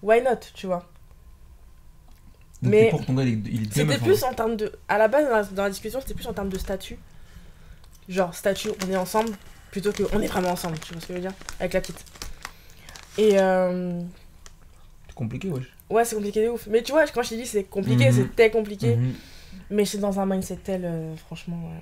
S2: why not, tu vois.
S1: Donc
S2: Mais-
S1: t'es pour que ton gars, il est, hein. il est deux
S2: C'était
S1: meufs, en
S2: plus en termes de. À la base, dans la, dans la discussion, c'était plus en termes de statut. Genre, statut, on est ensemble, plutôt que on est vraiment ensemble, tu vois ce que je veux dire Avec la petite. Et euh,
S1: C'est compliqué, wesh.
S2: ouais, c'est compliqué de ouf. Mais tu vois, quand je t'ai dit c'est compliqué,
S1: Mhm.
S2: c'était compliqué.
S1: Mhm.
S2: Mais j'étais dans un mindset tel, euh, franchement, euh,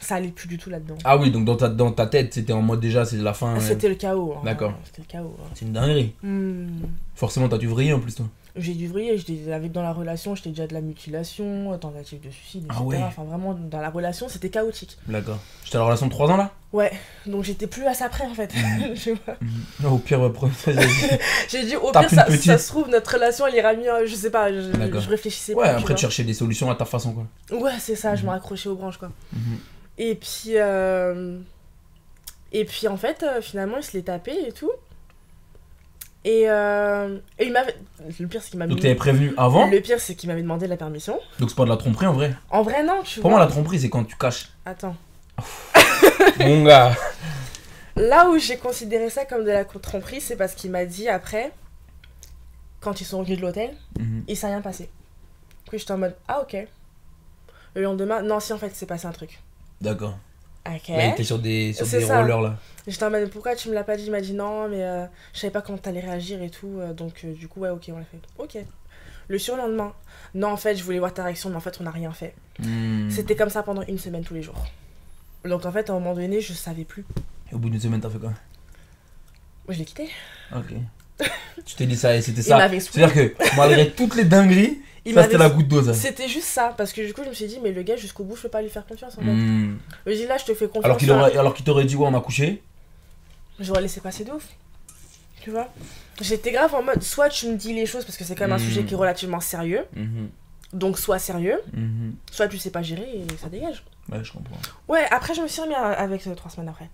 S2: ça allait plus du tout là-dedans.
S1: Ah oui, donc dans ta, dans ta tête, c'était en mode déjà, c'est la fin. euh,
S2: C'était le chaos. hein.
S1: D'accord.
S2: C'était le chaos. hein.
S1: C'est une dinguerie.
S2: Hmm.
S1: Forcément, t'as dû vriller en plus, toi.
S2: J'ai dû vriller, j'étais avec dans la relation, j'étais déjà de la mutilation, euh, tentative de suicide,
S1: Ah
S2: etc.
S1: ouais.
S2: Enfin, vraiment, dans la relation, c'était chaotique.
S1: D'accord. J'étais à la relation de 3 ans là
S2: Ouais, donc j'étais plus à ça près en fait.
S1: Hmm.
S2: Je vois.
S1: Non, au pire, ouais, pre- vas-y.
S2: J'ai dit au
S1: Tape
S2: pire,
S1: une
S2: ça,
S1: petite.
S2: ça se trouve, notre relation elle ira mieux, je sais pas, je,
S1: D'accord.
S2: je réfléchissais
S1: Ouais,
S2: pas.
S1: après, tu
S2: tu vois.
S1: cherchais des solutions à ta façon, quoi.
S2: Ouais, c'est ça, je me
S1: Mhm.
S2: raccrochais aux branches quoi.
S1: Mhm.
S2: Et puis, euh, et puis en fait, euh, finalement, il se l'est tapé et tout. Et, euh, et il m'avait. Le pire, c'est qu'il m'avait.
S1: Donc t'avais prévenu avant
S2: Le pire, c'est qu'il m'avait demandé la permission.
S1: Donc c'est pas de la tromperie en vrai.
S2: En vrai, non, tu
S1: Pour
S2: vois.
S1: moi, la tromperie, c'est quand tu caches.
S2: Attends.
S1: Mon gars.
S2: Là où j'ai considéré ça comme de la tromperie, c'est parce qu'il m'a dit après, quand ils sont revenus de l'hôtel,
S1: Mhm.
S2: il s'est rien passé. Puis j'étais en mode, ah ok. Le lendemain, non, si en fait, c'est passé un truc.
S1: D'accord.
S2: Ok.
S1: Là, il était sur des, sur
S2: C'est
S1: des
S2: ça.
S1: rollers là.
S2: J'étais en mode, pourquoi tu me l'as pas dit Il m'a dit non, mais euh, je savais pas comment t'allais réagir et tout. euh, donc, euh, du coup, ouais, ok, on l'a fait. Ok. Le surlendemain, non, en fait, je voulais voir ta réaction, mais en fait, on n'a rien fait.
S1: Hmm.
S2: C'était comme ça pendant une semaine tous les jours. Donc, en fait, à un moment donné, je savais plus.
S1: Et au bout d'une semaine, t'as fait quoi
S2: Moi, je l'ai quitté.
S1: Ok. tu t'es dit ça et c'était
S2: Il
S1: ça.
S2: m'avait saoulé.
S1: C'est-à-dire que malgré toutes les dingueries,
S2: Il
S1: ça
S2: m'avait
S1: c'était la goutte d'eau ça.
S2: C'était juste ça, parce que du coup, je me suis dit, mais le gars, jusqu'au bout, je peux pas lui faire confiance en fait.
S1: Hmm.
S2: Je me suis dit, là, je te fais confiance. hein.
S1: Alors qu'il
S2: là.
S1: aurait, alors qu'il t'aurait dit ouais on a couché.
S2: J'aurais laissé passer de ouf. Tu vois J'étais grave en mode, soit tu me dis les choses, parce que c'est quand même un
S1: Mhm.
S2: sujet qui est relativement sérieux,
S1: Mhm.
S2: donc sois sérieux,
S1: Mhm.
S2: soit tu sais pas gérer et ça dégage.
S1: Ouais je comprends.
S2: Ouais, après, je me suis remis à- avec euh, trois semaines après.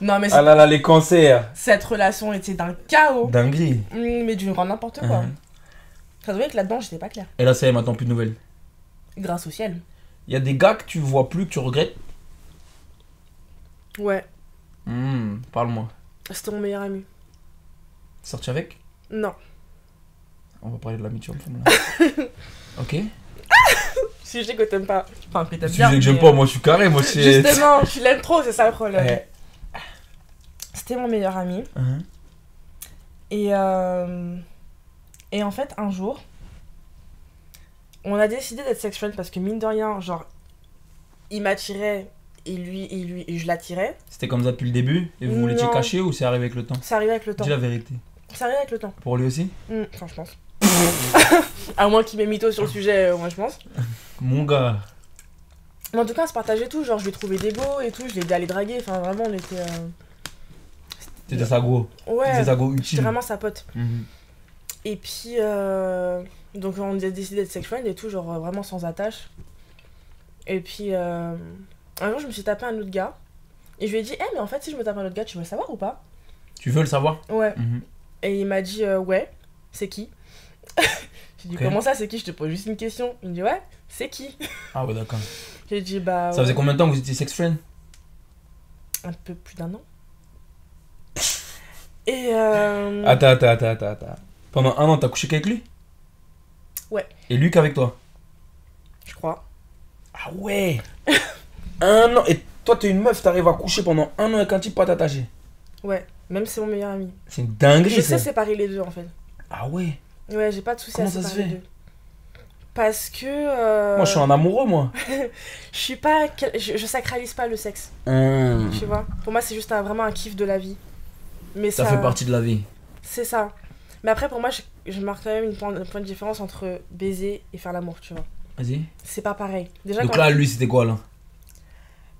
S2: non, mais c'est-
S1: Ah là là les cancers.
S2: cette relation était d'un chaos,
S1: Dinguerie.
S2: Mm, mais du grand n'importe Oh. quoi.
S1: Mhm.
S2: Ça se voyait que là-dedans, j'étais pas claire.
S1: Et là ça y est maintenant plus de nouvelles.
S2: Grâce au ciel.
S1: Il y a des gars que tu vois plus que tu regrettes.
S2: Ouais,
S1: Hmm, Parle-moi.
S2: c'était mon meilleur ami.
S1: Sorti avec
S2: Non.
S1: On va parler de l'amitié en femme là. ok.
S2: Sujet que t'aimes pas. Enfin, que t'aimes
S1: Sujet
S2: bien.
S1: que
S2: mais, euh,
S1: j'aime pas moi je suis carré moi c'est. Eh,
S2: Justement, tu l'aimes trop, c'est ça le problème.
S1: Ouais.
S2: C'était mon meilleur ami.
S1: Hein.
S2: Et, euh, et en fait, un jour, on a décidé d'être sex friends parce que mine de rien, genre, il m'attirait et lui, et lui, et je l'attirais.
S1: C'était comme ça depuis le début et vous vous l'étiez
S2: Non.
S1: caché ou c'est arrivé avec le temps
S2: Ça arrivait avec le temps.
S1: Dis la vérité.
S2: Ça arrivait avec le temps.
S1: Pour lui aussi
S2: Hmm, Enfin, je pense. à moins qu'il m'ait mytho sur le sujet, euh, moi je pense.
S1: Mon gars.
S2: Mais en tout cas, on se partageait tout. Genre, je lui trouvais des beaux et tout. Je l'ai aidé à les draguer. Enfin, vraiment, on était. euh,
S1: T'étais sa go.
S2: Ouais.
S1: T'étais sa go
S2: J'étais
S1: utile.
S2: vraiment sa pote.
S1: Mhm.
S2: Et puis, euh, donc on a décidé d'être sex friend et tout, genre euh, vraiment sans attache. Et puis, euh, un jour, je me suis tapé un autre gars. Et je lui ai dit, Eh mais en fait, si je me tape un autre gars, tu veux le savoir ou pas
S1: Tu veux le savoir
S2: Ouais.
S1: Mhm.
S2: Et il m'a dit, Euh, ouais, c'est qui J'ai dit,
S1: Ok.
S2: comment ça, c'est qui Je te pose juste une question. Il me dit, ouais, c'est qui
S1: Ah ouais d'accord.
S2: J'ai dit, bah,
S1: Ça faisait
S2: ouais,
S1: combien de temps que vous étiez sex friend
S2: un peu plus d'un an. Et euh,
S1: Attends, attends, attends, attends, attends. Pendant un an, t'as couché qu'avec lui
S2: Ouais.
S1: Et lui qu'avec toi
S2: je crois.
S1: Ah ouais Un an. Et toi, t'es une meuf, t'arrives à coucher pendant un an avec un type pas t'attacher.
S2: Ouais, même c'est mon meilleur ami.
S1: C'est une dinguerie
S2: Je sais
S1: ça.
S2: séparer les deux en fait.
S1: Ah ouais
S2: Ouais, j'ai pas de soucis
S1: Comment
S2: à
S1: ça se
S2: séparer
S1: fait
S2: les deux. Parce que. euh,
S1: Moi, je suis un amoureux, moi.
S2: je suis pas. quel- Je, je sacralise pas le sexe,
S1: Hum.
S2: tu vois. Pour moi, c'est juste un- vraiment un kiff de la vie. Mais ça.
S1: Ça fait partie de la vie.
S2: C'est ça. Mais après, pour moi, je, je marque quand même une point, un point de différence entre baiser et faire l'amour, tu vois.
S1: Vas-y.
S2: C'est pas pareil. Déjà,
S1: Donc
S2: quand.
S1: là, lui, c'était quoi là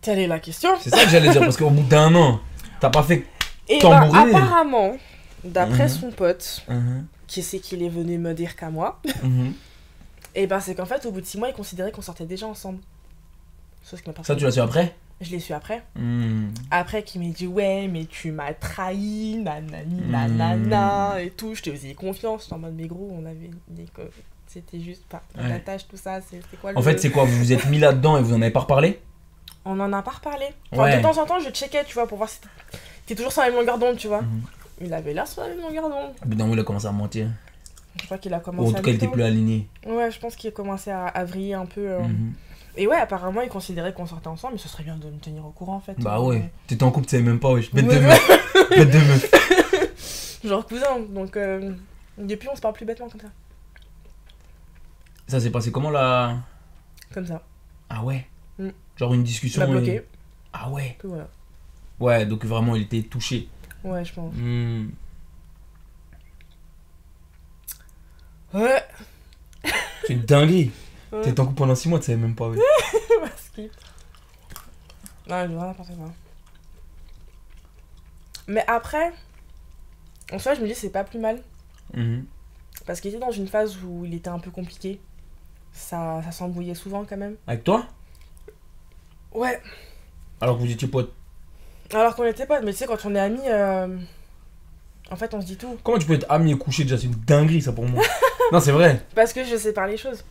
S2: Quelle est la question
S1: C'est ça que j'allais dire, parce qu'au bout d'un an, t'as pas fait.
S2: Et ben,
S1: tambouriner.
S2: apparemment, d'après
S1: Mhm.
S2: son pote,
S1: Mhm.
S2: qui c'est qu'il est venu me dire qu'à moi,
S1: Mhm.
S2: et ben, c'est qu'en fait, au bout de 6 mois, il considérait qu'on sortait déjà ensemble. Sauf que ma
S1: Ça, tu l'as su après
S2: Je l'ai su après.
S1: Hum.
S2: Après qu'il m'ait dit ouais mais tu m'as trahi, nanani,
S1: Hmm.
S2: nanana et tout, je te faisais confiance, J'étais en mode mais gros on avait dit que c'était juste pas
S1: Ouais.
S2: la tâche tout ça, c'est c'est quoi le...
S1: En fait, c'est quoi Vous vous êtes mis là-dedans et vous en avez pas reparlé
S2: On en a pas reparlé. Enfin,
S1: Ouais.
S2: De temps en temps je checkais tu vois pour voir si t'es- t'es toujours sur la même longueur d'onde tu vois.
S1: Mhm.
S2: Il avait l'air sur la même longueur d'onde.
S1: Au bout d'un moment, il a commencé à mentir.
S2: Je crois qu'il a
S1: Ou
S2: commencé
S1: en tout
S2: à
S1: cas, il
S2: mytho.
S1: était plus aligné.
S2: Ouais je pense qu'il a commencé à, à vriller un peu. euh.
S1: Mhm.
S2: Et ouais apparemment il considérait qu'on sortait ensemble mais ce serait bien de me tenir au courant en fait.
S1: Bah
S2: Euh,
S1: ouais, t'étais en couple, tu savais même pas, wesh. Bête de
S2: Ouais.
S1: meuf. Bête de meuf.
S2: Genre cousin donc euh, depuis on se parle plus bêtement comme ça.
S1: Ça s'est passé comment là
S2: Comme ça.
S1: Ah ouais
S2: Mm.
S1: Genre une
S2: Tu
S1: discussion.
S2: m'as
S1: et-
S2: bloqué.
S1: Ah ouais
S2: Puis voilà.
S1: Ouais, donc vraiment, il était touché.
S2: Ouais, je pense.
S1: Hmm.
S2: Ouais,
S1: C'est une dinguerie.
S2: Ouais.
S1: T'étais en couple pendant 6 mois, tu savais même pas, wesh.
S2: parce que. Non, je vois n'importe quoi. Mais après, en soi, je me dis, c'est pas plus mal.
S1: Mhm.
S2: Parce qu'il était dans une phase où il était un peu compliqué. Ça, ça s'embrouillait souvent quand même.
S1: Avec toi
S2: Ouais,
S1: Alors que vous étiez potes.
S2: Alors qu'on était pas, mais tu sais, quand on est amis, euh, en fait, on se dit tout.
S1: Comment tu peux être ami et couché déjà C'est une dinguerie ça pour moi. non, c'est vrai.
S2: Parce que je sépare les choses.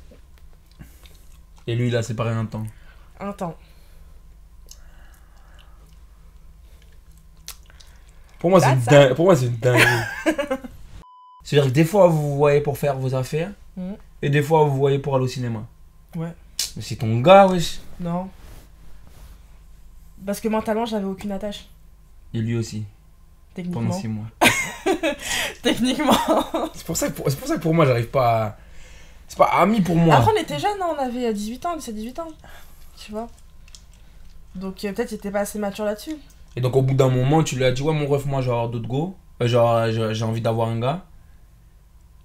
S1: Et lui, il a séparé un temps.
S2: Un temps.
S1: Pour moi, c'est
S2: Bah,
S1: une,
S2: ça.
S1: dingue- pour moi, c'est une dinguerie. C'est-à-dire que des fois, vous vous voyez pour faire vos affaires,
S2: Mhm.
S1: et des fois, vous vous voyez pour aller au cinéma.
S2: Ouais.
S1: Mais c'est ton gars, wesh.
S2: Non. Parce que mentalement, j'avais aucune attache.
S1: Et lui aussi, pendant
S2: Techniquement.
S1: 6 mois.
S2: Techniquement.
S1: C'est pour, ça que pour- c'est pour ça que pour moi, j'arrive pas à... C'est pas ami pour moi.
S2: Après, on était jeunes, hein, on avait 18 ans, 17-18 ans. Tu vois. Donc, euh, peut-être j'étais pas assez mature là-dessus.
S1: Et donc, au bout d'un moment, tu lui as dit, ouais, mon ref, moi, je vais avoir d'autres go. Euh, genre, euh, je- j'ai envie d'avoir un gars.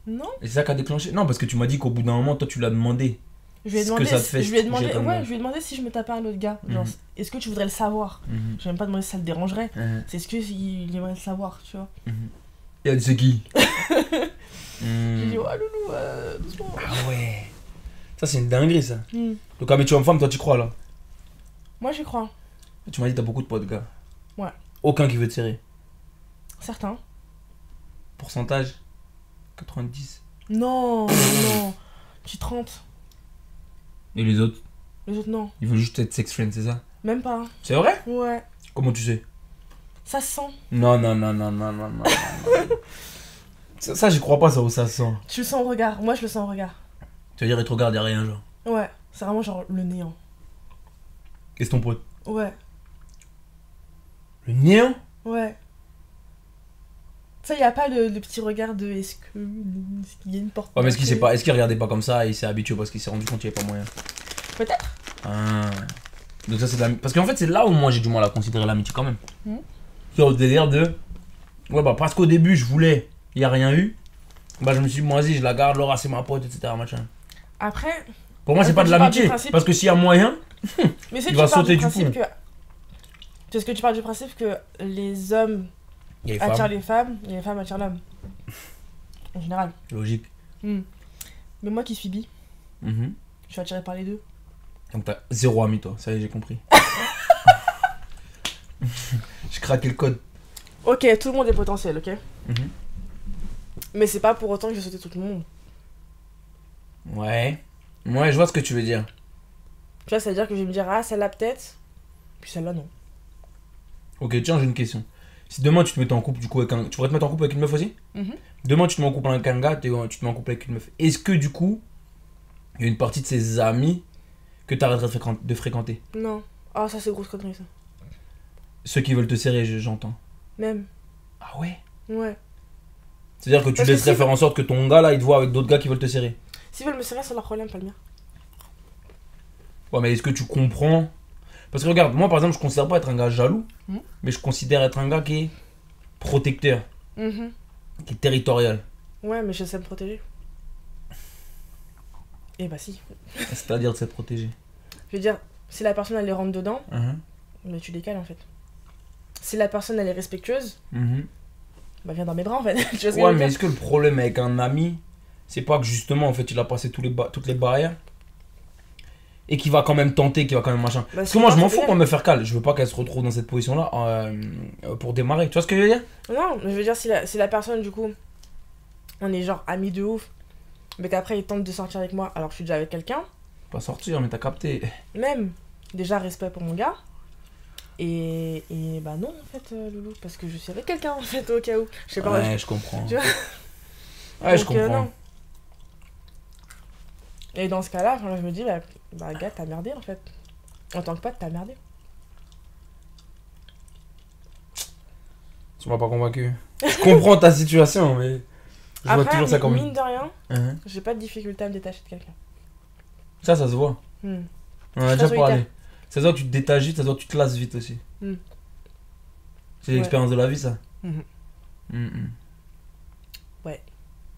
S2: Non.
S1: Et c'est ça qui a déclenché. Non, parce que tu m'as dit qu'au bout d'un moment, toi, tu l'as demandé.
S2: Je lui ai
S1: Ce que
S2: demandé,
S1: ça te fait,
S2: je lui ai
S1: j'ai
S2: demandé,
S1: comme-
S2: ouais, je lui ai demandé si je me tapais un autre gars. Genre,
S1: Mhm.
S2: est-ce que tu voudrais le savoir
S1: Mhm.
S2: J'ai même pas demandé si ça le dérangerait.
S1: Euh,
S2: C'est ce qu'il aimerait le savoir, tu vois.
S1: Et elle dit, c'est qui
S2: J'ai
S1: Mhm.
S2: dit, ouais, loulou, euh, doucement.
S1: Ah ouais. Ça, c'est une dinguerie, ça.
S2: Mhm.
S1: Donc, ami, tu es femme, toi, tu crois, là
S2: Moi, j'y crois.
S1: Tu m'as dit t'as beaucoup de potes gars.
S2: Ouais.
S1: Aucun qui veut te serrer.
S2: Certains.
S1: Pourcentage 90.
S2: Non, non. Tu 30.
S1: Et les autres
S2: Les autres, non.
S1: Ils veulent juste être sex friends, c'est ça
S2: Même pas. hein.
S1: C'est vrai
S2: Ouais.
S1: Comment tu sais
S2: Ça se sent.
S1: Non, non, non, non, non, non, non. non, non. ça, ça, j'y crois pas, ça, où ça sent.
S2: Tu le sens au regard. Moi, je le sens au regard.
S1: Tu veux dire, ils te regardent, y'a rien, genre.
S2: Ouais. C'est vraiment genre le néant.
S1: Qu'est-ce ton pote
S2: Ouais.
S1: Le néant
S2: Ouais. Tu sais, y a pas le, le petit regard de est-ce que est-ce qu'il y a une porte
S1: Ouais, mais est-ce qu'il s'est
S2: bloquée
S1: pas, est-ce qu'il regardait pas comme ça et il s'est habitué parce qu'il s'est rendu compte qu'il y avait pas moyen
S2: Peut-être.
S1: Ah. Donc ça c'est de la... parce qu'en fait c'est là où moi j'ai du mal à considérer l'amitié quand même.
S2: Mhm.
S1: Sur le délire de ouais bah parce qu'au début je voulais, il y a rien eu. Bah je me suis dit moi vas-y je la garde, Laura c'est ma pote etc machin.
S2: Après,
S1: Pour moi c'est
S2: Parce
S1: pas de
S2: que Ah, tu
S1: l'amitié
S2: pars du principe-
S1: parce que s'il y a moyen,
S2: mais c'est
S1: Il
S2: que
S1: va
S2: tu parles
S1: sauter du
S2: du principe
S1: coup.
S2: que. Parce que tu parles du principe que les hommes
S1: il y a les
S2: attirent
S1: femmes.
S2: les femmes et les femmes attirent l'homme. En général.
S1: Logique.
S2: Hmm. Mais moi qui suis bi,
S1: Mhm.
S2: je suis attirée par les deux.
S1: Donc t'as zéro ami toi, ça y est j'ai compris. j'ai craqué le code.
S2: Ok, tout le monde est potentiel, ok
S1: Mhm.
S2: Mais c'est pas pour autant que je sautais tout le monde.
S1: Ouais. Ouais je vois ce que tu veux dire.
S2: Tu vois, ça veut dire que je vais me dire, ah, celle-là peut-être, puis celle-là non.
S1: Ok, tiens, j'ai une question. Si demain tu te mettais en couple du coup avec un. Tu pourrais te mettre en couple avec une meuf aussi
S2: Mhm.
S1: Demain tu te mets en couple avec un gars, t'es- euh, tu te mets en couple avec une meuf. Est-ce que du coup, il y a une partie de ses amis que tu arrêterais de, fréquent- de fréquenter
S2: Non. Ah, ça c'est grosse connerie ça.
S1: Ceux qui veulent te serrer, je- j'entends.
S2: Même.
S1: Ah ouais
S2: Ouais.
S1: C'est-à-dire que tu
S2: Parce que
S1: laisserais
S2: si-
S1: faire en sorte que ton gars là, il te voit avec d'autres gars qui veulent te serrer.
S2: S'ils veulent me serrer, c'est leur problème, pas le mien.
S1: Ouais, mais est-ce que tu comprends Parce que regarde, moi par exemple, je considère pas être un gars jaloux,
S2: Mhm.
S1: mais je considère être un gars qui est protecteur, qui est territorial.
S2: Ouais, mais je sais me protéger. Et bah si.
S1: C'est-à-dire de se protéger.
S2: Je veux dire, si la personne elle est rentre dedans,
S1: Mhm.
S2: mais tu décales en fait. Si la personne elle est respectueuse,
S1: Mhm.
S2: bah viens dans mes bras en fait. tu vois ce que je
S1: Ouais,
S2: veux
S1: mais
S2: dire Bah,
S1: est-ce que le problème avec un ami, c'est pas que justement, en fait, il a passé tous les ba- toutes les barrières et qu'il va quand même tenter, qu'il va quand même machin
S2: Bah,
S1: Parce que
S2: c'est
S1: moi,
S2: pas
S1: je m'en
S2: ça,
S1: fous,
S2: c'est
S1: moi, de me faire cale. Je veux pas qu'elle se retrouve dans cette position-là euh, euh, pour démarrer. Tu vois ce que je veux dire
S2: Non, mais je veux dire, si la, si la personne du coup, on est genre amis de ouf, mais qu'après il tente de sortir avec moi alors que je suis déjà avec quelqu'un,
S1: Pas sortir, mais t'as capté.
S2: même déjà respect pour mon gars. Et, et bah non en fait euh, loulou parce que je suis avec quelqu'un en fait au cas où je sais pas moi, je-
S1: Ouais, je comprends.
S2: Tu vois
S1: Ouais, Ah, je
S2: Donc, euh,
S1: comprends.
S2: non. Et dans ce cas-là, enfin, je me dis, bah, bah gars, t'as merdé en fait. En tant que pote, t'as merdé.
S1: Tu m'as pas convaincu. Je comprends ta situation, mais je vois
S2: Après,
S1: toujours ça
S2: mi-
S1: comme.
S2: mine de rien,
S1: Hein.
S2: j'ai pas de difficulté à me détacher de quelqu'un.
S1: Ça, ça se voit.
S2: Hmm.
S1: On en a
S2: Je suis
S1: déjà
S2: très
S1: parlé. Ça se voit que tu te détaches vite, ça se voit que tu te lasses vite aussi.
S2: Mm.
S1: C'est l'expérience de la vie, ça.
S2: Mhm.
S1: Mm-mm.
S2: Ouais.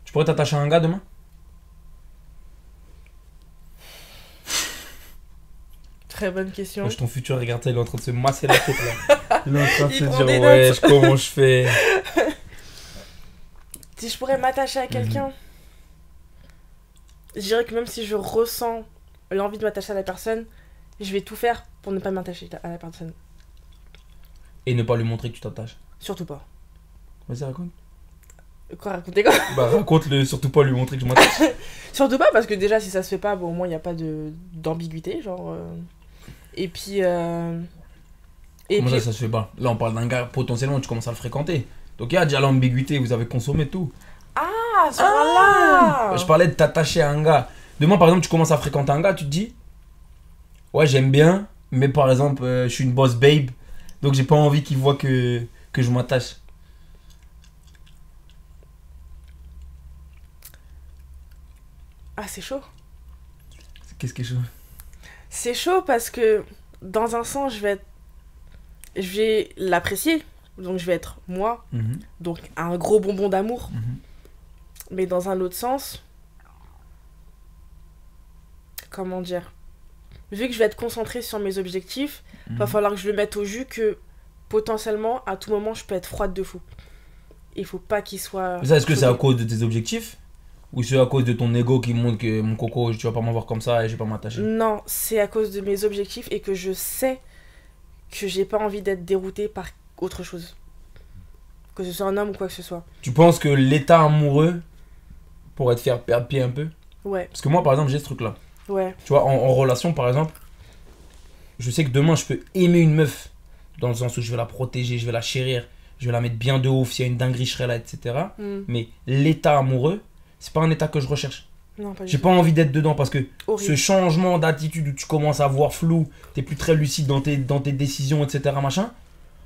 S1: Tu pourrais t'attacher à un gars demain
S2: Très bonne question.
S1: Wesh, Ton futur, regarde, ça, il est en train de se masser la tête là. Il est en train de
S2: Il
S1: se
S2: prend
S1: dire,
S2: des
S1: ouais,
S2: notes.
S1: comment je fais
S2: Si je pourrais m'attacher
S1: Mhm.
S2: à quelqu'un, je dirais que même si je ressens l'envie de m'attacher à la personne, je vais tout faire pour ne pas m'attacher à la personne.
S1: et ne pas lui montrer que tu t'attaches.
S2: Surtout pas.
S1: Vas-y, raconte.
S2: Quoi raconter quoi
S1: Bah, raconte-le, surtout pas lui montrer que je m'attache.
S2: Surtout pas parce que déjà si ça se fait pas, bon, au moins il n'y a pas de d'ambiguïté, genre. euh, Et puis. euh, Et
S1: Comment
S2: puis.
S1: ça, ça se fait pas Là, on parle d'un gars, potentiellement, tu commences à le fréquenter. Donc, il y a déjà l'ambiguïté, vous avez consommé tout.
S2: Ah, ce là
S1: Je parlais de t'attacher à un gars. Demain, par exemple, tu commences à fréquenter un gars, tu te dis Ouais, j'aime bien, mais par exemple, euh, je suis une boss babe, donc j'ai pas envie qu'il voit que, que je m'attache.
S2: Ah, c'est chaud.
S1: Qu'est-ce que je.
S2: C'est chaud parce que dans un sens, je vais être. Je vais l'apprécier. Donc je vais être moi.
S1: Mhm.
S2: Donc un gros bonbon d'amour.
S1: Mhm.
S2: Mais dans un autre sens. Comment dire Vu que je vais être concentrée sur mes objectifs, va
S1: Mhm.
S2: falloir que je le mette au jus que potentiellement, à tout moment, je peux être froide de fou. Il faut pas qu'il soit.
S1: Mais ça, est-ce que c'est à
S2: chaudé.
S1: cause de tes objectifs Ou c'est à cause de ton ego qui montre que mon coco, tu vas pas m'avoir comme ça et je vais pas m'attacher
S2: Non, c'est à cause de mes objectifs et que je sais que j'ai pas envie d'être déroutée par autre chose. Que ce soit un homme ou quoi que ce soit.
S1: Tu penses que l'état amoureux pourrait te faire perdre pied un peu
S2: Ouais,
S1: Parce que moi, par exemple, j'ai ce truc-là.
S2: ouais.
S1: Tu vois, en, en relation, par exemple, je sais que demain, je peux aimer une meuf dans le sens où je vais la protéger, je vais la chérir, je vais la mettre bien de haut, s'il y a une dinguerie, je serai là, etc.
S2: Mm.
S1: Mais l'état amoureux, c'est pas un état que je recherche.
S2: Non, pas du
S1: J'ai
S2: tout.
S1: pas envie d'être dedans parce que ce
S2: Horrible.
S1: changement d'attitude où tu commences à voir flou, t'es plus très lucide dans tes, dans tes décisions, etc. Machin.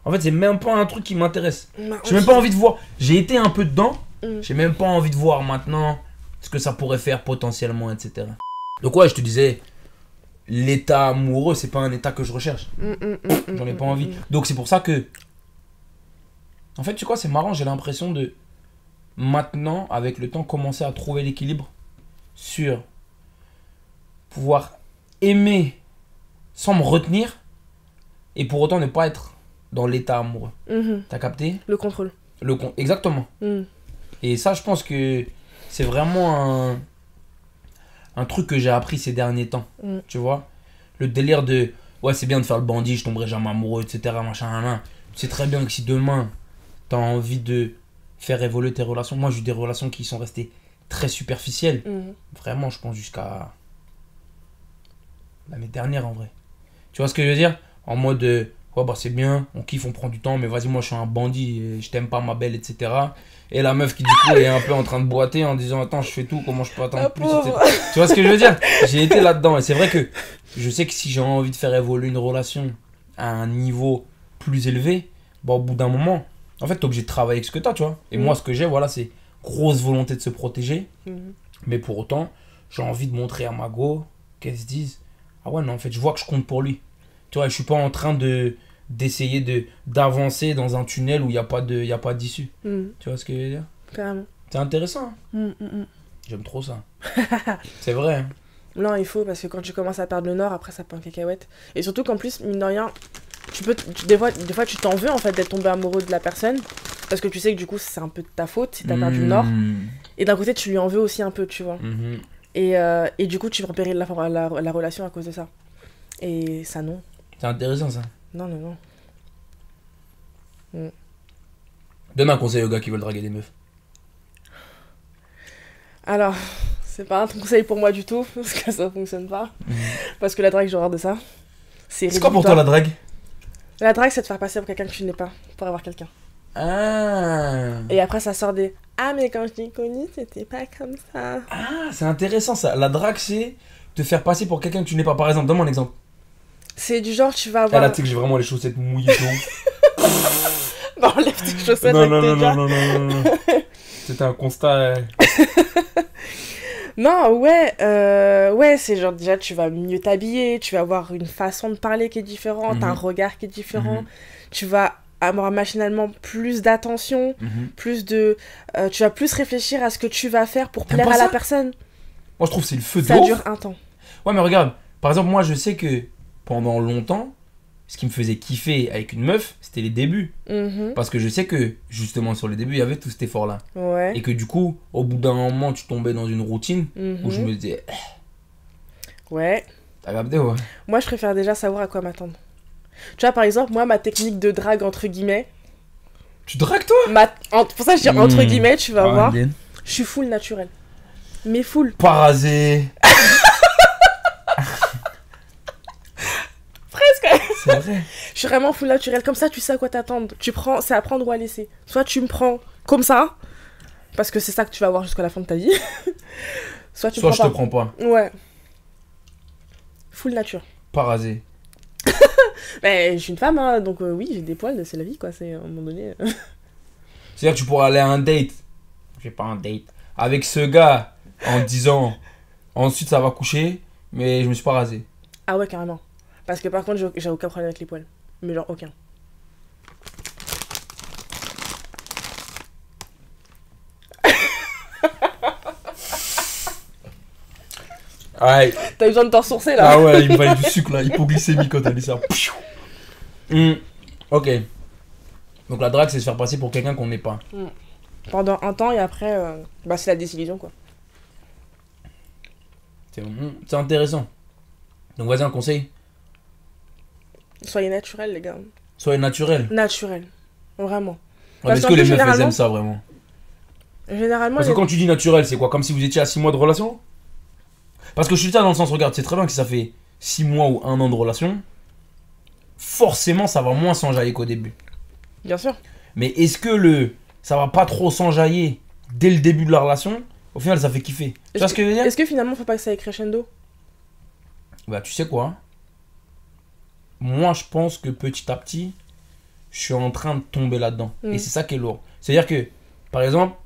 S1: En fait, c'est même pas un truc qui m'intéresse.
S2: Non,
S1: J'ai même pas envie de voir. J'ai été un peu dedans.
S2: Mm.
S1: J'ai même pas envie de voir maintenant ce que ça pourrait faire potentiellement, etc. Donc ouais, je te disais, l'état amoureux, c'est pas un état que je recherche.
S2: Mm, mm, mm, mm,
S1: J'en ai pas
S2: mm,
S1: envie.
S2: mm.
S1: Donc c'est pour ça que... En fait, tu sais quoi, c'est marrant, j'ai l'impression de... Maintenant, avec le temps, commencer à trouver l'équilibre sur pouvoir aimer sans me retenir et pour autant ne pas être dans l'état amoureux.
S2: Mhm.
S1: T'as capté
S2: Le contrôle.
S1: le con Exactement.
S2: Mm.
S1: Et ça, je pense que c'est vraiment un, un truc que j'ai appris ces derniers temps.
S2: Mm.
S1: Tu vois Le délire de ouais, c'est bien de faire le bandit, je tomberai jamais amoureux, etc. Machin, nan, nan. Tu sais très bien que si demain, t'as envie de faire évoluer tes relations. Moi, j'ai eu des relations qui sont restées très superficielles.
S2: Mhm.
S1: Vraiment, je pense jusqu'à l'année dernière en vrai. Tu vois ce que je veux dire En mode, euh, ouais, bah c'est bien, on kiffe, on prend du temps, mais vas-y, moi je suis un bandit, euh, je t'aime pas, ma belle, etc. Et la meuf qui du coup est un peu en train de boiter en disant, attends, je fais tout, comment je peux attendre
S2: La
S1: plus
S2: Ah, pauvre.
S1: etc. Tu vois ce que je veux dire J'ai été là-dedans et c'est vrai que je sais que si j'ai envie de faire évoluer une relation à un niveau plus élevé, bah au bout d'un moment, en fait, t'es obligé de travailler avec ce que t'as, tu vois. Et
S2: Mm.
S1: moi, ce que j'ai, voilà, c'est grosse volonté de se protéger.
S2: Mhm.
S1: Mais pour autant, j'ai envie de montrer à Mago qu'elle se dise Ah ouais, non, en fait, je vois que je compte pour lui. Tu vois, je suis pas en train de d'essayer de d'avancer dans un tunnel où il n'y a pas de il y a pas d'issue.
S2: Mhm.
S1: Tu vois ce que je veux dire
S2: Carrément.
S1: C'est intéressant. hein
S2: Mm, mm, mm.
S1: J'aime trop ça. C'est vrai. hein.
S2: Non, il faut parce que quand tu commences à perdre le nord, après ça part en cacahuète. Et surtout qu'en plus, mine de rien, tu peux, tu- des, fois, des fois tu t'en veux en fait d'être tombé amoureux de la personne parce que tu sais que du coup c'est un peu de ta faute si t'as perdu le nord.
S1: Mmh.
S2: Et d'un côté, tu lui en veux aussi un peu, tu vois.
S1: Mhm.
S2: Et, euh, et du coup, tu vas perdre la, la, la relation à cause de ça. Et ça, non.
S1: C'est intéressant ça.
S2: Non, non, non.
S1: Donne un conseil aux gars qui veulent draguer des meufs.
S2: Alors, c'est pas un conseil pour moi du tout, parce que ça fonctionne pas.
S1: Mhm.
S2: Parce que la drague, j'ai horreur de ça.
S1: C'est quoi pour toi la drague
S2: La drague, c'est de faire passer pour quelqu'un que tu n'es pas, pour avoir quelqu'un.
S1: Ah,
S2: Et après, ça sort des Ah, mais quand je t'ai connu, c'était pas comme ça.
S1: Ah, c'est intéressant ça. La drague c'est te faire passer pour quelqu'un que tu n'es pas. Par exemple, donne-moi un exemple.
S2: C'est du genre, tu vas
S1: Ah, là,
S2: avoir.
S1: tu sais que j'ai vraiment les chaussettes mouillées. de ouf.
S2: Bah, enlève tes chaussettes
S1: non,
S2: avec
S1: non,
S2: tes
S1: non,
S2: gars.
S1: non, non, non, non, non. C'était un constat. euh,
S2: Non, ouais, euh, ouais, c'est genre déjà tu vas mieux t'habiller, tu vas avoir une façon de parler qui est différente,
S1: Mhm.
S2: un regard qui est différent, tu vas avoir machinalement plus d'attention, plus de, euh, tu vas plus réfléchir à ce que tu vas faire pour
S1: T'aimes
S2: plaire
S1: pas
S2: à la
S1: ça
S2: personne.
S1: Moi, je trouve que c'est le feu de
S2: Ça
S1: ouf.
S2: dure un temps.
S1: Ouais, mais regarde, par exemple, moi, je sais que pendant longtemps, ce qui me faisait kiffer avec une meuf, c'était les débuts.
S2: Mhm.
S1: Parce que je sais que, justement, sur les débuts, il y avait tout cet effort-là.
S2: Ouais.
S1: Et que du coup, au bout d'un moment, tu tombais dans une routine
S2: Mhm.
S1: où je me disais, eh,
S2: Ouais.
S1: t'as capté, ouais.
S2: Moi, je préfère déjà savoir à quoi m'attendre. Tu vois, par exemple, moi, ma technique de drague, entre guillemets,
S1: Tu dragues toi
S2: ma... en- pour ça je dis entre
S1: Hmm.
S2: guillemets, tu vas voir, je suis full naturelle. Mais full.
S1: Pas rasé.
S2: Presque.
S1: C'est vrai.
S2: Je suis vraiment full naturelle. Comme ça, tu sais à quoi t'attendre. Tu prends, c'est à prendre ou à laisser. Soit tu me prends comme ça, parce que c'est ça que tu vas avoir jusqu'à la fin de ta vie. Soit tu me
S1: Soit je te
S2: prends
S1: prends pas.
S2: pas. Ouais. Full nature.
S1: Pas rasé.
S2: Mais je suis une femme, hein, donc euh, oui, j'ai des poils, c'est la vie, quoi. C'est à un moment donné. euh.
S1: C'est-à-dire que tu pourras aller à un date. J'ai pas un date. Avec ce gars en disant ensuite ça va coucher, mais je me suis pas rasé.
S2: Ah ouais, carrément. Parce que par contre, j'ai- j'ai aucun problème avec les poils. Mais genre, aucun.
S1: Ouais.
S2: T'as besoin de t'en sourcer là
S1: Ah ouais, il me fallait du sucre là, hypoglycémie quand t'as dit ça. Pfiou. Hmm, Ok. Donc la drague, c'est se faire passer pour quelqu'un qu'on n'est pas.
S2: Pendant un temps et après, euh, bah, c'est la désillusion, quoi.
S1: C'est hmm, c'est intéressant. Donc vas-y, un conseil.
S2: Soyez naturel, les gars.
S1: Soyez naturel.
S2: Naturel. Vraiment.
S1: Ouais, mais
S2: Parce
S1: Est-ce
S2: qu'en
S1: que les
S2: plus,
S1: meufs, elles
S2: généralement-
S1: aiment ça vraiment
S2: Généralement,
S1: Parce que
S2: les-
S1: quand tu dis naturel, c'est quoi Comme si vous étiez à 6 mois de relation Parce que je suis ça dans le sens, regarde, c'est très bien que ça fait 6 mois ou 1 an de relation. Forcément, ça va moins s'enjailler qu'au début.
S2: bien sûr.
S1: Mais est-ce que le ça va pas trop s'enjailler dès le début de la relation Au final, ça fait kiffer. Tu vois ce que je veux dire
S2: Est-ce que finalement, faut pas que ça aille crescendo
S1: Bah tu sais quoi Moi je pense que petit à petit, je suis en train de tomber là-dedans.
S2: Mm.
S1: Et c'est ça qui est lourd. C'est-à-dire que, par exemple,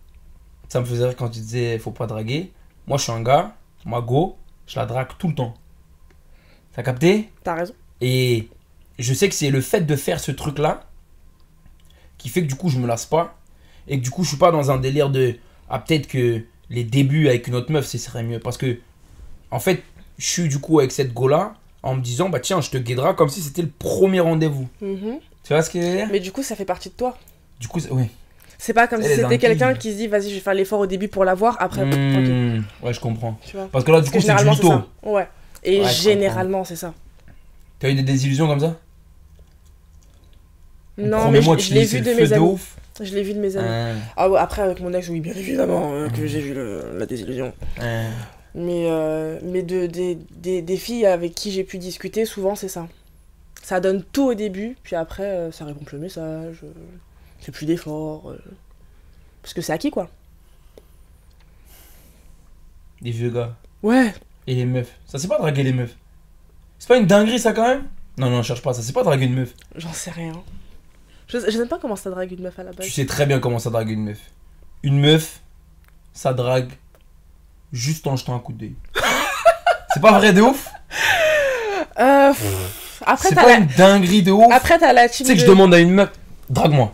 S1: ça me faisait rire quand tu disais faut pas draguer. Moi je suis un gars, ma go, je la drague tout le temps. T'as capté
S2: T'as raison.
S1: Et je sais que c'est le fait de faire ce truc-là qui fait que du coup je me lasse pas. Et que du coup je suis pas dans un délire de ah peut-être que les débuts avec une autre meuf ce serait mieux parce que en fait je suis du coup avec cette go là en me disant bah tiens je te guiderai comme si c'était le premier rendez-vous
S2: Mhm.
S1: tu vois ce que je veux dire
S2: Mais du coup, ça fait partie de toi.
S1: du coup c'est- ouais
S2: C'est pas comme
S1: Elle
S2: si
S1: est dans le
S2: c'était quelqu'un
S1: pli.
S2: qui se dit, vas-y, je vais faire l'effort au début pour l'avoir, après, pff, tranquille.
S1: Mmh, ouais je comprends
S2: Tu vois
S1: parce que là du
S2: Parce que
S1: coup c'est du
S2: généralement, c'est
S1: mytho
S2: ça. Ouais. Et
S1: Ouais, je
S2: généralement, c'est ça.
S1: t'as eu des désillusions comme ça
S2: Non,
S1: Premier
S2: mais je,
S1: mois,
S2: je
S1: tu
S2: l'ai
S1: dis, c'est
S2: vu
S1: le
S2: de
S1: feu
S2: mes amis.
S1: ouf
S2: Je l'ai vu de mes amis.
S1: Hein,
S2: Ah ouais, après, avec mon ex, oui, bien évidemment, euh, que j'ai vu le- la désillusion.
S1: hein.
S2: Mais, euh, mais de, des, des, des filles avec qui j'ai pu discuter, souvent c'est ça. Ça donne tout au début, puis après euh, ça répond plus au message, euh, c'est plus d'efforts. euh, parce que c'est acquis quoi.
S1: des vieux gars
S2: Ouais,
S1: et les meufs ça c'est pas draguer les meufs c'est pas une dinguerie ça quand même non non cherche pas ça c'est pas draguer une meuf
S2: j'en sais rien. Je, je sais même pas comment ça drague une meuf à la
S1: Tu
S2: base.
S1: sais très bien comment ça drague une meuf. Une meuf, ça drague juste en jetant un coup de d'œil. c'est pas vrai de ouf
S2: Euh, pff, après
S1: C'est
S2: t'as
S1: pas
S2: la...
S1: une dinguerie de ouf
S2: Après t'as la team
S1: Tu sais que je
S2: de-
S1: demande à une meuf, drague-moi.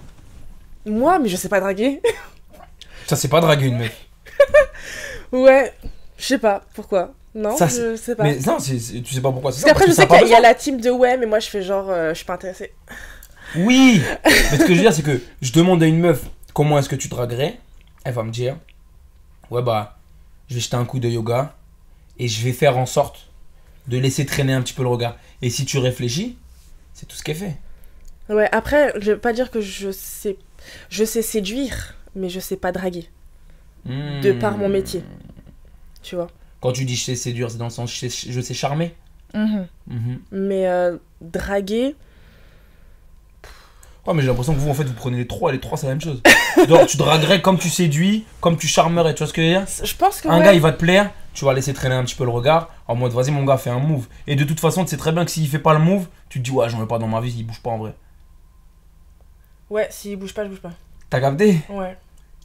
S2: Moi, mais je sais pas draguer.
S1: Ça, c'est pas draguer une meuf.
S2: ouais, je sais pas pourquoi. Non,
S1: Ça,
S2: je sais pas.
S1: Mais non, c'est- c'est- tu sais pas pourquoi. c'est
S2: Bah.
S1: ça,
S2: Parce qu'après je
S1: que
S2: sais
S1: ça a
S2: qu'il y,
S1: pas
S2: a- il y a la team de ouais, mais moi je fais genre, euh, je suis pas intéressée.
S1: besoin. Oui Mais ce que je veux dire, c'est que je demande à une meuf, comment est-ce que tu draguerais Elle va me dire, ouais, bah, je vais jeter un coup de yoga et je vais faire en sorte de laisser traîner un petit peu le regard. Et si tu réfléchis, c'est tout ce qu'elle fait.
S2: Ouais, après, je veux pas dire que je sais. Je sais séduire, mais je sais pas draguer, de par mon
S1: Hmm.
S2: métier. Tu vois.
S1: Quand tu dis je sais séduire, c'est dans le sens je sais, je sais charmer.
S2: Mm-hmm. Mais euh, draguer.
S1: Ouais, mais j'ai l'impression que vous, en fait, vous prenez les trois et les trois, c'est la même chose. Genre, tu draguerais comme tu séduis, comme tu charmerais, tu vois ce que je veux dire
S2: c'est- Je pense que.
S1: Un
S2: ouais,
S1: gars, il va te plaire, tu vas laisser traîner un petit peu le regard en mode vas-y, mon gars, fais un move. Et de toute façon, tu sais très bien que s'il fait pas le move, tu te dis ouais, j'en veux pas dans ma vie, il bouge pas en vrai.
S2: Ouais, s'il bouge pas, je bouge pas.
S1: T'as capté
S2: Ouais.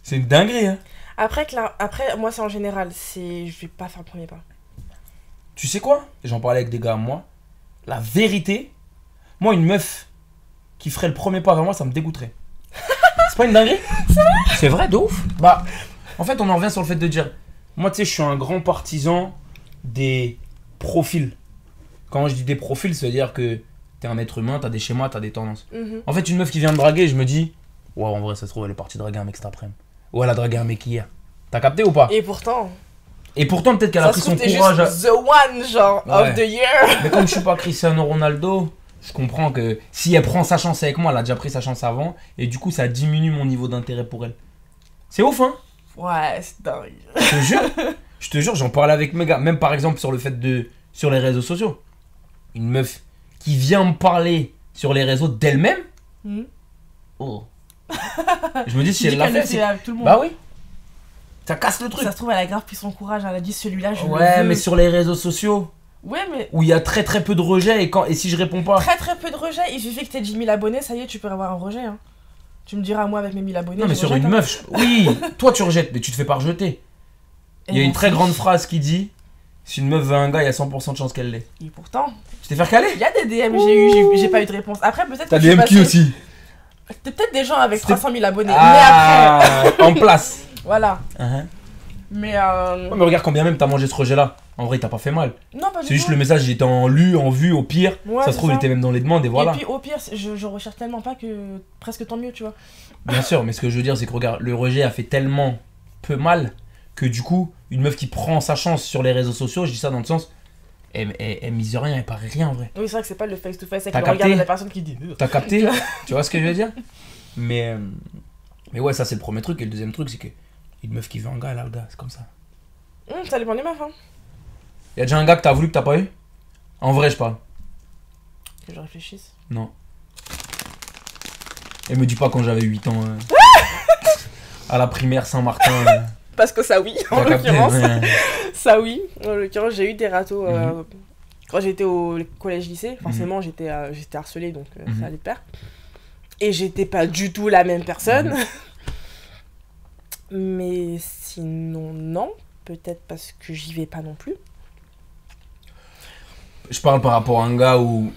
S1: C'est une dinguerie, hein.
S2: Après, que la- après moi, c'est en général. c'est Je vais pas faire le premier pas.
S1: Tu sais quoi J'en parlais avec des gars, moi. La vérité, moi, une meuf qui ferait le premier pas vers moi, ça me dégoûterait. C'est pas une dinguerie C'est vrai, de ouf. Bah, en fait, on en revient sur le fait de dire moi, tu sais, je suis un grand partisan des profils. Quand je dis des profils, c'est-à-dire que t'es un être humain, t'as des schémas, t'as des tendances.
S2: Mhm.
S1: En fait, une meuf qui vient me draguer, je me dis waouh, en vrai, ça se trouve, elle est partie draguer un mec cet après-midi. Ou elle a dragué un mec hier. T'as capté ou pas
S2: Ah. Et pourtant,
S1: Et pourtant, peut-être qu'elle a
S2: ça
S1: pris
S2: se
S1: son
S2: trouve, t'es
S1: courage. à-
S2: juste The One, genre,
S1: Ouais.
S2: of the year.
S1: mais comme je suis pas Cristiano Ronaldo, je comprends que si elle prend sa chance avec moi, elle a déjà pris sa chance avant, et du coup, ça diminue mon niveau d'intérêt pour elle. C'est ouf, hein
S2: Ouais, c'est dingue.
S1: Je te jure, je te jure, j'en parlais avec mes gars, même par exemple sur le fait de. sur les réseaux sociaux. Une meuf qui vient me parler sur les réseaux d'elle-même,
S2: Mhm.
S1: oh. Je me dis, si
S2: Tu dis
S1: elle l'a
S2: qu'elle le
S1: fait,
S2: fait
S1: c'est-
S2: à tout le monde.
S1: Bah oui Ça casse le truc
S2: Ça se trouve, elle a grave pris son courage. Elle a dit celui-là, je
S1: Ouais,
S2: le veux.
S1: mais sur les réseaux sociaux,
S2: Ouais, mais
S1: où il y a très très peu de rejets, et, quand, et si je réponds pas.
S2: très très peu de rejets. Il suffit que t'aies 10 000 abonnés, ça y est, tu peux avoir un rejet. hein. Tu me diras, moi, avec mes 1000 abonnés.
S1: Non, mais
S2: je
S1: sur
S2: rejette,
S1: une
S2: hein.
S1: meuf, je- oui, toi tu rejettes, mais tu te fais pas rejeter. Il y a
S2: Et
S1: une
S2: bon,
S1: très grande phrase qui dit Si une meuf veut un gars, il y a 100% de chance qu'elle l'ait.
S2: Et pourtant,
S1: Tu t'es fait caler
S2: il y a des DM, j'ai eu, j'ai- j'ai pas eu de réponse. Après, peut-être que je suis passée-
S1: aussi
S2: T'es peut-être des gens avec
S1: C'était-
S2: 300 000 abonnés. Mais
S1: Ah, en place
S2: après, voilà.
S1: Uh-huh.
S2: Mais euh...
S1: Ouais, Mais regarde combien même t'as mangé ce rejet là. En vrai, t'as pas fait mal.
S2: Ah, Non, pas du
S1: C'est juste
S2: tout.
S1: le message, il était en lu, en vue, au pire.
S2: Ouais,
S1: ça se
S2: c'est
S1: trouve, il
S2: ça.
S1: était même dans les demandes, et voilà.
S2: Et puis, au pire, c'est- je, je recherche tellement pas que presque tant mieux, tu vois.
S1: Bien sûr, mais ce que je veux dire, c'est que regarde, le rejet a fait tellement peu mal que du coup, une meuf qui prend sa chance sur les réseaux sociaux, je dis ça dans le sens, elle, elle, elle mise rien, elle paraît rien en vrai.
S2: Oui, c'est vrai que c'est pas le face-to-face
S1: T'as
S2: avec le regard
S1: capté
S2: de la personne qui dit.
S1: T'as capté Tu vois ce que je veux dire Mais euh, mais ouais, ça c'est le premier truc. Et le deuxième truc, c'est que une meuf qui veut un gars, là, le gars, c'est comme ça.
S2: Hum, ça dépend des meufs, hein.
S1: Y a déjà un gars que t'as voulu que t'as pas eu En vrai, je parle.
S2: Que je réfléchisse.
S1: Non. Elle me dit pas quand j'avais 8 ans. euh, à la primaire Saint-Martin. euh,
S2: Parce que ça, oui, en
S1: t'as capté,
S2: l'occurrence.
S1: ouais.
S2: Ça, oui. En l'occurrence, j'ai eu des râteaux. euh,
S1: Mhm.
S2: Quand j'étais au collège-lycée, forcément, j'étais, euh, j'étais harcelée, donc euh,
S1: Mhm.
S2: ça allait de pair. Et j'étais pas du tout la même personne.
S1: Mhm.
S2: Mais sinon, non. Peut-être parce que j'y vais pas non plus.
S1: Je parle par rapport à un gars où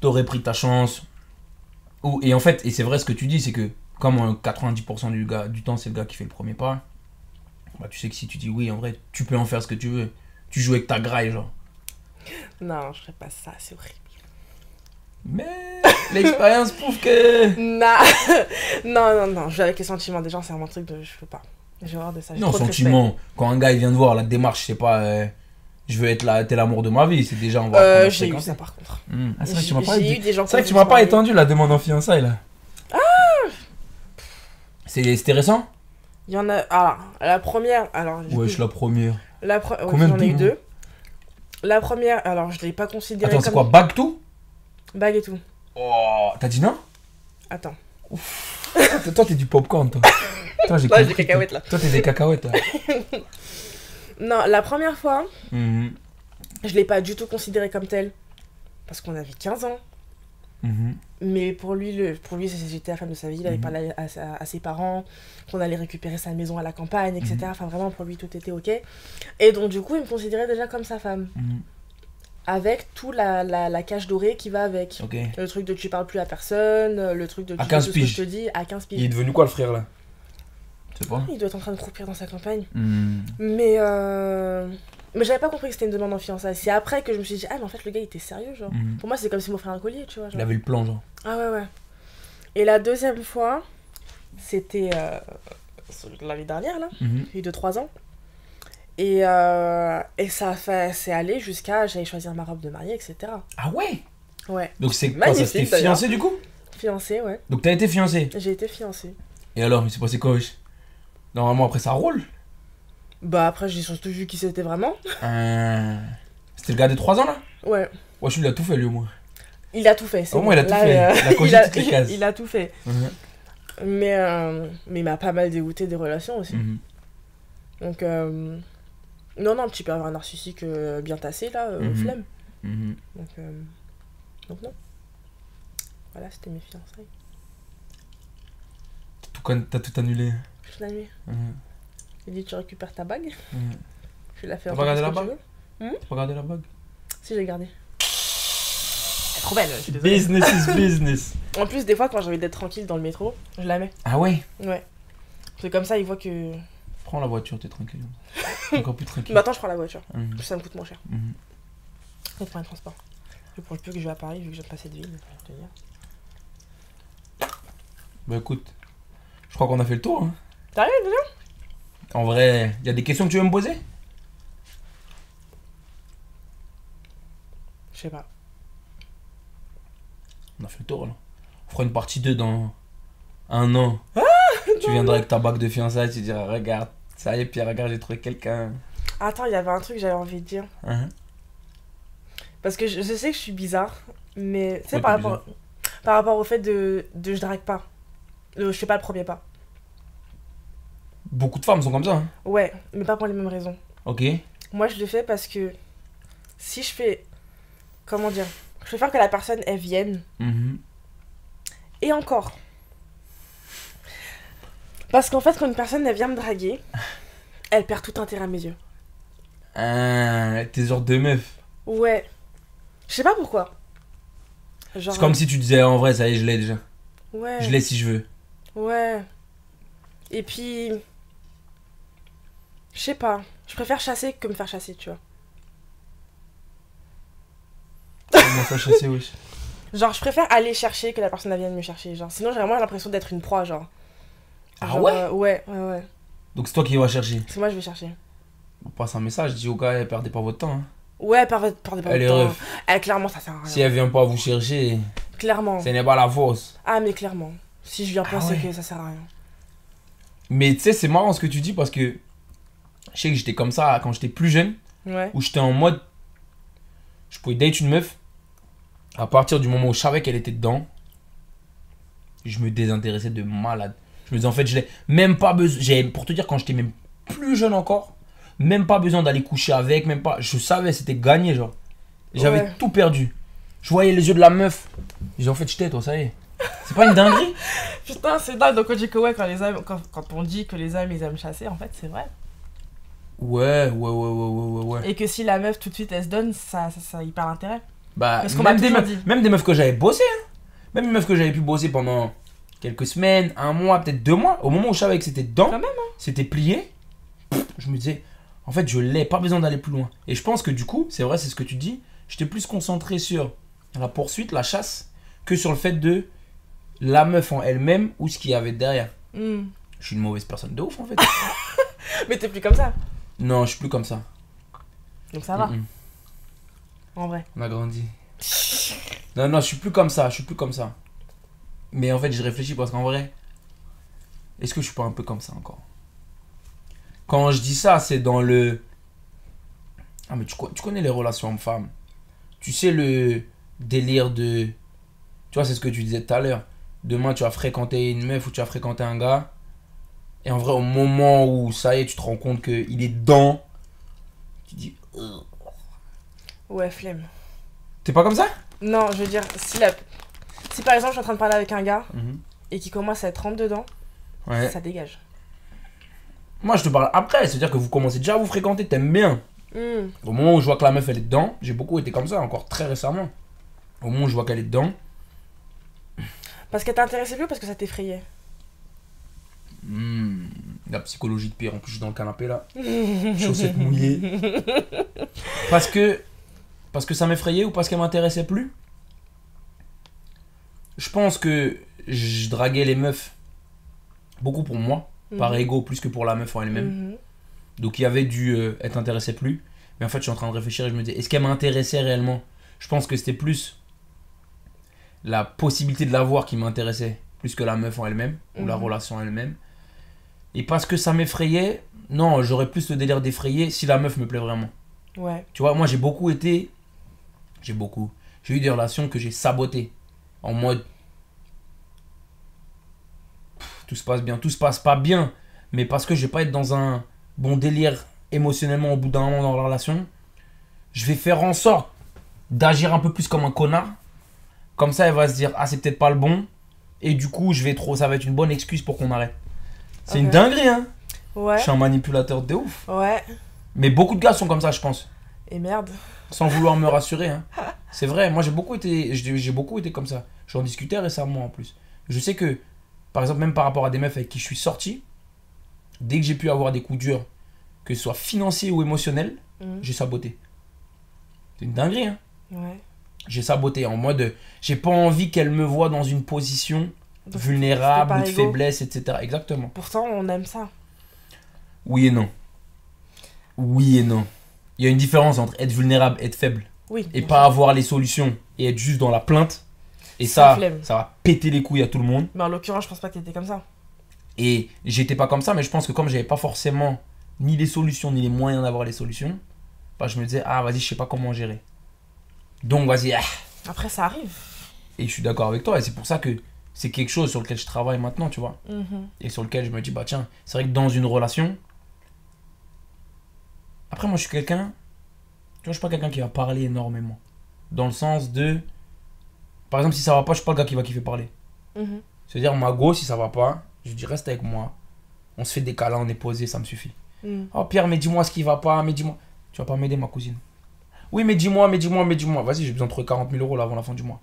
S1: t'aurais pris ta chance. Ou, et en fait, et c'est vrai ce que tu dis, c'est que comme euh, 90% du, gars, du temps c'est le gars qui fait le premier pas, bah, tu sais que si tu dis oui, en vrai, tu peux en faire ce que tu veux. Tu joues avec ta graille, genre.
S2: Non, je ferais pas ça, c'est horrible.
S1: Mais l'expérience prouve que.
S2: Non, non, non, non, je joue avec les sentiments des gens, c'est vraiment un truc de. Je peux pas. J'ai horreur de ça. j'ai
S1: Non,
S2: trop de Euh,
S1: sentiment. Quand un gars il vient de voir la démarche, c'est pas euh, je veux être la, t'es l'amour de ma vie, c'est déjà on
S2: respect.
S1: va.
S2: Euh,
S1: comment
S2: j'ai eu
S1: fréquenter.
S2: ça par contre.
S1: Hmm. Ah, c'est vrai que tu
S2: J'ai-
S1: m'as pas
S2: j'ai
S1: dit-
S2: eu des gens
S1: c'est vrai que
S2: qui
S1: tu
S2: me
S1: m'as
S2: sont Ah
S1: pas
S2: arrivés.
S1: étendu la demande en fiançailles là. C'est- C'était récent
S2: Il y en a. Alors, la première. Alors, du
S1: Ouais,
S2: coup,
S1: je suis la première.
S2: La pre- ouais,
S1: Combien de
S2: j'en ai eu
S1: boulons
S2: deux. La première, alors je l'ai pas considérée
S1: Attends, c'est
S2: comme
S1: quoi Bague tout
S2: bague et tout.
S1: Oh, t'as dit non
S2: Attends.
S1: Toi, t'es du popcorn, toi. toi j'ai
S2: Moi, j'ai
S1: compris,
S2: des cacahuètes, là.
S1: toi. Toi, t'es des cacahuètes, là.
S2: Non, la première fois,
S1: Mhm,
S2: je l'ai pas du tout considérée comme telle parce qu'on avait 15 ans.
S1: mhm.
S2: Mais pour lui, le, pour lui, c'est- j'étais la femme de sa vie. Il avait
S1: Mhm.
S2: parlé à, sa- à ses parents qu'on allait récupérer sa maison à la campagne, etc.
S1: Mhm.
S2: Enfin, vraiment, pour lui, tout était ok. Et donc, du coup, il me considérait déjà comme sa femme,
S1: Mhm.
S2: avec tout la, la, la cage dorée qui va avec.
S1: Ok.
S2: Le truc de tu parles plus à personne, le truc de tu
S1: À
S2: fais
S1: 15
S2: tout ce que
S1: piges.
S2: je te dis à 15
S1: Il est
S2: piges.
S1: devenu quoi, le frère, là Tu sais pas
S2: Il doit être en train de croupir dans sa campagne. Mhm.
S1: Hmm.
S2: Mais euh... mais j'avais pas compris que c'était une demande en fiançailles. C'est après que je me suis dit ah mais en fait le gars il était sérieux genre.
S1: Mhm.
S2: Pour moi c'est comme si m'offrait un collier tu vois. genre.
S1: Il avait le plan, genre.
S2: Ah ouais ouais. Et la deuxième fois c'était euh, l'année dernière là,
S1: Mhm.
S2: il y a eu 3 ans. Et, euh, et ça a fait, c'est allé jusqu'à j'allais choisir ma robe de mariée etc.
S1: Ah ouais
S2: Ouais.
S1: Donc, c'est quoi Ça
S2: Magnifique,
S1: s'était
S2: d'ailleurs.
S1: fiancé, du coup
S2: Fiancée ouais.
S1: Donc, t'as été fiancé.
S2: J'ai été fiancée.
S1: Et alors, il s'est passé quoi, wesh Normalement, après, ça roule.
S2: Bah après j'ai surtout vu qui c'était vraiment.
S1: Euh, C'était le gars de 3 ans, là
S2: Ouais.
S1: Ouais, je lui a tout fait, lui, au moins.
S2: Il a tout fait. c'est
S1: Au moins, il a tout
S2: Là, euh,
S1: fait. Il a coché
S2: il, a,
S1: toutes les cases.
S2: il a tout fait.
S1: Mhm.
S2: Mais, euh, mais il m'a pas mal dégoûté des relations aussi.
S1: Mhm.
S2: Donc, euh, non, non, petit pervers narcissique euh, bien tassé, là, euh,
S1: Mhm.
S2: flemme.
S1: Mhm.
S2: Donc, euh, donc, non. Voilà, c'était mes fiançailles.
S1: Tout con- T'as tout annulé.
S2: Je l'ai annulé.
S1: Mhm.
S2: Il dit, tu récupères ta bague.
S1: Mhm.
S2: Je l'ai fait
S1: T'as
S2: en
S1: pas
S2: fait
S1: gardé
S2: ce
S1: la
S2: que tu
S1: bague
S2: veux.
S1: T'as pas gardé la bague
S2: Si, j'ai gardé. Elle est trop belle, je suis désolée.
S1: Business is business.
S2: En plus, des fois, quand j'ai envie d'être tranquille dans le métro, je la mets.
S1: Ah ouais
S2: Ouais. C'est comme ça, ils voient que.
S1: Prends la voiture, t'es tranquille. Encore plus tranquille.
S2: Maintenant, je prends la voiture.
S1: Mhm,
S2: Ça me coûte moins cher.
S1: mhm.
S2: Je prends le transport. Je pense plus que je vais à Paris, vu que j'aime pas cette ville. je te dire.
S1: Bah écoute, je crois qu'on a fait le tour. hein.
S2: T'arrives déjà
S1: En vrai, il y a des questions que tu veux me poser
S2: Je sais pas.
S1: on a fait le tour là. On fera une partie 2 dans un an. tu viendras avec ta bague de fiançailles, tu diras regarde, ça y est, Pierre, regarde, j'ai trouvé quelqu'un.
S2: Attends, il y avait un truc que j'avais envie de dire.
S1: Hein
S2: Parce que je, je sais que je suis bizarre, mais tu sais,
S1: Ouais,
S2: par,
S1: t'es
S2: rapport- par rapport au fait de, de je drague pas, de je fais pas le premier pas.
S1: Beaucoup de femmes sont comme ça. hein.
S2: Ouais, mais pas pour les mêmes raisons.
S1: Ok.
S2: Moi, je le fais parce que si je fais. Comment dire Je préfère que la personne, elle vienne.
S1: Mhm.
S2: Et encore. Parce qu'en fait, quand une personne, elle vient me draguer, elle perd tout intérêt à mes yeux.
S1: Ah, T'es genre de meuf.
S2: Ouais. Je sais pas pourquoi. Genre.
S1: C'est comme si tu disais en vrai, ça y est, je l'ai déjà.
S2: Ouais.
S1: Je l'ai si je veux.
S2: Ouais. Et puis. Je sais pas. Je préfère chasser que me faire chasser, tu vois.
S1: Comment ça chasser, wesh
S2: Genre, je préfère aller chercher que la personne elle vienne me chercher. Genre, sinon, j'ai vraiment l'impression d'être une proie, genre.
S1: Ah
S2: Genre,
S1: ouais
S2: euh, Ouais, ouais, ouais.
S1: Donc c'est toi qui vas chercher.
S2: C'est moi, je vais chercher.
S1: On passe un message, dis au gars, eh, perdez pas votre temps. hein.
S2: Ouais, par, par des
S1: Elle est
S2: temps.
S1: ref.
S2: Eh, clairement, ça sert à rien.
S1: Si elle vient pas vous chercher,
S2: Clairement.
S1: ce n'est pas la force.
S2: Ah, mais clairement. Si je viens
S1: Ah
S2: penser
S1: ouais.
S2: que ça sert à rien.
S1: Mais tu sais, c'est marrant ce que tu dis parce que je sais que j'étais comme ça quand j'étais plus jeune,
S2: Ouais.
S1: où j'étais en mode. Je pouvais date une meuf. À partir du moment où je savais qu'elle était dedans, je me désintéressais de malade. Je me disais en fait, je l'ai même pas besoin. Pour te dire, quand j'étais même plus jeune encore, même pas besoin d'aller coucher avec, même pas. Je savais, c'était gagné, genre. J'avais
S2: Ouais.
S1: tout perdu. Je voyais les yeux de la meuf. Je disais en fait, je t'ai, toi, ça y est. C'est pas une dinguerie
S2: Putain, c'est dingue. Donc, on dit que ouais, quand, les hommes, quand, quand on dit que les hommes, ils aiment chasser, en fait, c'est vrai.
S1: Ouais, ouais, ouais, ouais, ouais, ouais, ouais.
S2: Et que si la meuf, tout de suite, elle se donne, ça, ça, ça y perd l'intérêt.
S1: Bah,
S2: Parce qu'on
S1: même
S2: m'a
S1: des,
S2: toujours
S1: meufs,
S2: dit.
S1: même des meufs que j'avais bossé, hein. Même des meufs que j'avais pu bosser pendant quelques semaines, un mois, peut-être deux mois. Au moment où je savais que c'était dedans,
S2: Quand même, hein.
S1: c'était plié, pff, je me disais, en fait, je l'ai, pas besoin d'aller plus loin. Et je pense que du coup, c'est vrai, c'est ce que tu dis, j'étais plus concentré sur la poursuite, la chasse, que sur le fait de la meuf en elle-même ou ce qu'il y avait derrière.
S2: Hmm.
S1: Je suis une mauvaise personne de ouf, en fait.
S2: Mais t'es plus comme ça.
S1: non, je suis plus comme ça.
S2: Donc, ça va,
S1: Mm-mm.
S2: en vrai.
S1: On a grandi. Non, non, je suis plus comme ça, je suis plus comme ça. Mais en fait, je réfléchis parce qu'en vrai, est-ce que je suis pas un peu comme ça encore Quand je dis ça, c'est dans le. Ah, mais tu, co- tu connais les relations hommes-femmes. Tu sais le délire de. Tu vois, c'est ce que tu disais tout à l'heure. Demain, tu as fréquenté une meuf ou tu as fréquenté un gars. Et en vrai, au moment où ça y est, tu te rends compte qu'il est dedans. Tu dis. Ugh.
S2: Ouais, flemme.
S1: T'es pas comme ça
S2: Non, je veux dire, si la. Si par exemple, je suis en train de parler avec un gars et qu'il commence à être rentre dedans,
S1: Ouais.
S2: ça dégage.
S1: Moi, je te parle après, c'est-à-dire que vous commencez déjà à vous fréquenter, t'aimes bien.
S2: Hmm.
S1: Au moment où je vois que la meuf elle est dedans, j'ai beaucoup été comme ça, encore très récemment. Au moment où je vois qu'elle est dedans,
S2: Parce qu'elle t'intéressait plus ou parce que ça t'effrayait
S1: hmm, la psychologie de pire, en plus je suis dans le canapé là, chaussettes mouillées. Parce que, parce que ça m'effrayait ou parce qu'elle m'intéressait plus Je pense que je draguais les meufs beaucoup pour moi, par ego plus que pour la meuf en elle-même.
S2: Mhm.
S1: Donc il y avait du euh, elle t'intéressait plus. Mais en fait, je suis en train de réfléchir et je me dis est-ce qu'elle m'intéressait réellement Je pense que c'était plus la possibilité de l'avoir qui m'intéressait plus que la meuf en elle-même ou la
S2: Mhm.
S1: relation en elle-même. Et parce que ça m'effrayait, non, j'aurais plus le délire d'effrayer si la meuf me plaît vraiment.
S2: Ouais.
S1: Tu vois, moi j'ai beaucoup été. J'ai beaucoup. J'ai eu des relations que j'ai sabotées. En mode. Pff, Tout se passe bien, tout se passe pas bien. Mais parce que je vais pas être dans un bon délire émotionnellement au bout d'un moment dans la relation, je vais faire en sorte d'agir un peu plus comme un connard. Comme ça, elle va se dire Ah, c'est peut-être pas le bon. Et du coup, je vais trop. Ça va être une bonne excuse pour qu'on arrête. C'est une
S2: Ok.
S1: dinguerie, hein. Je
S2: Ouais.
S1: suis un manipulateur de ouf.
S2: Ouais.
S1: Mais beaucoup de gars sont comme ça, je pense
S2: Et merde.
S1: sans vouloir me rassurer. hein. C'est vrai, moi j'ai beaucoup été, j'ai j'ai beaucoup été comme ça. J'en discutais récemment en plus. Je sais que, par exemple, même par rapport à des meufs avec qui je suis sorti, dès que j'ai pu avoir des coups durs, que ce soit financier ou émotionnel,
S2: Mhm.
S1: j'ai saboté. C'est une dinguerie, hein.
S2: Ouais.
S1: J'ai saboté en mode, j'ai pas envie qu'elle me voie dans une position
S2: Donc,
S1: vulnérable
S2: c'était
S1: ou
S2: par
S1: de
S2: ego.
S1: faiblesse, etc. Exactement.
S2: Pourtant, on aime ça.
S1: Oui et non. Oui et non. Il y a une différence entre être vulnérable et être faible.
S2: Oui.
S1: et pas avoir les solutions et être juste dans la plainte Et
S2: Sans
S1: ça,
S2: flemme.
S1: ça va péter les couilles à tout le monde.
S2: Mais en l'occurrence, je pense pas que t'étais comme ça.
S1: Et j'étais pas comme ça, mais je pense que comme j'avais pas forcément ni les solutions, ni les moyens d'avoir les solutions, bah, je me disais, ah vas-y, je sais pas comment gérer. Donc vas-y, ah.
S2: Après, ça arrive.
S1: et je suis d'accord avec toi, et c'est pour ça que c'est quelque chose sur lequel je travaille maintenant, tu vois.
S2: Mhm.
S1: Et sur lequel je me dis, bah tiens, c'est vrai que dans une relation. Après, moi je suis quelqu'un. Tu vois, je suis pas quelqu'un qui va parler énormément. Dans le sens de. Par exemple, si ça va pas, je suis pas le gars qui va kiffer parler.
S2: Mhm.
S1: C'est-à-dire, Mago, si ça va pas, je lui dis reste avec moi. On se fait des câlins, on est posé, ça me suffit.
S2: Mhm.
S1: Oh Pierre, mais dis-moi ce qui va pas, mais dis-moi. Tu vas pas m'aider, ma cousine. Oui, mais dis-moi, mais dis-moi, mais dis-moi. Vas-y, j'ai besoin de trouver 40 000 euros là avant la fin du mois.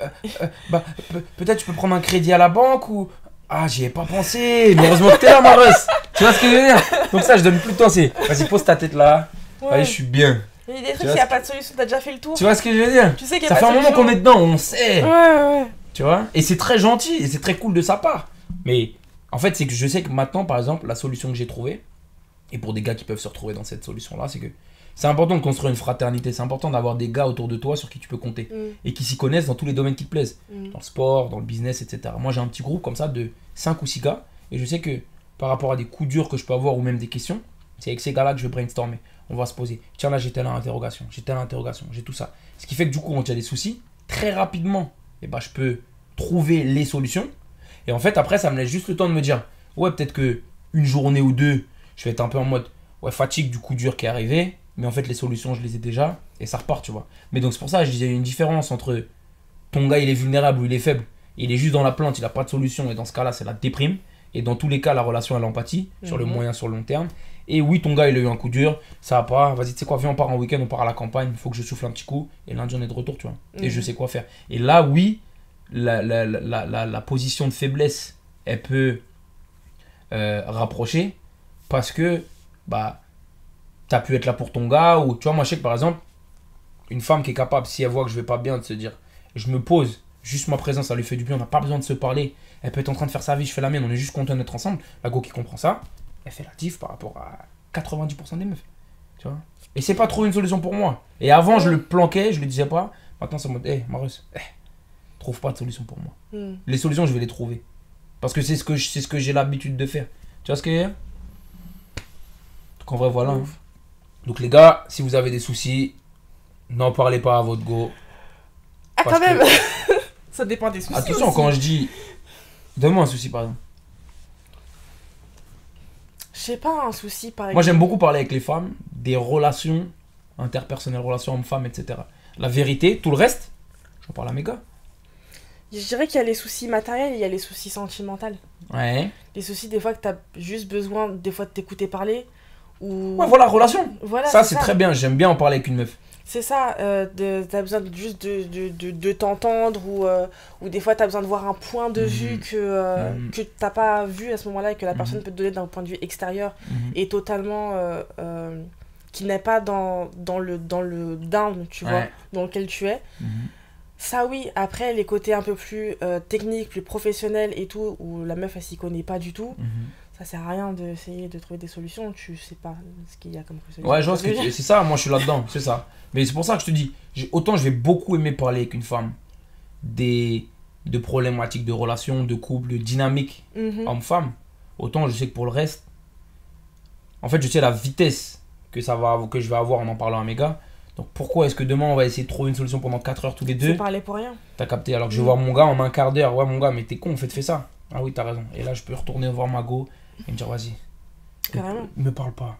S1: Euh, euh, bah, pe- peut-être tu peux prendre un crédit à la banque ou. Ah, j'y ai pas pensé. Mais heureusement que t'es là, ma Russ. Tu vois ce que je veux dire Donc, ça, je donne plus de temps. C'est vas-y, pose ta tête là.
S2: Ouais.
S1: Vas-y, Ah, je suis bien.
S2: Il y a des trucs,
S1: vois
S2: il n'y a
S1: ce-
S2: pas de solution, t'as déjà fait le tour.
S1: Tu vois ce que je veux dire
S2: Tu sais qu'il y a
S1: Ça fait
S2: pas
S1: un
S2: de
S1: moment qu'on est dedans,
S2: solution.
S1: on sait.
S2: Ouais, ouais.
S1: Tu vois Et c'est très gentil et c'est très cool de sa part. Mais en fait, c'est que je sais que maintenant, par exemple, la solution que j'ai trouvée, et pour des gars qui peuvent se retrouver dans cette solution-là, c'est que c'est important de construire une fraternité. C'est important d'avoir des gars autour de toi sur qui tu peux compter
S2: Mhm.
S1: et qui s'y connaissent dans tous les domaines qui te plaisent.
S2: Mhm.
S1: Dans le sport, dans le business, etc. Moi, j'ai un petit groupe comme ça de 5 ou 6 gars et je sais que par rapport à des coups durs que je peux avoir ou même des questions, c'est avec ces gars-là que je vais brainstormer. On va se poser. Tiens, là, j'ai telle interrogation, j'ai telle interrogation, j'ai tout ça. Ce qui fait que du coup, quand il y a des soucis, très rapidement, et ben, je peux trouver les solutions. Et en fait, après, ça me laisse juste le temps de me dire Ouais, peut-être que une journée ou deux, je vais être un peu en mode Ouais, fatigue du coup dur qui est arrivé. Mais en fait, les solutions, je les ai déjà. Et ça repart, tu vois. Mais donc, c'est pour ça que je disais il y a une différence entre ton gars, il est vulnérable ou il est faible. Il est juste dans la plainte, il n'a pas de solution. Et dans ce cas-là, c'est la déprime. Et dans tous les cas, la relation à l'empathie, sur le
S2: Mhm.
S1: moyen, sur le long terme. Et oui, ton gars, il a eu un coup dur. Ça va pas. Vas-y, tu sais quoi, viens, on part en week-end, on part à la campagne. Il faut que je souffle un petit coup. Et lundi, on est de retour, tu vois. Et je
S2: Mhm.
S1: sais quoi faire. Et là, oui, la, la, la, la, la position de faiblesse, elle peut euh, rapprocher parce que bah t'as pu être là pour ton gars ou tu vois moi je sais que par exemple une femme qui est capable si elle voit que je vais pas bien de se dire je me pose juste ma présence ça lui fait du bien on n'a pas besoin de se parler elle peut être en train de faire sa vie je fais la mienne on est juste content d'être ensemble la go qui comprend ça elle fait la diff par rapport à 90% des meufs tu vois et c'est pas trop une solution pour moi et avant je le planquais je le disais pas maintenant c'est en mode hey, Marius eh, trouve pas de solution pour moi
S2: Mhm.
S1: les solutions, je vais les trouver. Parce que c'est ce que je- c'est ce que j'ai l'habitude de faire. Tu vois ce que je veux dire Donc en vrai, voilà.
S2: Ouf.
S1: Donc les gars, si vous avez des soucis, n'en parlez pas à votre go.
S2: Ah,
S1: Parce
S2: quand
S1: que-
S2: même Ça dépend des soucis.
S1: Attention,
S2: aussi.
S1: quand je dis... Donne-moi un souci, par exemple.
S2: Je sais pas, un souci par
S1: Moi,
S2: exemple.
S1: j'aime beaucoup parler avec les femmes des relations interpersonnelles, relations hommes-femmes, etc. La vérité, tout le reste, j'en parle à mes gars.
S2: Je dirais qu'il y a les soucis matériels et il y a les soucis sentimentaux.
S1: Ouais.
S2: Les soucis, des fois, que t'as juste besoin, des fois, de t'écouter parler. Ou...
S1: Ouais, voilà, relation.
S2: Voilà,
S1: ça, c'est très bien. J'aime bien en parler avec une meuf.
S2: C'est ça, euh, de- t'as besoin de- juste de, de, de, de t'entendre ou, euh, ou des fois t'as besoin de voir un point de
S1: Mhm.
S2: vue que, euh,
S1: Mhm.
S2: que t'as pas vu à ce moment-là et que la
S1: Mhm.
S2: personne peut te donner d'un point de vue extérieur
S1: Mhm.
S2: et totalement. euh, euh, qui n'est pas dans, dans, le, dans le down, tu vois,
S1: Ouais.
S2: dans lequel tu es.
S1: Mhm.
S2: Ça oui, après les côtés un peu plus euh, techniques, plus professionnels et tout, où la meuf elle s'y connaît pas du tout,
S1: Mhm.
S2: ça sert à rien d'essayer de trouver des solutions, tu sais pas ce qu'il y a comme solution.
S1: Ouais, je vois ce que
S2: veux
S1: tu- C'est ça, moi je suis là-dedans, c'est ça. Mais c'est pour ça que je te dis, j'ai- autant je vais beaucoup aimer parler avec une femme des, de problématiques de relations, de couple, de dynamique
S2: dire. Mhm.
S1: homme-femme, autant je sais que pour le reste, en fait, je sais la vitesse que, ça va, que je vais avoir en en parlant à mes gars. Donc pourquoi est-ce que demain on va essayer de trouver une solution pendant 4 heures tous les
S2: C'est
S1: deux
S2: parler pour rien.
S1: T'as capté Alors que je vais
S2: Mm.
S1: voir mon gars en un quart d'heure. Ouais, mon gars, mais t'es con, en fait, fais ça. Ah oui, t'as raison. Et là, je peux retourner voir ma go et me dire, vas-y.
S2: Carrément.
S1: Me parle pas.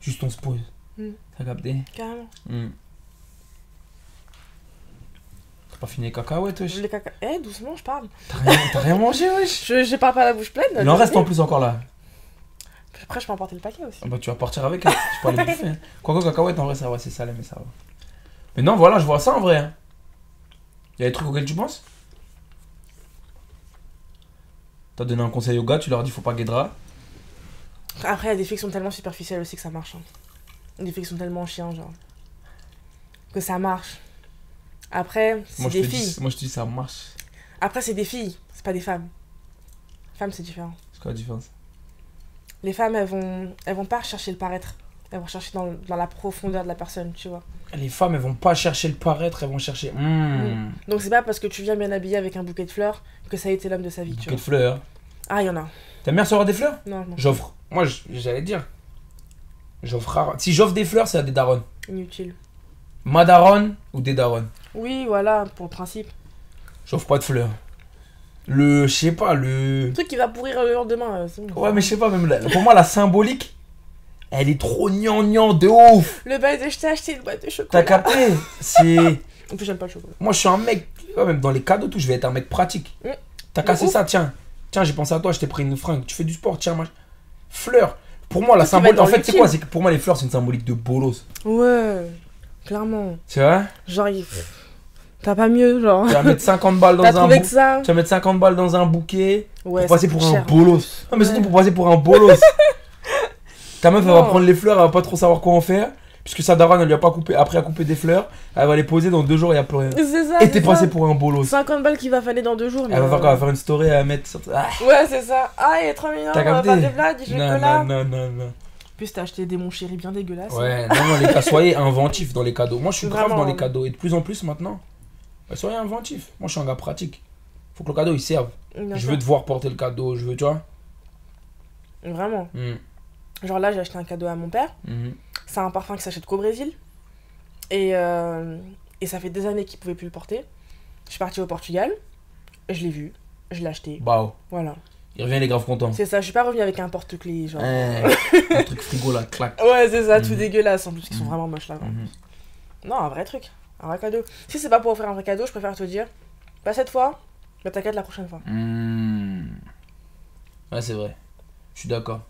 S1: Juste on se pose.
S2: Mm.
S1: T'as capté
S2: Carrément.
S1: Hmm. T'as pas fini les cacahuètes, wesh
S2: Je les caca- Eh, doucement, je parle.
S1: T'as rien, t'as rien mangé, wesh
S2: Je, je parle pas la bouche pleine.
S1: Il en
S2: je
S1: reste
S2: dis.
S1: en plus encore là.
S2: Après, je peux emporter le paquet aussi.
S1: Ah bah tu vas partir avec, hein. tu peux aller bouffer. hein. Quoique cacahuètes, en vrai, ça va, Ah c'est salé, mais ça va. Mais non, voilà, je vois ça en vrai. hein. Y a des trucs auxquels tu penses T'as donné un conseil aux gars, tu leur dis faut pas guédra.
S2: Après, il y a des filles qui sont tellement superficielles aussi que ça marche. hein. Des filles qui sont tellement chiens, genre. Que ça marche. Après, c'est
S1: Moi je,
S2: des
S1: te
S2: filles.
S1: dis, moi je te dis ça marche.
S2: Après, c'est des filles, c'est pas des femmes. Femmes, c'est différent.
S1: C'est quoi la différence
S2: Les femmes, elles vont, elles vont pas rechercher le paraître. Elles vont chercher dans, dans la profondeur de la personne, tu vois.
S1: Les femmes, elles vont pas chercher le paraître, elles vont chercher. Mmh.
S2: Donc c'est pas parce que tu viens bien habillé avec un bouquet de fleurs que ça a été l'homme de sa vie, tu
S1: Bouquet de
S2: vois.
S1: fleurs.
S2: Ah, il y en a.
S1: Ta mère saura des fleurs
S2: Non, non.
S1: J'offre. Moi, j- j'allais dire. J'offre rare. Si j'offre des fleurs, c'est à des darons.
S2: Inutile.
S1: Ma daronne ou des darons.
S2: Oui, voilà, pour le principe.
S1: J'offre pas de fleurs. Le. Je sais pas, le.
S2: Le truc qui va pourrir le lendemain, euh, c'est bon.
S1: Ouais, mais je sais pas, même la- pour moi, la symbolique, elle est trop gnangnan de ouf.
S2: Le bail de je t'ai acheté une boîte de chocolat.
S1: T'as capté C'est.
S2: En plus, j'aime pas le chocolat.
S1: Moi, je suis un mec, tu vois, même dans les cadeaux, tout, je vais être un mec pratique.
S2: Mm.
S1: T'as
S2: De
S1: cassé
S2: ouf.
S1: ça, tiens. Tiens, j'ai pensé à toi, je t'ai pris une fringue. Tu fais du sport, tiens, mach... Fleur. Pour moi, la
S2: Tout ce qui va être
S1: symbolique. En
S2: dans
S1: fait,
S2: l'utile.
S1: c'est quoi C'est que pour moi, les fleurs, c'est une symbolique de bolos.
S2: Ouais, clairement.
S1: Tu vois
S2: Genre, il- t'as pas mieux, genre.
S1: Tu vas mettre 50 balles dans
S2: T'as
S1: un
S2: trouvé
S1: bouquet.
S2: que ça
S1: Tu vas mettre 50 balles dans un bouquet
S2: Ouais,
S1: pour passer
S2: ça
S1: pour
S2: coûte
S1: un
S2: cher.
S1: bolos. Non, mais surtout
S2: Ouais.
S1: pour passer pour un bolos. Ta meuf, elle va
S2: Non.
S1: prendre les fleurs, elle va pas trop savoir quoi en faire. Puisque sa daronne, elle lui a pas coupé, après à couper des fleurs, elle va les poser dans deux jours et il y a plus rien.
S2: C'est ça.
S1: Et t'es
S2: c'est
S1: passé
S2: ça.
S1: pour un bolos.
S2: 50 balles qu'il va falloir dans deux jours. mais,
S1: Elle va faire
S2: euh,
S1: quoi Elle va faire une story, elle va mettre. sur- Ah,
S2: Ouais, c'est ça. Ah, il est trop mignon.
S1: T'as
S2: On va
S1: capté
S2: faire des blagues, du
S1: non,
S2: chocolat.
S1: non, non, non, non.
S2: En plus, t'as acheté des mon chéri bien dégueulasses.
S1: Ouais, non, non, les gars, soyez inventifs dans les cadeaux. Moi, je suis grave
S2: Vraiment.
S1: dans les cadeaux et de plus en plus maintenant. Bah, soyez inventifs. Moi, je suis un gars pratique. Faut que le cadeau il serve.
S2: Bien
S1: Je
S2: sûr.
S1: veux te voir porter le cadeau, je veux, tu vois.
S2: Vraiment.
S1: Mm,
S2: Genre là, j'ai acheté un cadeau à mon père.
S1: mhm.
S2: C'est un parfum qui s'achète qu'au Brésil. Et, euh, et ça fait des années qu'il pouvait plus le porter. Je suis partie au Portugal. Je l'ai vu. Je l'ai acheté.
S1: Bah, oh.
S2: Voilà.
S1: il revient, les graves contents.
S2: C'est ça, je suis pas revenue avec un porte-clés. Genre.
S1: Eh, un truc frigo là, clac.
S2: Ouais, c'est ça, tout
S1: Mhm.
S2: dégueulasse en plus, ils sont
S1: Mhm.
S2: vraiment moches là.
S1: Mhm.
S2: Non, un vrai truc, un vrai cadeau. Si c'est pas pour offrir un vrai cadeau, je préfère te dire, pas cette fois, mais t'inquiète la prochaine fois.
S1: Mm. Ouais, c'est vrai. Je suis d'accord.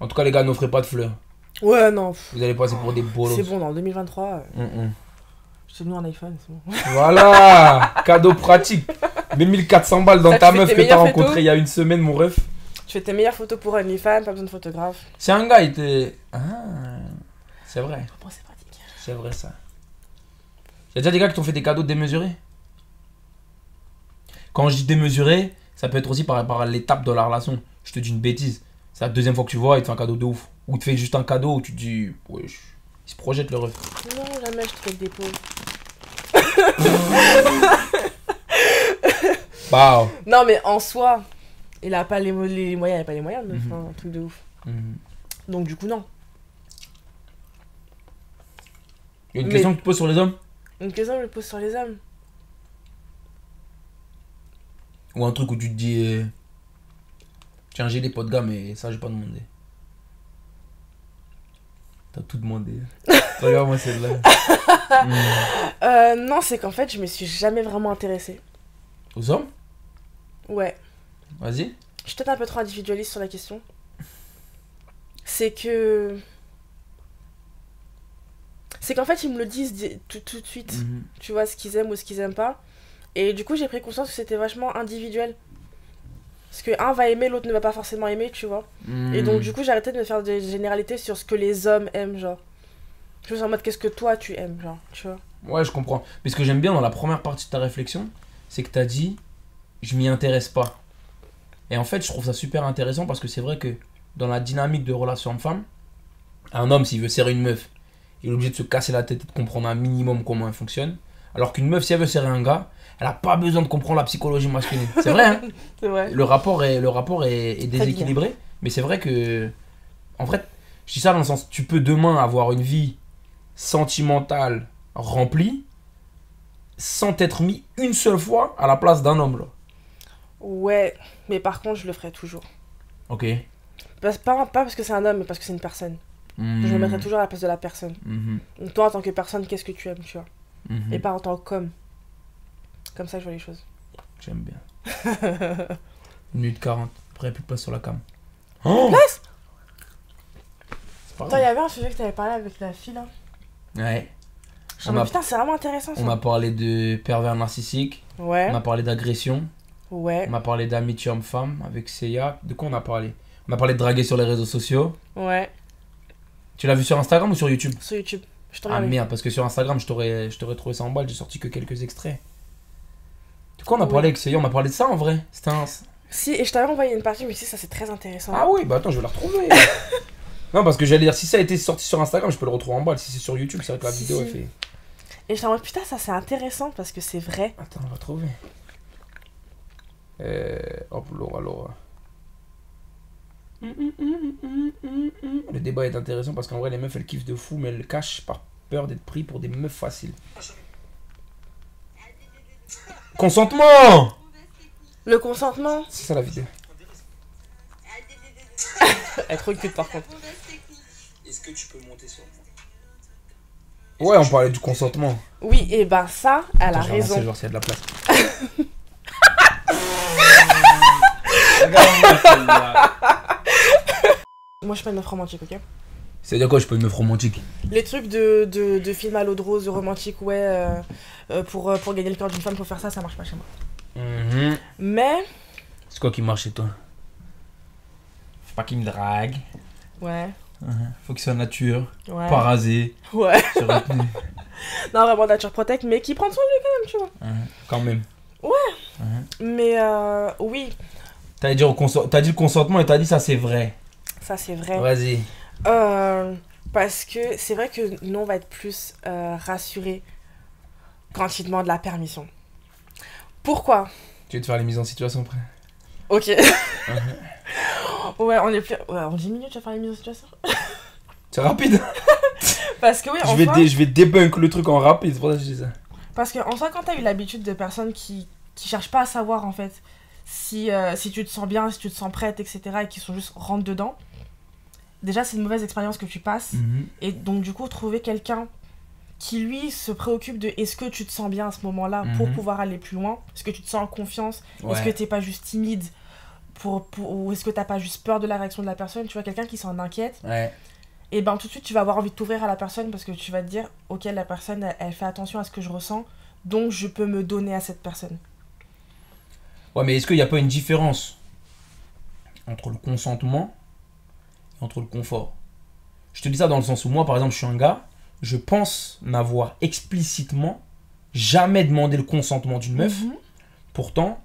S1: En tout cas, les gars, n'offrez pas de fleurs.
S2: Ouais, non, pff,
S1: Vous allez passer pour des bolos.
S2: c'est bon, dans 2023, euh,
S1: Mm, mm.
S2: je t'ai mis un iPhone, c'est bon.
S1: Voilà, cadeau pratique. Mes 1400 balles dans
S2: Ça,
S1: ta
S2: tu fais
S1: meuf
S2: tes
S1: que t'as
S2: meilleurs
S1: rencontrée
S2: photos.
S1: il y a une semaine, mon ref.
S2: Tu fais tes meilleures photos pour OnlyFans, pas besoin de photographe.
S1: C'est un gars, il était. Ah, c'est vrai,
S2: Bon, c'est pratique.
S1: c'est vrai ça. Y a déjà des gars qui t'ont fait des cadeaux démesurés Quand je dis démesuré, ça peut être aussi par rapport à l'étape de la relation. Je te dis une bêtise. C'est la deuxième fois que tu vois, il te fait un cadeau de ouf. Ou il te fait juste un cadeau où tu te dis. Wesh. Il se projette le ref.
S2: hein. Non, jamais je te fais des pauses.
S1: Bah.
S2: Non, mais en soi, il a pas les, mo- les moyens, il a pas les moyens, mais
S1: Mhm.
S2: enfin, un truc de ouf.
S1: oh. Mhm.
S2: Donc du coup, non.
S1: Y a une
S2: Mais-
S1: question que tu poses sur les hommes
S2: Une question, je le pose sur les hommes.
S1: Ou un truc où tu te dis. euh, Tiens, j'ai des potes gars, mais ça, j'ai pas demandé. T'as tout demandé. Regarde-moi celle-là. Mm.
S2: Euh, non, c'est qu'en fait, je me suis jamais vraiment intéressée.
S1: Aux hommes
S2: Ouais.
S1: Vas-y.
S2: Je suis peut-être un peu trop individualiste sur la question. C'est que. C'est qu'en fait, ils me le disent di- tout, tout de suite,
S1: Mhm.
S2: tu vois, ce qu'ils aiment ou ce qu'ils aiment pas. Et du coup, j'ai pris conscience que c'était vachement individuel. Parce que un va aimer, l'autre ne va pas forcément aimer, tu vois. Et donc, du coup, j'ai arrêté de me faire des généralités sur ce que les hommes aiment, genre. Je suis en mode, qu'est-ce que toi tu aimes, genre, tu vois.
S1: Ouais, je comprends. Mais ce que j'aime bien dans la première partie de ta réflexion, c'est que t'as dit Je m'y intéresse pas. Et en fait, je trouve ça super intéressant parce que c'est vrai que dans la dynamique de relation homme-femme, un homme, s'il veut serrer une meuf, il est obligé de se casser la tête et de comprendre un minimum comment elle fonctionne. Alors qu'une meuf, si elle veut serrer un gars, elle a pas besoin de comprendre la psychologie masculine. C'est vrai, hein
S2: C'est vrai.
S1: le rapport est, le rapport est, est
S2: bien.
S1: déséquilibré, mais c'est vrai que, en fait, je dis ça dans le sens, tu peux demain avoir une vie sentimentale remplie sans t'être mis une seule fois à la place d'un homme, là.
S2: Ouais, mais par contre, je le ferai toujours.
S1: Ok.
S2: Parce- Pas, pas parce que c'est un homme, mais parce que c'est une personne. Je me mettrai toujours à la place de la personne.
S1: Mhm,
S2: Donc toi, en tant que personne, qu'est-ce que tu aimes, tu vois
S1: mhm.
S2: Et pas en tant qu'homme. Comme ça, que je vois les choses.
S1: J'aime bien. Une minute 40, après, plus de place sur la cam. Oh C'est pas
S2: Attends, il y
S1: grave.
S2: avait un sujet que t'avais parlé avec la fille là.
S1: Ouais.
S2: Je
S1: On
S2: me
S1: a,
S2: dis, Oh, putain, c'est vraiment intéressant
S1: on a
S2: ça.
S1: parlé de pervers narcissique,
S2: Ouais,
S1: on a parlé d'agression.
S2: ouais,
S1: On a parlé d'amitié homme-femme avec Seiya. De quoi on a parlé On a parlé de draguer sur les réseaux sociaux.
S2: ouais.
S1: Tu l'as vu sur Instagram ou sur YouTube
S2: Sur YouTube. Je t'en
S1: Ah
S2: remets.
S1: merde, parce que sur Instagram, je t'aurais je t'aurais trouvé ça en balle, j'ai sorti que quelques extraits. De quoi on a parlé
S2: Oui.
S1: avec Seiya On a parlé de ça en vrai C'était un-
S2: Si, et je t'avais envoyé une partie, mais si, ça c'est très intéressant.
S1: Ah oui, bah attends, je vais la retrouver. Non, parce que j'allais dire, si ça a été sorti sur Instagram, je peux le retrouver en balle. Si c'est sur YouTube, c'est vrai que la
S2: Si,
S1: vidéo
S2: si.
S1: elle fait.
S2: Et j'étais en mode putain, ça c'est intéressant parce que c'est vrai.
S1: Attends, on va trouver. Euh... Hop, Laura, Laura. Le débat est intéressant parce qu'en vrai, les meufs elles kiffent de fou, mais elles le cachent par peur d'être pris pour des meufs faciles. Consentement
S2: Le consentement,
S1: C'est ça la vidéo.
S2: elle est trop cute par contre.
S6: Est-ce que tu peux monter sur moi
S1: Ouais, on parlait du consentement.
S2: Oui, et ben ça, elle a
S1: Attends, je vais avancer,
S2: raison.
S1: voir s'il y a de la place.
S2: Moi je suis pas une meuf romantique, ok
S1: C'est-à-dire quoi, je peux une meuf romantique
S2: Les trucs de, de, de films à l'eau de rose, de romantique, ouais, euh, euh, pour, euh, pour gagner le cœur d'une femme, faut faire ça, ça marche pas chez moi. Mais,
S1: Mhm. C'est quoi qui marche chez toi
S5: Faut pas qu'il me drague.
S2: ouais, Mhm.
S5: Faut que soit nature,
S2: ouais.
S5: pas rasé,
S2: Ouais,
S5: sur la tenue.
S2: non, vraiment Nature Protect, mais qui prend soin de lui quand même, tu vois.
S1: Mhm. Quand même. Mhm.
S2: Mais, euh, oui,
S1: T'as dit, au consen- t'as dit le consentement et t'as dit ça c'est vrai.
S2: ça c'est vrai.
S1: Vas-y.
S2: Euh, parce que c'est vrai que nous, on va être plus euh, rassurés quand ils demandent la permission. Pourquoi
S1: Tu veux te faire les mises en situation après
S2: Ok. ouais, on est plus. Ouais, en 10 minutes, tu vas faire les mises en situation.
S1: C'est rapide
S2: Parce que, oui,
S1: je, vais
S2: enfin,
S1: dé- je vais débunk le truc en rapide, c'est pour ça que je dis ça.
S2: Parce que, en soi, quand t'as eu l'habitude de personnes qui, qui cherchent pas à savoir, en fait, si, euh, si tu te sens bien, si tu te sens prête, etc., et qui sont juste rentre dedans, déjà, c'est une mauvaise expérience que tu passes.
S1: Mhm.
S2: Et donc, du coup, trouver quelqu'un qui, lui, se préoccupe de est-ce que tu te sens bien à ce moment-là pour
S1: Mhm.
S2: pouvoir aller plus loin Est-ce que tu te sens en confiance Est-ce que
S1: Ouais.
S2: t'es pas juste timide pour, pour- Ou est-ce que t'as pas juste peur de la réaction de la personne Tu vois, quelqu'un qui s'en inquiète,
S1: Ouais.
S2: et ben tout de suite, tu vas avoir envie de t'ouvrir à la personne parce que tu vas te dire ok, la personne, elle, elle fait attention à ce que je ressens, donc je peux me donner à cette personne.
S1: Ouais, mais est-ce qu'il n'y a pas une différence entre le consentement et entre le confort Je te dis ça dans le sens où moi, par exemple, je suis un gars, je pense n'avoir explicitement jamais demandé le consentement d'une meuf.
S2: Mhm.
S1: Pourtant,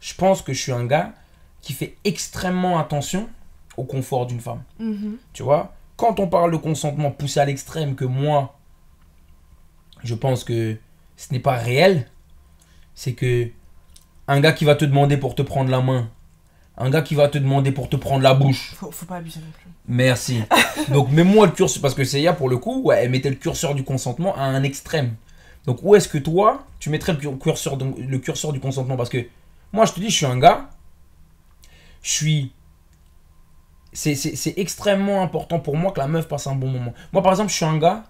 S1: je pense que je suis un gars qui fait extrêmement attention au confort d'une femme.
S2: Mhm.
S1: Tu vois Quand on parle de consentement poussé à l'extrême, que moi, je pense que ce n'est pas réel, c'est que un gars qui va te demander pour te prendre la main, un gars qui va te demander pour te prendre la bouche,
S2: Faut, faut pas abuser non plus.
S1: merci. Donc mets-moi le curseur, parce que Seiya, pour le coup, ouais, elle mettait le curseur du consentement à un extrême. Donc où est-ce que toi, tu mettrais le cur- curseur, donc, le curseur du consentement Parce que moi, je te dis, je suis un gars, je suis... C'est, c'est- c'est extrêmement important pour moi que la meuf passe un bon moment. Moi, par exemple, je suis un gars,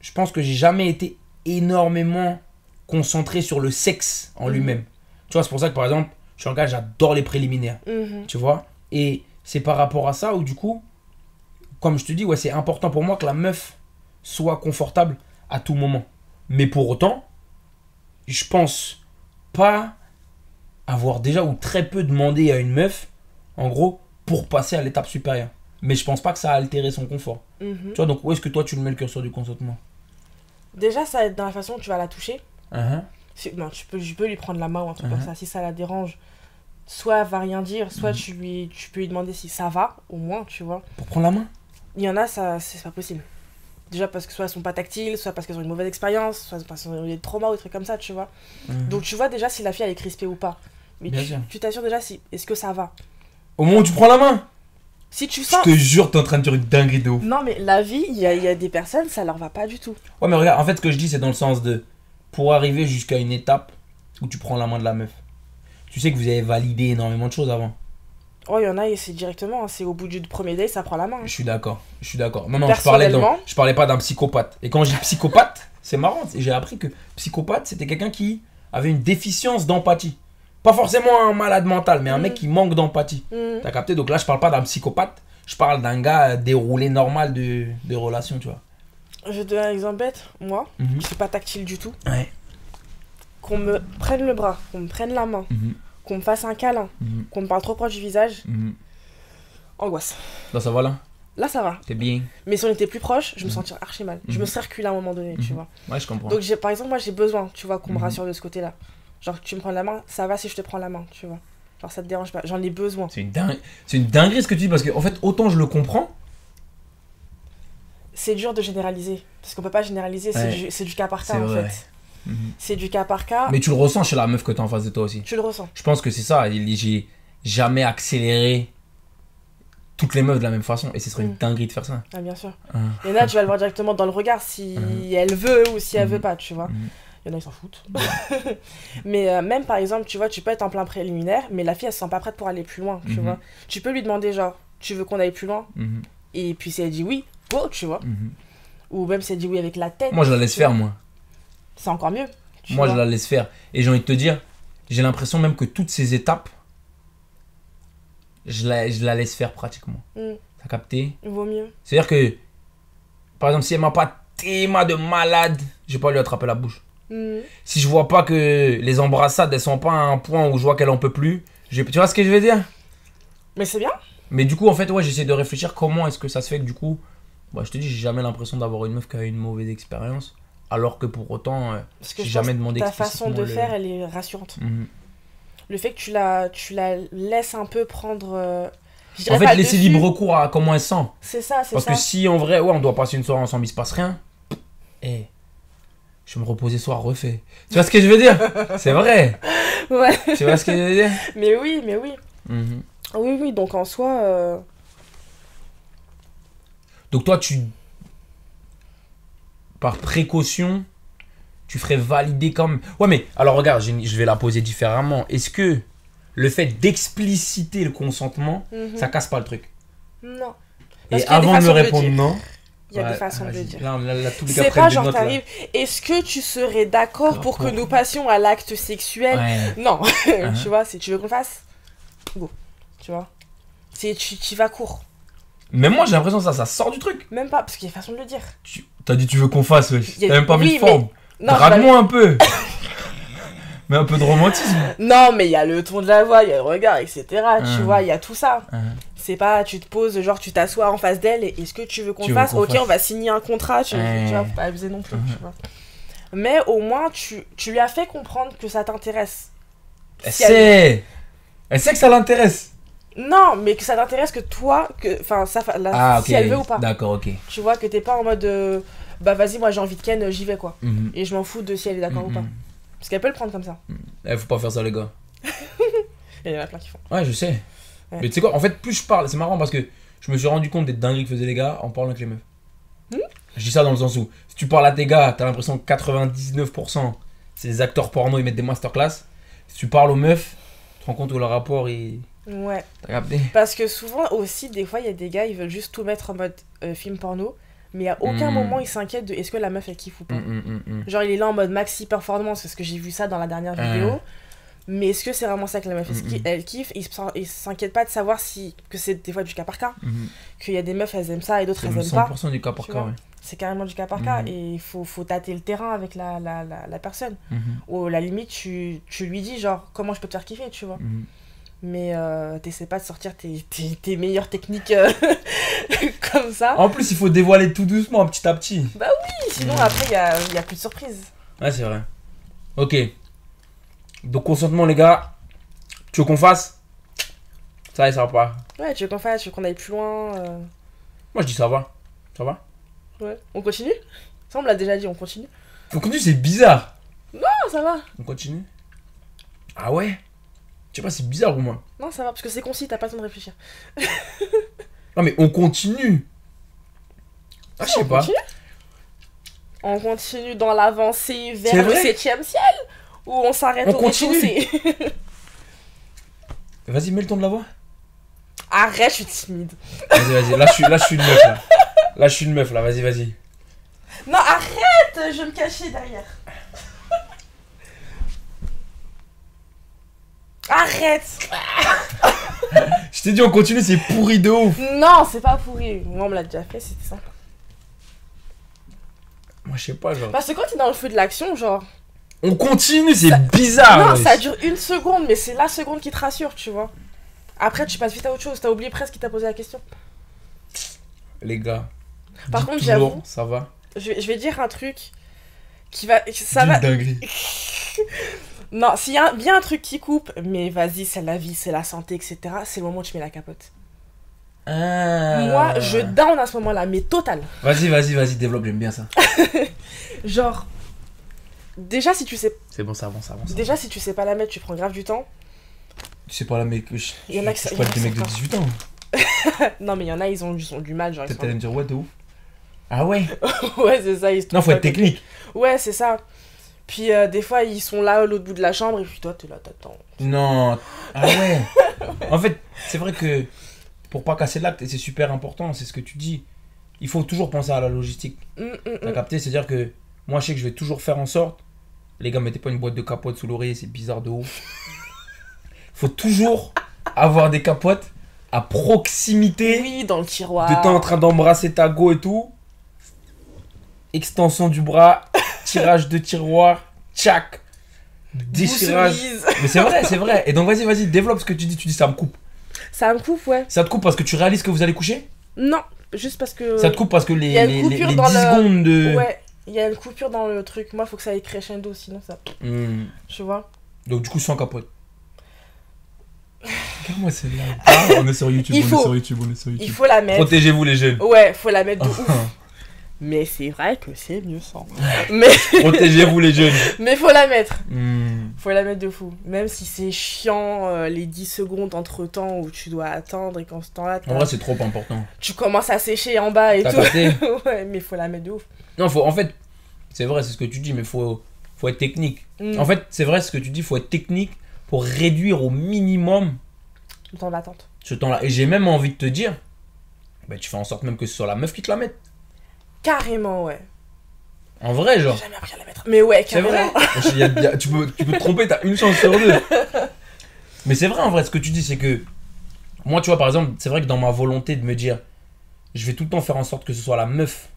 S1: je pense que j'ai jamais été énormément concentré sur le sexe en
S2: Mhm.
S1: lui-même. Tu vois, c'est pour ça que, par exemple, je suis un gars, j'adore les préliminaires.
S2: Mhm.
S1: Tu vois Et c'est par rapport à ça où du coup, comme je te dis, ouais, c'est important pour moi que la meuf soit confortable à tout moment. Mais pour autant, je pense pas avoir déjà ou très peu demandé à une meuf, en gros, pour passer à l'étape supérieure. Mais je pense pas que ça a altéré son confort.
S2: Mhm.
S1: Tu vois, donc où est-ce que toi tu le mets le curseur du consentement
S2: Déjà, ça va être dans la façon dont tu vas la toucher.
S1: Hein,
S2: Si- non, tu peux, je peux lui prendre la main ou un truc
S1: Mhm.
S2: comme ça, si ça la dérange. Soit elle va rien dire, soit
S1: Uh-huh.
S2: tu, lui, tu peux lui demander si ça va, au moins, tu vois.
S1: Pour prendre la main
S2: Il y en a, ça c'est pas possible. Déjà parce que soit elles sont pas tactiles, soit parce qu'elles ont une mauvaise expérience, soit parce qu'elles ont eu des traumas ou des trucs comme ça, tu vois.
S1: Mhm.
S2: Donc tu vois déjà si la fille elle est crispée ou pas. Mais
S1: Bien
S2: tu-
S1: sûr.
S2: tu t'assures déjà si est-ce que ça va.
S1: Au moment où tu prends la main
S2: Si tu
S1: Je
S2: sens.
S1: te jure, t'es en train de dire une dinguerie de ouf.
S2: Non mais la vie, il y a, il y a des personnes, ça leur va pas du tout.
S1: Ouais, mais regarde, en fait, ce que je dis, c'est dans le sens de pour arriver jusqu'à une étape où tu prends la main de la meuf. Tu sais que vous avez validé énormément de choses avant.
S2: Oh, il y en a, et c'est directement, hein, c'est au bout du premier date, ça prend la main. hein.
S1: Je suis d'accord. Je suis d'accord. Non, non, je parlais,
S2: Personnellement-
S1: d'un- je parlais pas d'un psychopathe. Et quand je dis psychopathe, c'est marrant. c'est- J'ai appris que psychopathe, c'était quelqu'un qui avait une déficience d'empathie. Pas forcément un malade mental, mais un mec
S2: Mm.
S1: qui manque d'empathie.
S2: Mhm.
S1: T'as capté Donc là, je parle pas d'un psychopathe. Je parle d'un gars déroulé normal de, de relation, tu vois.
S2: Je vais te donner un exemple bête, moi,
S1: Mhm.
S2: je suis pas tactile du tout.
S1: Ouais.
S2: Qu'on me prenne le bras, qu'on me prenne la main,
S5: Mhm,
S2: qu'on me fasse un câlin,
S5: mhm,
S2: qu'on me parle trop proche du visage,
S5: mhm.
S2: angoisse.
S5: Là, ça va là
S2: Là ça va.
S5: T'es bien
S2: Mais si on était plus proche, je me sentirais archi mal. Je
S5: Mhm.
S2: me serais reculée à un moment donné,
S5: Mhm.
S2: tu vois.
S5: Ouais, je comprends.
S2: Donc j'ai par exemple moi j'ai besoin, tu vois, qu'on me
S5: Mhm.
S2: rassure de ce côté-là. Genre tu me prends la main, ça va si je te prends la main, tu vois. Genre, ça te dérange pas. J'en ai besoin.
S1: C'est une, dingue... c'est une dinguerie ce que tu dis parce que en fait autant je le comprends.
S2: C'est dur de généraliser. Parce qu'on peut pas généraliser. C'est
S1: Ouais.
S2: du, c'est du cas par
S1: C'est
S2: cas, en
S1: vrai.
S2: fait. C'est du cas par cas.
S1: Mais tu le ressens chez la meuf que t'as en face de toi aussi.
S2: Tu le ressens.
S1: Je pense que c'est ça. il- J'ai jamais accéléré toutes les meufs de la même façon et ce serait une
S2: Mm.
S1: dinguerie de faire ça.
S2: Ah, bien sûr.
S1: Ah.
S2: Il y en a, tu vas le voir directement dans le regard si elle veut ou si elle
S1: Mhm.
S2: veut pas, tu vois.
S1: Mhm.
S2: Il y en a, ils s'en foutent. mais euh, même par exemple, tu vois, tu peux être en plein préliminaire, mais la fille, elle se sent pas prête pour aller plus loin, tu
S1: Mhm.
S2: vois. Tu peux lui demander, genre, tu veux qu'on aille plus loin
S1: Mhm,
S2: Et puis si elle dit oui, go, tu vois.
S1: mhm.
S2: Ou même si elle dit oui avec la tête,
S1: Moi je la laisse faire moi.
S2: c'est encore mieux. tu
S1: Moi je
S2: vois.
S1: la laisse faire. Et j'ai envie de te dire, j'ai l'impression même que toutes ces étapes, je la, je la laisse faire pratiquement.
S2: Mm.
S1: T'as capté
S2: Vaut mieux.
S1: C'est-à-dire que, par exemple, si elle m'a pas tellement de malade, je vais pas lui attraper la bouche.
S2: Mhm.
S1: Si je vois pas que les embrassades, elles sont pas à un point où je vois qu'elle en peut plus, je- tu vois ce que je veux dire
S2: Mais c'est bien.
S1: Mais du coup, en fait, ouais, j'essaie de réfléchir comment est-ce que ça se fait que du coup, bah, je te dis, j'ai jamais l'impression d'avoir une meuf qui a eu une mauvaise expérience, alors que pour autant, euh,
S2: Parce que
S1: j'ai
S2: je
S1: jamais
S2: pense que
S1: demandé
S2: ta façon de
S1: explicitement le-
S2: faire, elle est rassurante.
S1: Mhm.
S2: Le fait que tu la, tu la laisses un peu prendre. euh, je dirais
S1: En fait,
S2: pas
S1: laisser
S2: dessus,
S1: libre cours à comment elle sent.
S2: C'est ça, c'est
S1: Parce
S2: ça.
S1: que si en vrai, ouais, on doit passer une soirée ensemble, il se passe rien. Eh, je vais me reposer ce soir, refait. Tu vois ce que je veux dire C'est vrai.
S2: Ouais.
S1: Tu vois ce que je veux dire
S2: Mais oui, mais oui.
S1: Mhm.
S2: Oui, oui, donc en soi, euh,
S1: Donc toi, tu, par précaution, tu ferais valider quand même. Ouais, mais alors regarde, j'ai une- je vais la poser différemment. Est-ce que le fait d'expliciter le consentement,
S2: mhm.
S1: ça casse pas le truc
S2: non. Parce
S1: Et
S2: qu'il y a des
S1: avant de me
S2: façons de le
S1: répondre
S2: dire.
S1: non,
S2: Il y a
S1: ouais,
S2: des façons de le
S1: vas-y.
S2: dire.
S1: Là, là, là, tous les cas
S2: C'est
S1: prennent
S2: pas
S1: des
S2: genre
S1: notes, là.
S2: t'arrives, est-ce que tu serais d'accord pour que
S1: D'accord.
S2: nous passions à l'acte sexuel
S1: Ouais.
S2: Non,
S1: Hein.
S2: tu vois, si tu veux qu'on le fasse, go, tu vois. Si tu, tu y vas court,
S1: Mais moi, j'ai l'impression que ça, ça sort du truc.
S2: même pas, parce qu'il y a des façons de le dire.
S1: Tu- T'as dit tu veux qu'on fasse, wesh.
S2: Y a-
S1: T'as même pas
S2: oui,
S1: mis de forme.
S2: Non, je vais-
S1: Drague-moi un peu. Mais un peu de romantisme.
S2: non, mais il y a le ton de la voix, il y a le regard, etc. Tu
S1: Hein.
S2: vois, il y a tout ça.
S1: Hein.
S2: C'est pas, tu te poses, genre tu t'assois en face d'elle et est-ce que tu veux qu'on
S1: Tu
S2: le
S1: veux
S2: fasse
S1: qu'on
S2: Ok,
S1: fasse.
S2: on va signer un contrat, tu,
S1: Ouais. Mhm.
S2: tu vois, faut pas abuser non plus, tu vois. Mais au moins, tu, tu lui as fait comprendre que ça t'intéresse.
S1: Elle
S2: Si elle-
S1: sait. Elle sait que ça l'intéresse.
S2: Non, mais que ça t'intéresse que toi, que, enfin, ça, fa- la-
S1: Ah, ok.
S2: si elle veut ou pas.
S1: D'accord, ok.
S2: Tu vois, que t'es pas en mode, euh, bah vas-y, moi j'ai envie de Ken, j'y vais quoi.
S1: Mhm.
S2: Et je m'en fous de si elle est d'accord ou pas.
S1: Mhm.
S2: Parce qu'elle peut le prendre comme ça.
S1: Eh, faut pas faire ça, les gars.
S2: Il y en a plein qui font.
S1: Ouais, je sais.
S2: Ouais.
S1: Mais tu sais quoi, en fait, plus je parle, c'est marrant parce que je me suis rendu compte des dingueries que faisaient les gars en parlant avec les meufs.
S2: Hmm
S1: je dis ça dans le sens où, si tu parles à tes gars, t'as l'impression que 99% c'est des acteurs porno, ils mettent des masterclass. Si tu parles aux meufs, tu te rends compte que leur rapport, il.
S2: Ouais.
S1: T'as capté
S2: Parce que souvent aussi, des fois, il y a des gars, ils veulent juste tout mettre en mode euh, film porno, mais à aucun
S1: Mhm.
S2: moment ils s'inquiètent de est-ce que la meuf elle kiffe ou pas.
S1: Hum, hum, hum, hum.
S2: Genre, il est là en mode maxi performance, parce que j'ai vu ça dans la dernière
S1: Ouais.
S2: vidéo. Mais est-ce que c'est vraiment ça que la meuf est-ce
S1: Mhm.
S2: elle kiffe Il s'en- il s'inquiète pas de savoir si. que c'est des fois du cas par cas.
S1: Mhm.
S2: Qu'il y a des meufs, elles aiment ça et d'autres,
S1: C'est
S2: elles
S1: même
S2: aiment pas.
S1: 100% du cas par
S2: Tu
S1: cas,
S2: vois.
S1: ouais.
S2: C'est carrément du cas par cas.
S1: Mhm.
S2: Et il faut, faut tâter le terrain avec la, la, la, la personne.
S1: Mhm,
S2: Ou à la limite, tu, tu lui dis, genre, comment je peux te faire kiffer, tu vois.
S1: mhm.
S2: Mais euh, t'essaies pas de sortir tes, tes, tes meilleures techniques euh, comme ça.
S1: En plus, il faut dévoiler tout doucement, petit à petit.
S2: Et sinon,
S1: Mhm.
S2: après, il y a, il y a plus de surprise.
S1: Ouais, c'est vrai. Ok. Donc, consentement, les gars. Tu veux qu'on fasse Ça, et ça va pas.
S2: Ouais, tu veux qu'on fasse, tu veux qu'on aille plus loin. euh,
S1: Moi, je dis ça va. Ça va
S2: Ouais. On continue Ça, on me l'a déjà dit, on continue.
S1: On continue, c'est bizarre.
S2: Non, ça va.
S1: On continue Ah ouais Je sais pas, c'est bizarre au moins.
S2: Non, ça va, parce que c'est concis, t'as pas le temps de réfléchir.
S1: Non, mais on continue. Ah, je sais
S2: on
S1: pas.
S2: continue On continue dans l'avancée
S1: C'est
S2: vers le
S1: vrai
S2: 7ème ciel Ou on s'arrête
S1: On
S2: au
S1: continue.
S2: rez-de-chaussée
S1: Vas-y, mets le ton de la voix.
S2: Arrête, je suis timide.
S1: Vas-y, vas-y. Là, je suis, là, je suis une meuf, là. Là, je suis une meuf, là. Vas-y, vas-y.
S2: Non, arrête Je vais me cacher derrière. Arrête
S1: Je t'ai dit, on continue, c'est pourri de ouf.
S2: Non, c'est pas pourri. Moi, on me l'a déjà fait, c'était sympa.
S1: Moi, je sais pas, genre.
S2: Parce que quand t'es dans le feu de l'action, genre...
S1: On continue, c'est bizarre.
S2: non,
S1: wesh.
S2: ça dure une seconde, mais c'est la seconde qui te rassure, tu vois. Après, tu passes vite à autre chose. T'as oublié presque qui t'a posé la question.
S1: Les gars.
S2: Par
S1: dites
S2: contre,
S1: toujours,
S2: j'avoue-
S1: Ça va.
S2: je, je vais dire un truc qui va. Ça
S1: Dites
S2: va.
S1: dinguerie.
S2: Non, s'il y a un- bien un truc qui coupe, mais vas-y, c'est la vie, c'est la santé, etc., c'est le moment où tu mets la capote.
S1: Ah.
S2: Moi, je down à ce moment-là, mais total.
S1: Vas-y, vas-y, vas-y, développe, j'aime bien ça.
S2: Genre, déjà si, tu sais,
S1: C'est bon, ça avance, ça avance.
S2: déjà, si tu sais pas la mettre, tu prends grave du temps.
S1: Tu sais pas là, mec, je, je,
S2: Il y en a qui
S1: je
S2: sont-
S1: parle
S2: il y en a
S1: des
S2: qui
S1: mecs de
S2: sont
S1: 18 ans.
S2: non, mais il y en a, ils ont, ils ont du mal, genre, ils
S1: Peut-être
S2: sont...
S1: t'allais me dire, ouais, de ouf. Ah ouais
S2: Ouais, c'est ça, ils se
S1: Non,
S2: trouvent
S1: faut
S2: pas
S1: être technique.
S2: comme- Ouais, c'est ça. Puis euh, des fois, ils sont là, à l'autre bout de la chambre, et puis toi, t'es là, t'attends.
S1: Non. Ah ouais En fait, c'est vrai que pour pas casser l'acte, et c'est super important, c'est ce que tu dis, il faut toujours penser à la logistique.
S2: Mm, mm,
S1: T'as
S2: mm.
S1: capté C'est-à-dire que moi, je sais que je vais toujours faire en sorte. Les gars, mettez pas une boîte de capote sous l'oreiller, c'est bizarre de ouf. Faut toujours avoir des capotes à proximité
S2: Oui, dans le tiroir.
S1: de temps en train d'embrasser ta go et tout. Extension du bras, tirage de tiroir, tchac, déchirage.
S2: Bousselise.
S1: Mais c'est vrai, c'est vrai. Et donc, vas-y, vas-y, développe ce que tu dis. Tu dis ça me coupe.
S2: Ça me coupe, ouais.
S1: Ça te coupe parce que tu réalises que vous allez coucher
S2: Non, juste parce que.
S1: Ça te coupe parce que les,
S2: Euh, Il y a une
S1: les, les-
S2: coupure
S1: les 10
S2: dans le-
S1: secondes de.
S2: Ouais, il y a une coupure dans le truc. Moi, faut que ça aille crescendo, sinon ça.
S1: Hmm.
S2: Tu vois
S1: Donc du coup sans capote. Regarde-moi celle-là. Ah, on est sur YouTube,
S2: Il faut.
S1: YouTube, on est sur
S2: Il faut la mettre.
S1: Protégez-vous les jeunes.
S2: Ouais, faut la mettre de
S1: Ah.
S2: ouf. Mais c'est vrai que c'est mieux sans. mais,
S1: Protégez-vous les jeunes.
S2: mais faut la mettre.
S1: Hmm.
S2: Faut la mettre de fou. Même si c'est chiant euh, les 10 secondes entre temps où tu dois attendre et qu'en ce temps-là, t'as-
S1: En vrai c'est trop important.
S2: tu commences à sécher en bas et
S1: T'as
S2: tout.
S1: capté
S2: ouais, mais faut la mettre de ouf.
S1: Non, faut, en fait, c'est vrai, c'est ce que tu dis, mais faut, faut être technique.
S2: Mm.
S1: En fait, c'est vrai ce que tu dis, faut être technique pour réduire au minimum
S2: Le temps d'attente.
S1: ce temps-là. Et j'ai même envie de te dire, bah, tu fais en sorte même que ce soit la meuf qui te la mette.
S2: Carrément, ouais.
S1: En vrai,
S2: J'ai
S1: genre.
S2: jamais appris à la mettre. Mais ouais,
S1: C'est vrai.
S2: carrément.
S1: Il y a- il y a- tu, peux, tu peux te tromper, t'as une chance sur deux. Mais c'est vrai en vrai, ce que tu dis, c'est que moi, tu vois, par exemple, c'est vrai que dans ma volonté de me dire, je vais tout le temps faire en sorte que ce soit la meuf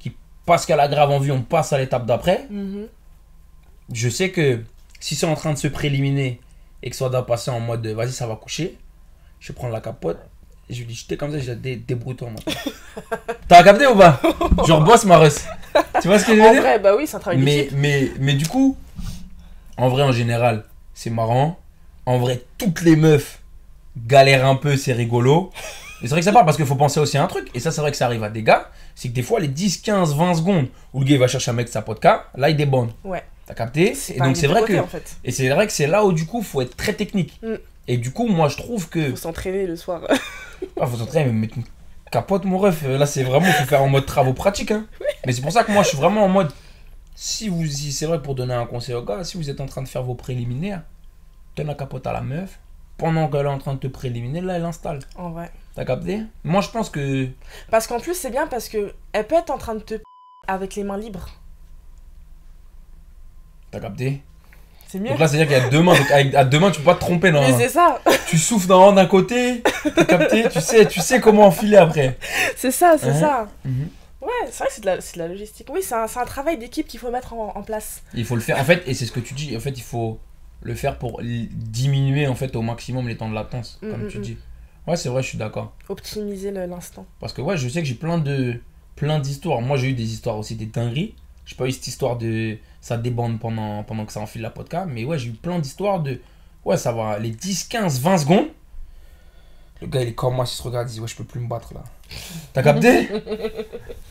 S1: qui, parce qu'elle a grave envie, on passe à l'étape d'après.
S2: Mhm.
S1: Je sais que si c'est en train de se préliminer et que ça doit passer en mode vas-y, ça va coucher, je prends la capote. et Je lui dis, j'étais comme ça, j'ai des débrouille-toi maintenant. T'as capté ou pas Genre, bosse ma russe. Tu vois ce que je veux
S2: En
S1: dire
S2: vrai, bah oui, c'est un travail
S1: mais,
S2: d'équipe.
S1: mais, mais du coup, en vrai, en général, c'est marrant. En vrai, toutes les meufs galèrent un peu, c'est rigolo. Et c'est vrai que ça part parce qu'il faut penser aussi à un truc. Et ça, c'est vrai que ça arrive à des gars. C'est que des fois, les 10, 15, 20 secondes où le gars il va chercher un mec de sa podcast, là, il débande.
S2: Ouais.
S1: T'as capté Et
S2: pas
S1: donc,
S2: un
S1: c'est vrai,
S2: côté,
S1: que,
S2: En fait.
S1: et c'est vrai que c'est là où, du coup, faut être très technique.
S2: Mm.
S1: Et du coup, moi, je trouve que.
S2: Faut s'entraîner le soir.
S1: Ah, faut s'entraîner, mais mettre une capote, mon ref. Là, c'est vraiment, faut faire en mode travaux pratiques. Hein. Mais c'est pour ça que moi, je suis vraiment en mode. Si vous y. C'est vrai, pour donner un conseil au gars, si vous êtes en train de faire vos préliminaires, donne la capote à la meuf. Pendant qu'elle est en train de te préliminer, là, elle installe.
S2: en vrai.
S1: T'as capté Moi, je pense que.
S2: Parce qu'en plus, c'est bien parce que elle peut être en train de te p- avec les mains libres.
S1: T'as capté
S2: C'est mieux.
S1: Donc là, c'est-à-dire qu'il y a deux mains. Donc, avec- à deux mains, tu peux pas te tromper. Non,
S2: Mais c'est ça,
S1: tu souffles d'un d'un côté. T'as capté tu sais, tu sais comment enfiler après.
S2: c'est ça, c'est
S1: Hein
S2: ça.
S1: Mhm.
S2: Ouais, c'est vrai que c'est de, la- c'est de la logistique. Oui, c'est un, c'est un travail d'équipe qu'il faut mettre en, en place.
S1: Il faut le faire. En fait, et c'est ce que tu dis. En fait, il faut le faire pour l- diminuer en fait au maximum les temps de latence,
S2: Mm,
S1: comme
S2: mm,
S1: tu
S2: mm.
S1: dis. Ouais, c'est vrai, je suis d'accord.
S2: Optimiser le- l'instant.
S1: Parce que ouais, je sais que j'ai plein de plein d'histoires. Moi, j'ai eu des histoires aussi des dingueries. J'ai pas eu cette histoire de ça débande pendant pendant que ça enfile la podcast, mais ouais, j'ai eu plein d'histoires de ouais, ça va les 10 15 20 secondes. Le gars, il est comme moi, il se regarde, il dit ouais, je peux plus me battre là. T'as capté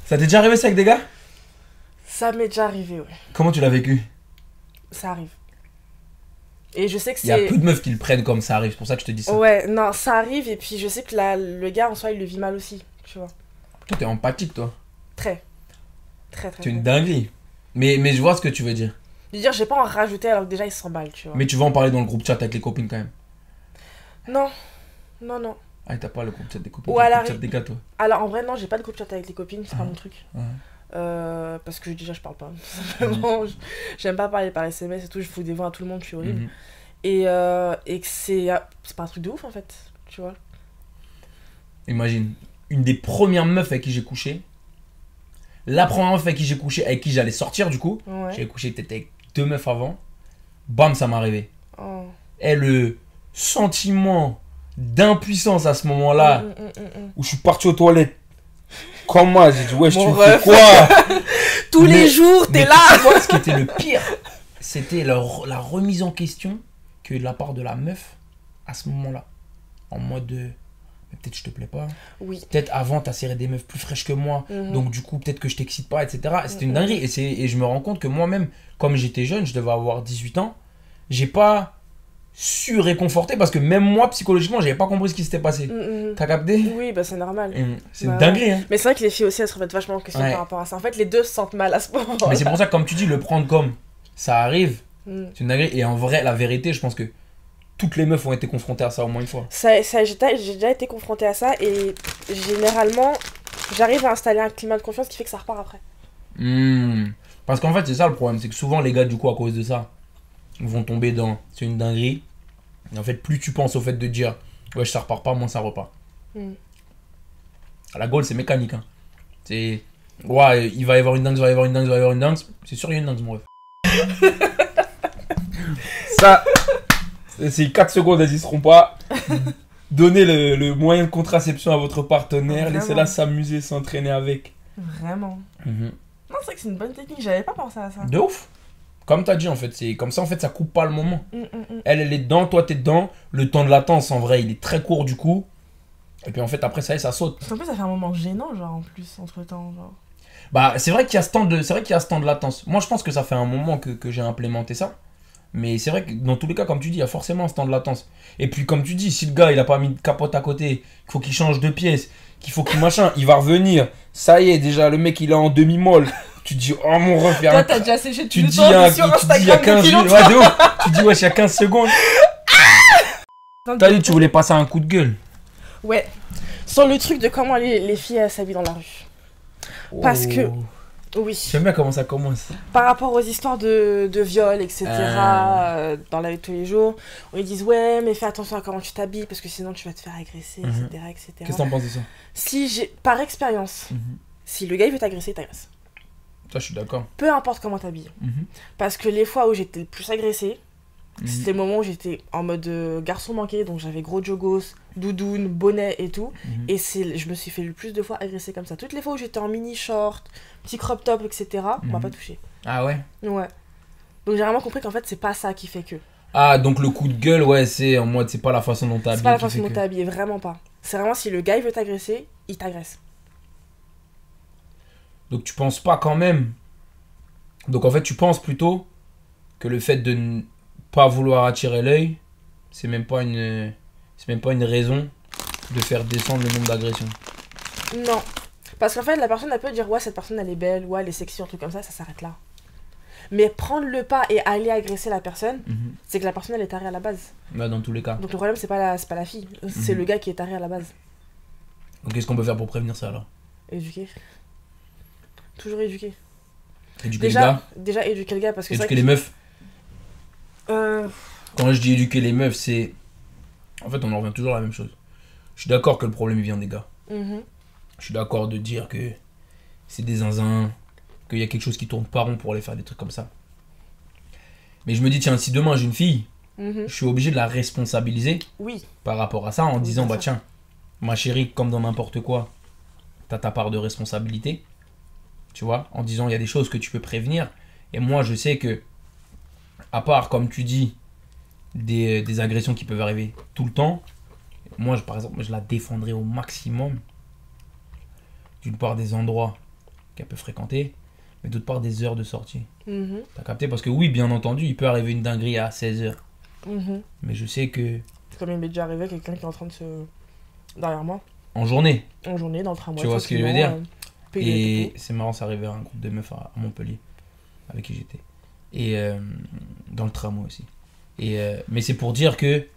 S1: Ça t'est déjà arrivé ça avec des gars
S2: Ça m'est déjà arrivé, ouais.
S1: Comment tu l'as vécu
S2: Ça arrive. Et je sais que
S1: Il y a
S2: c'est.
S1: peu de meufs qui le prennent comme ça arrive, c'est pour ça que je te dis ça.
S2: Ouais, non, ça arrive, et puis je sais que la- le gars en soi, il le vit mal aussi, tu vois.
S1: Toi, t'es empathique, toi.
S2: Très. Très, très.
S1: C'est
S2: très.
S1: une dinguerie. Mais, mais je vois ce que tu veux dire.
S2: De dire, j'ai pas en rajouter alors que déjà, il s'emballe, tu vois.
S1: Mais tu vas en parler dans le groupe chat avec les copines quand même.
S2: Non, non, non.
S1: Ah, t'as pas le groupe chat des copines,
S2: Ou
S1: t'as
S2: à
S1: le
S2: la
S1: groupe chat
S2: ré-
S1: des gars, toi.
S2: Alors en vrai non j'ai pas de groupe chat avec les copines, c'est pas
S1: Ah.
S2: mon truc.
S1: Ouais.
S2: Euh, parce que déjà je parle pas. tout simplement. Je- J'aime pas parler par SMS et tout, je fous des voix à tout le monde, je suis horrible.
S1: Mhm.
S2: Et, euh, et que c'est ah, c'est pas un truc de ouf en fait, tu vois.
S1: Imagine, une des premières meufs avec qui j'ai couché, la première meuf avec qui j'ai couché, avec qui j'allais sortir du coup,
S2: Ouais.
S1: j'ai couché peut-être avec deux meufs avant, bam, ça m'est arrivé.
S2: Oh.
S1: Et le sentiment d'impuissance à ce moment-là,
S2: Mm, mm, mm, mm.
S1: où je suis parti aux toilettes, comme moi, j'ai dit, ouais, je
S2: Mon
S1: te fais
S2: ref.
S1: quoi
S2: Tous
S1: Mais-
S2: les jours
S1: Mais
S2: t'es
S1: tu
S2: là
S1: sais quoi, ce qui était le pire c'était la, la remise en question que de la part de la meuf à ce moment-là. En mode de. mais Peut-être je te plais pas.
S2: Oui.
S1: Peut-être avant, t'as serré des meufs plus fraîches que moi.
S2: Mhm.
S1: Donc du coup, peut-être que je t'excite pas, etc. C'était
S2: Mhm.
S1: une dinguerie. Et, c'est- et je me rends compte que moi-même, comme j'étais jeune, je devais avoir 18 ans, j'ai pas su réconforter parce que même moi, psychologiquement, j'avais pas compris ce qui s'était passé.
S2: Mhm.
S1: T'as capté
S2: Oui, bah c'est normal.
S1: Mhm. C'est
S2: Bah
S1: une dinguerie, hein.
S2: Mais c'est vrai que les filles aussi, elles se remettent vachement en question
S1: Ouais.
S2: par rapport à ça. En fait, les deux se sentent mal à ce moment.
S1: Mais c'est pour ça que, comme tu dis, le prendre comme ça arrive,
S2: Mm.
S1: c'est une dinguerie. Et en vrai, la vérité, je pense que toutes les meufs ont été confrontées à ça au moins une fois.
S2: Ça, ça, j'ai ta- j'ai déjà été confrontée à ça et généralement, j'arrive à installer un climat de confiance qui fait que ça repart après.
S1: Hmm. Parce qu'en fait, c'est ça le problème, c'est que souvent les gars, du coup, à cause de ça, vont tomber dans c'est une dinguerie. Et en fait, plus tu penses au fait de dire ouais, ça repart pas, moins ça repart.
S2: Hmm.
S1: À la goal, c'est mécanique. Hein. C'est ouais, il va y avoir une dingue, il va y avoir une dingue, il va y avoir une dingue. C'est sûr, il y a une dingue, mon ref. ça, c'est- c'est 4 secondes, elles y seront pas. Donnez le, le moyen de contraception à votre partenaire,
S2: Vraiment.
S1: laissez-la s'amuser, s'entraîner avec.
S2: Vraiment.
S1: Mhm.
S2: Non, c'est vrai que c'est une bonne technique, j'avais pas pensé à ça.
S1: De ouf. Comme t'as dit en fait, c'est comme ça en fait ça coupe pas le moment.
S2: Mm,
S1: Elle elle est dedans, toi t'es dedans. Le temps de latence en vrai il est très court du coup. Et puis en fait après ça y est, ça saute.
S2: En plus, ça fait un moment gênant, genre en plus, entre temps. Genre.
S1: Bah c'est vrai qu'il y a ce temps de c'est vrai qu'il y a ce temps de latence. Moi je pense que ça fait un moment que, que j'ai implémenté ça. Mais c'est vrai que dans tous les cas comme tu dis il y a forcément un temps de latence. Et puis comme tu dis si le gars il a pas mis de capote à côté, qu'il faut qu'il change de pièce, qu'il faut qu'il machin, il va revenir. Ça y est déjà le mec il est en demi molle. Tu te dis oh mon ref il y a un
S2: t'as déjà séché
S1: tu dis, hein, tu dis il y a 15 jours, ouais, de ouf. tu dis ouais, il y a 15 secondes. T'as dit, tu voulais passer un coup de gueule.
S2: Ouais. Sur le truc de comment les, les filles elles s'habillent dans la rue. Parce que-
S1: Oh.
S2: Oui.
S1: J'aime bien comment ça commence.
S2: Par rapport aux histoires de, de viol, etc.,
S1: Euh.
S2: euh, dans la vie de tous les jours, on ils disent Ouais, mais fais attention à comment tu t'habilles parce que sinon tu vas te faire agresser,
S1: Mhm.
S2: etc. etc.
S1: Qu'est-ce que t'en penses de ça
S2: Si j'ai, par expérience,
S1: Mhm.
S2: si le gars il veut t'agresser, il t'agresse.
S1: Toi, je suis d'accord.
S2: Peu importe comment t'habilles.
S1: Mhm.
S2: Parce que les fois où j'étais le plus agressée,
S1: Mhm.
S2: c'était le moment où j'étais en mode euh, garçon manqué, donc j'avais gros jogos, doudoune, bonnet et tout.
S1: Mhm.
S2: Et c'est, je me suis fait le plus de fois agresser comme ça. Toutes les fois où j'étais en mini short, petit crop top, etc., on m'a
S1: Mhm.
S2: pas touché.
S1: Ah ouais
S2: Ouais. Donc j'ai vraiment compris qu'en fait c'est pas ça qui fait que.
S1: Ah, donc le coup de gueule, ouais, c'est en mode, c'est pas la façon dont t'as
S2: C'est pas la
S1: habillé qui
S2: façon dont
S1: fait
S2: t'es habillé, vraiment pas. C'est vraiment si le gars il veut t'agresser, il t'agresse.
S1: que- Donc tu penses pas quand même. Donc en fait, tu penses plutôt que le fait de ne pas vouloir attirer l'œil, c'est même pas une. C'est même pas une raison de faire descendre le nombre d'agressions.
S2: Non. Parce qu'en fait, la personne elle peut dire ouais, cette personne elle est belle, ouais, elle est sexy, un truc comme ça, ça s'arrête là. Mais prendre le pas et aller agresser la personne,
S1: Mhm.
S2: c'est que la personne elle est tarée à la base.
S1: Bah, dans tous les cas.
S2: Donc le problème c'est pas la, c'est pas la fille, c'est
S1: Mhm.
S2: le gars qui est taré à la base.
S1: Donc qu'est-ce qu'on peut faire pour prévenir ça alors
S2: Éduquer. Toujours éduquer.
S1: Éduquer les
S2: Déjà,
S1: gars,
S2: déjà éduquer le gars parce que c'est
S1: éduquer
S2: vrai
S1: les meufs.
S2: que- Euh,
S1: Quand je dis éduquer les meufs, c'est. En fait, on en revient toujours à la même chose. Je suis d'accord que le problème il vient des gars.
S2: mhm.
S1: Je suis d'accord de dire que c'est des zinzins, qu'il y a quelque chose qui tourne pas rond pour aller faire des trucs comme ça. Mais je me dis, tiens, si demain j'ai une fille,
S2: Mhm.
S1: je suis obligé de la responsabiliser
S2: Oui.
S1: par rapport à ça en
S2: Oui,
S1: disant
S2: bien
S1: bah tiens ma chérie comme dans n'importe quoi t'as ta part de responsabilité tu vois en disant il y a des choses que tu peux prévenir et moi je sais que à part comme tu dis des, des agressions qui peuvent arriver tout le temps moi je, par exemple je la défendrai au maximum d'une part des endroits qu'elle peut fréquenter mais d'autre part des heures de sortie
S2: Mhm.
S1: t'as capté parce que oui bien entendu il peut arriver une dinguerie à 16h
S2: Mhm.
S1: mais je sais que
S2: Comme il m'est déjà arrivé, quelqu'un qui est en train de se. derrière moi.
S1: en journée
S2: en journée dans le tramway.
S1: Tu vois ce que je veux
S2: tranquillement, euh, payer
S1: Et c'est marrant, c'est arrivé à un groupe de meufs à à Montpellier, avec qui j'étais. Et euh, dans le tramway aussi. Et, euh, mais c'est pour dire que,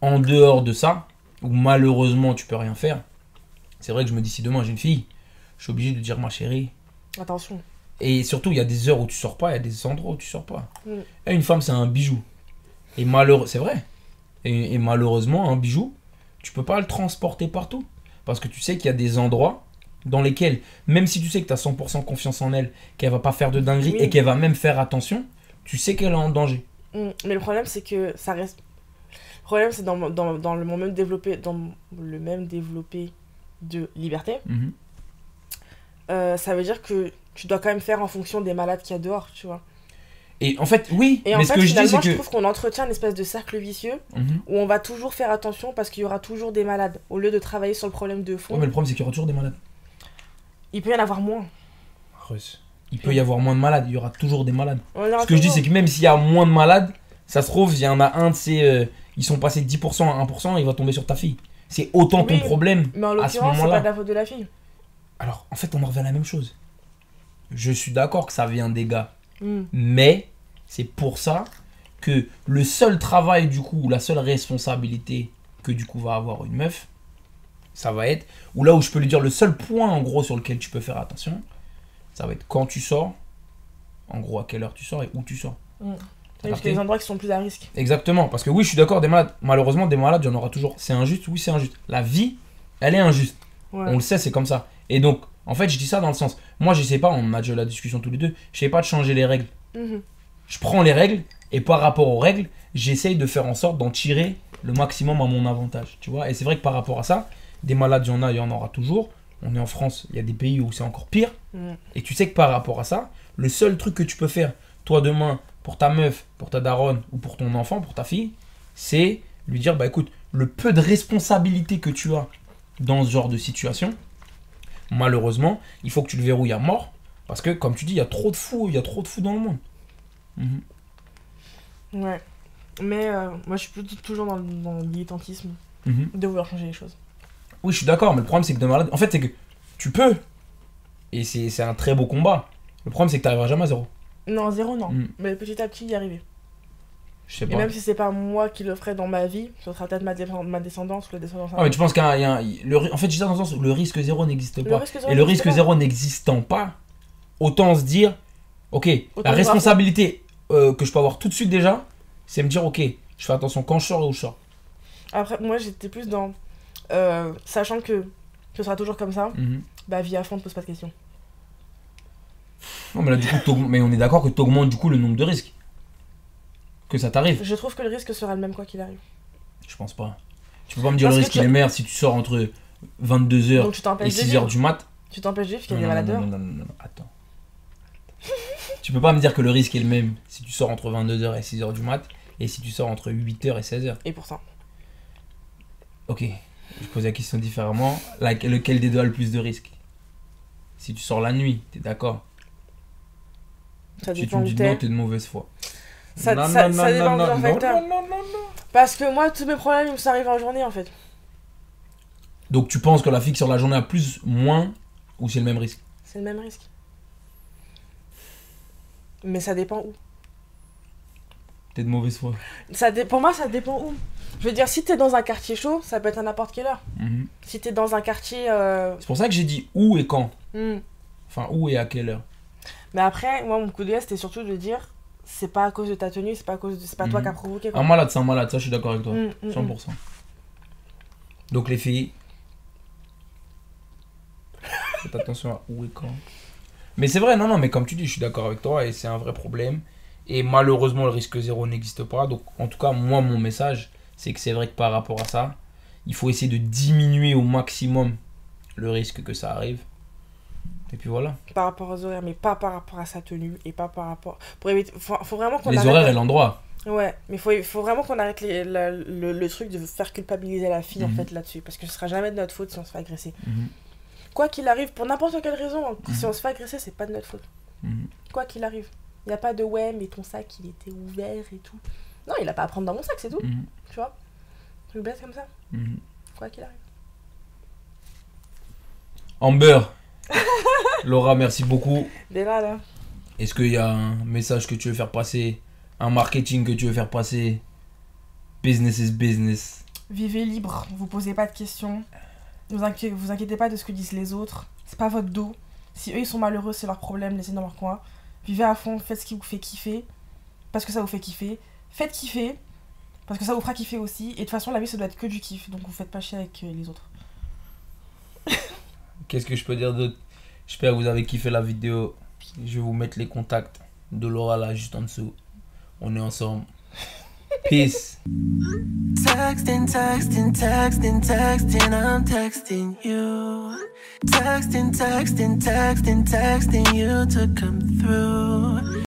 S1: en dehors de ça, où malheureusement tu peux rien faire, c'est vrai que je me dis si demain j'ai une fille, je suis obligé de lui dire ma chérie.
S2: tout. Attention.
S1: Et surtout, il y a des heures où tu sors pas, il y a des endroits où tu sors pas.
S2: Mm.
S1: Et une femme, c'est un bijou. Et malheureux, c'est vrai. Et, et malheureusement, un bijou, tu peux pas le transporter partout. Parce que tu sais qu'il y a des endroits dans lesquels, même si tu sais que tu as 100% confiance en elle, qu'elle va pas faire de dinguerie
S2: Oui.
S1: et qu'elle va même faire attention, tu sais qu'elle est en danger.
S2: Mm. Mais le problème, c'est que ça reste. Le problème, c'est dans, dans, dans le même développé, dans le même développé de liberté, euh, ça veut dire que tu dois quand même faire en fonction des malades qu'il y a dehors, tu vois.
S1: Et en fait, oui,
S2: Et en
S1: mais ce
S2: fait,
S1: que je dis,
S2: finalement,
S1: c'est
S2: je,
S1: que.
S2: trouve qu'on entretient un espèce de cercle vicieux
S1: Mhm.
S2: où on va toujours faire attention parce qu'il y aura toujours des malades. Au lieu de travailler sur le problème de fond,
S1: Ouais, mais le problème, c'est qu'il y aura toujours des malades.
S2: il peut y en avoir moins.
S1: Russ, Il peut y avoir moins de malades, il y aura toujours des malades.
S2: On en
S1: Ce que je dis, c'est que même s'il y a moins de malades, ça se trouve, il y en a un de ces. euh, ils sont passés de 10% à 1%, il va tomber sur ta fille. C'est autant ton
S2: Oui.
S1: problème.
S2: Mais en
S1: à ce
S2: l'occurrence, c'est
S1: moment-là.
S2: pas de la faute de la fille.
S1: Alors, en fait, on en revient à la même chose. Je suis d'accord que ça vient des gars.
S2: Mm.
S1: Mais c'est pour ça que le seul travail du coup, ou la seule responsabilité que du coup va avoir une meuf, ça va être, ou là où je peux lui dire le seul point en gros sur lequel tu peux faire attention, ça va être quand tu sors, en gros à quelle heure tu sors et où tu sors.
S2: Mm. Oui,
S1: Ça
S2: Parce
S1: partait-
S2: qu'il y a des endroits qui sont plus à risque.
S1: Exactement, parce que oui, je suis d'accord, des malades, malheureusement, des malades, il y en aura toujours. C'est injuste, oui, c'est injuste. La vie, elle est injuste.
S2: Ouais.
S1: On le sait, c'est comme ça. Et donc, en fait, je dis ça dans le sens. Moi, je sais pas, on a déjà eu la discussion tous les deux. Je sais pas de changer les règles.
S2: Mhm.
S1: Je prends les règles et par rapport aux règles, j'essaye de faire en sorte d'en tirer le maximum à mon avantage. Tu vois Et c'est vrai que par rapport à ça, des malades, il y en a, il y en aura toujours. On est en France, il y a des pays où c'est encore pire.
S2: Mhm.
S1: Et tu sais que par rapport à ça, le seul truc que tu peux faire, toi demain, pour ta meuf, pour ta daronne ou pour ton enfant, pour ta fille, c'est lui dire bah écoute, le peu de responsabilité que tu as dans ce genre de situation, malheureusement, il faut que tu le verrouilles à mort parce que, comme tu dis, il y a trop de fous, il y a trop de fous dans le monde. Mhm.
S2: Ouais. Mais euh, moi, je suis plutôt toujours dans le, dans le militantisme
S1: Mhm.
S2: de vouloir changer les choses.
S1: Oui, je suis d'accord, mais le problème c'est que de malade, en fait, c'est que tu peux et c'est c'est un très beau combat. Le problème c'est que tu n'arriveras jamais à zéro.
S2: Non, zéro, non.
S1: Mm.
S2: Mais petit à petit, y arriver.
S1: Je sais
S2: Mhm. Et
S1: pas.
S2: même si c'est pas moi qui le ferai dans ma vie, ce sera peut-être ma, dé- ma descendance ou la descendance.
S1: Ah, mais tu penses qu'il y a un- il y a un- le ri- En fait, je dis ça dans le sens où le risque zéro n'existe pas.
S2: risque zéro
S1: Et le
S2: n'existe
S1: risque
S2: pas.
S1: zéro n'existant pas, autant se dire, ok,
S2: Autant
S1: la
S2: le
S1: responsabilité euh, que je peux avoir tout de suite déjà, c'est me dire, ok, je fais attention quand je sors et où je sors.
S2: Après, moi, j'étais plus dans. euh, sachant que ce sera toujours comme ça, bah, vie à fond, ne pose pas de questions.
S1: Non, mais là, du coup, t'augmentes- mais on est d'accord que tu augmentes du coup le nombre de risques. Que ça t'arrive.
S2: Je trouve que le risque sera le même, quoi qu'il arrive.
S1: Je pense pas. Tu peux pas me dire
S2: Parce
S1: le
S2: que
S1: risque
S2: tu-
S1: il est meilleur si tu sors entre 22h
S2: Donc, tu
S1: et
S2: t'empêches de
S1: 6h
S2: vivre.
S1: du mat.
S2: Tu t'empêches de vivre, qu'il y a
S1: Non,
S2: des
S1: non, non, non,
S2: maladeurs.
S1: non, non, non, attends. tu peux pas me dire que le risque est le même si tu sors entre 22h et 6h du mat et si tu sors entre 8h et 16h.
S2: Et pourtant.
S1: Ok, je pose la question différemment. La- lequel des deux a le plus de risques Si tu sors la nuit, t'es d'accord
S2: Ça
S1: Si tu
S2: dépend
S1: me
S2: où
S1: dis
S2: t'es.
S1: non, t'es de mauvaise foi.
S2: Ça-
S1: Non,
S2: ça-
S1: non,
S2: ça
S1: non,
S2: dépend
S1: non,
S2: de leur
S1: non,
S2: facteur.
S1: non, non, non, non.
S2: Parce que moi, tous mes problèmes, ils me sont arrivés en journée, en fait.
S1: Donc tu penses que la fille qui sort la journée a plus, moins ou c'est le même risque
S2: C'est le même risque. Mais ça dépend où.
S1: T'es de mauvaise foi.
S2: Ça dé- Pour moi, ça dépend où. Je veux dire, si t'es dans un quartier chaud, ça peut être à n'importe quelle heure.
S1: Mhm.
S2: Si t'es dans un quartier. euh,
S1: C'est pour ça que j'ai dit où et quand.
S2: hmm.
S1: Enfin, où et à quelle heure.
S2: Mais après, moi, mon coup de gueule, c'était surtout de dire c'est pas à cause de ta tenue, c'est pas, à cause de... c'est pas
S1: Mhm.
S2: toi
S1: Ah,
S2: qui as provoqué. Quoi.
S1: Un malade, c'est un malade, ça je suis d'accord avec toi.
S2: Mm, mm, mm.
S1: 100%. Donc les filles, faites attention à où et quand. Mais c'est vrai, non, non, mais comme tu dis, je suis d'accord avec toi et c'est un vrai problème. Et malheureusement, le risque zéro n'existe pas. Donc en tout cas, moi, mon message, c'est que c'est vrai que par rapport à ça, il faut essayer de diminuer au maximum le risque que ça arrive. Et puis voilà.
S2: hmm. Par rapport aux horaires, mais pas par rapport à sa tenue et pas par rapport. Pour éviter... faut, faut vraiment qu'on
S1: les
S2: arrête.
S1: horaires et l'endroit.
S2: Ouais, mais faut, faut vraiment qu'on arrête les- la- le, le truc de faire culpabiliser la fille
S1: Mhm.
S2: en fait là-dessus. Parce que ce sera jamais de notre faute si on se fait agresser.
S1: Mhm.
S2: Quoi qu'il arrive, pour n'importe quelle raison, hein,
S1: Mhm.
S2: si on se fait agresser, c'est pas de notre faute.
S1: Mhm.
S2: Quoi qu'il arrive. Il n'y a pas de ouais, mais ton sac il était ouvert et tout. Non, il a pas à prendre dans mon sac, c'est tout.
S1: Mhm.
S2: Tu vois Un truc bête comme ça,
S1: Mhm.
S2: quoi qu'il arrive.
S1: Amber, Laura, merci beaucoup.
S2: Dès là, là.
S1: Est-ce qu'il y a un message que tu veux faire passer Un marketing que tu veux faire passer Business is business.
S2: Vivez libre, vous posez pas de questions. Ne vous, inquié- vous inquiétez pas de ce que disent les autres. C'est pas votre dos. Si eux ils sont malheureux, c'est leur problème, laissez dans leur coin. Vivez à fond, faites ce qui vous fait kiffer. Parce que ça vous fait kiffer. Faites kiffer. Parce que ça vous fera kiffer aussi. Et de toute façon, la vie ça doit être que du kiff. Donc vous faites pas chier avec euh, les autres.
S1: Qu'est-ce que je peux dire d'autre J'espère que vous avez kiffé la vidéo. Je vais vous mettre les contacts de Laura là juste en dessous. On est ensemble. Peace.
S4: Texting, texting, texting, texting, I'm texting you. Texting, texting, texting, texting you to come through.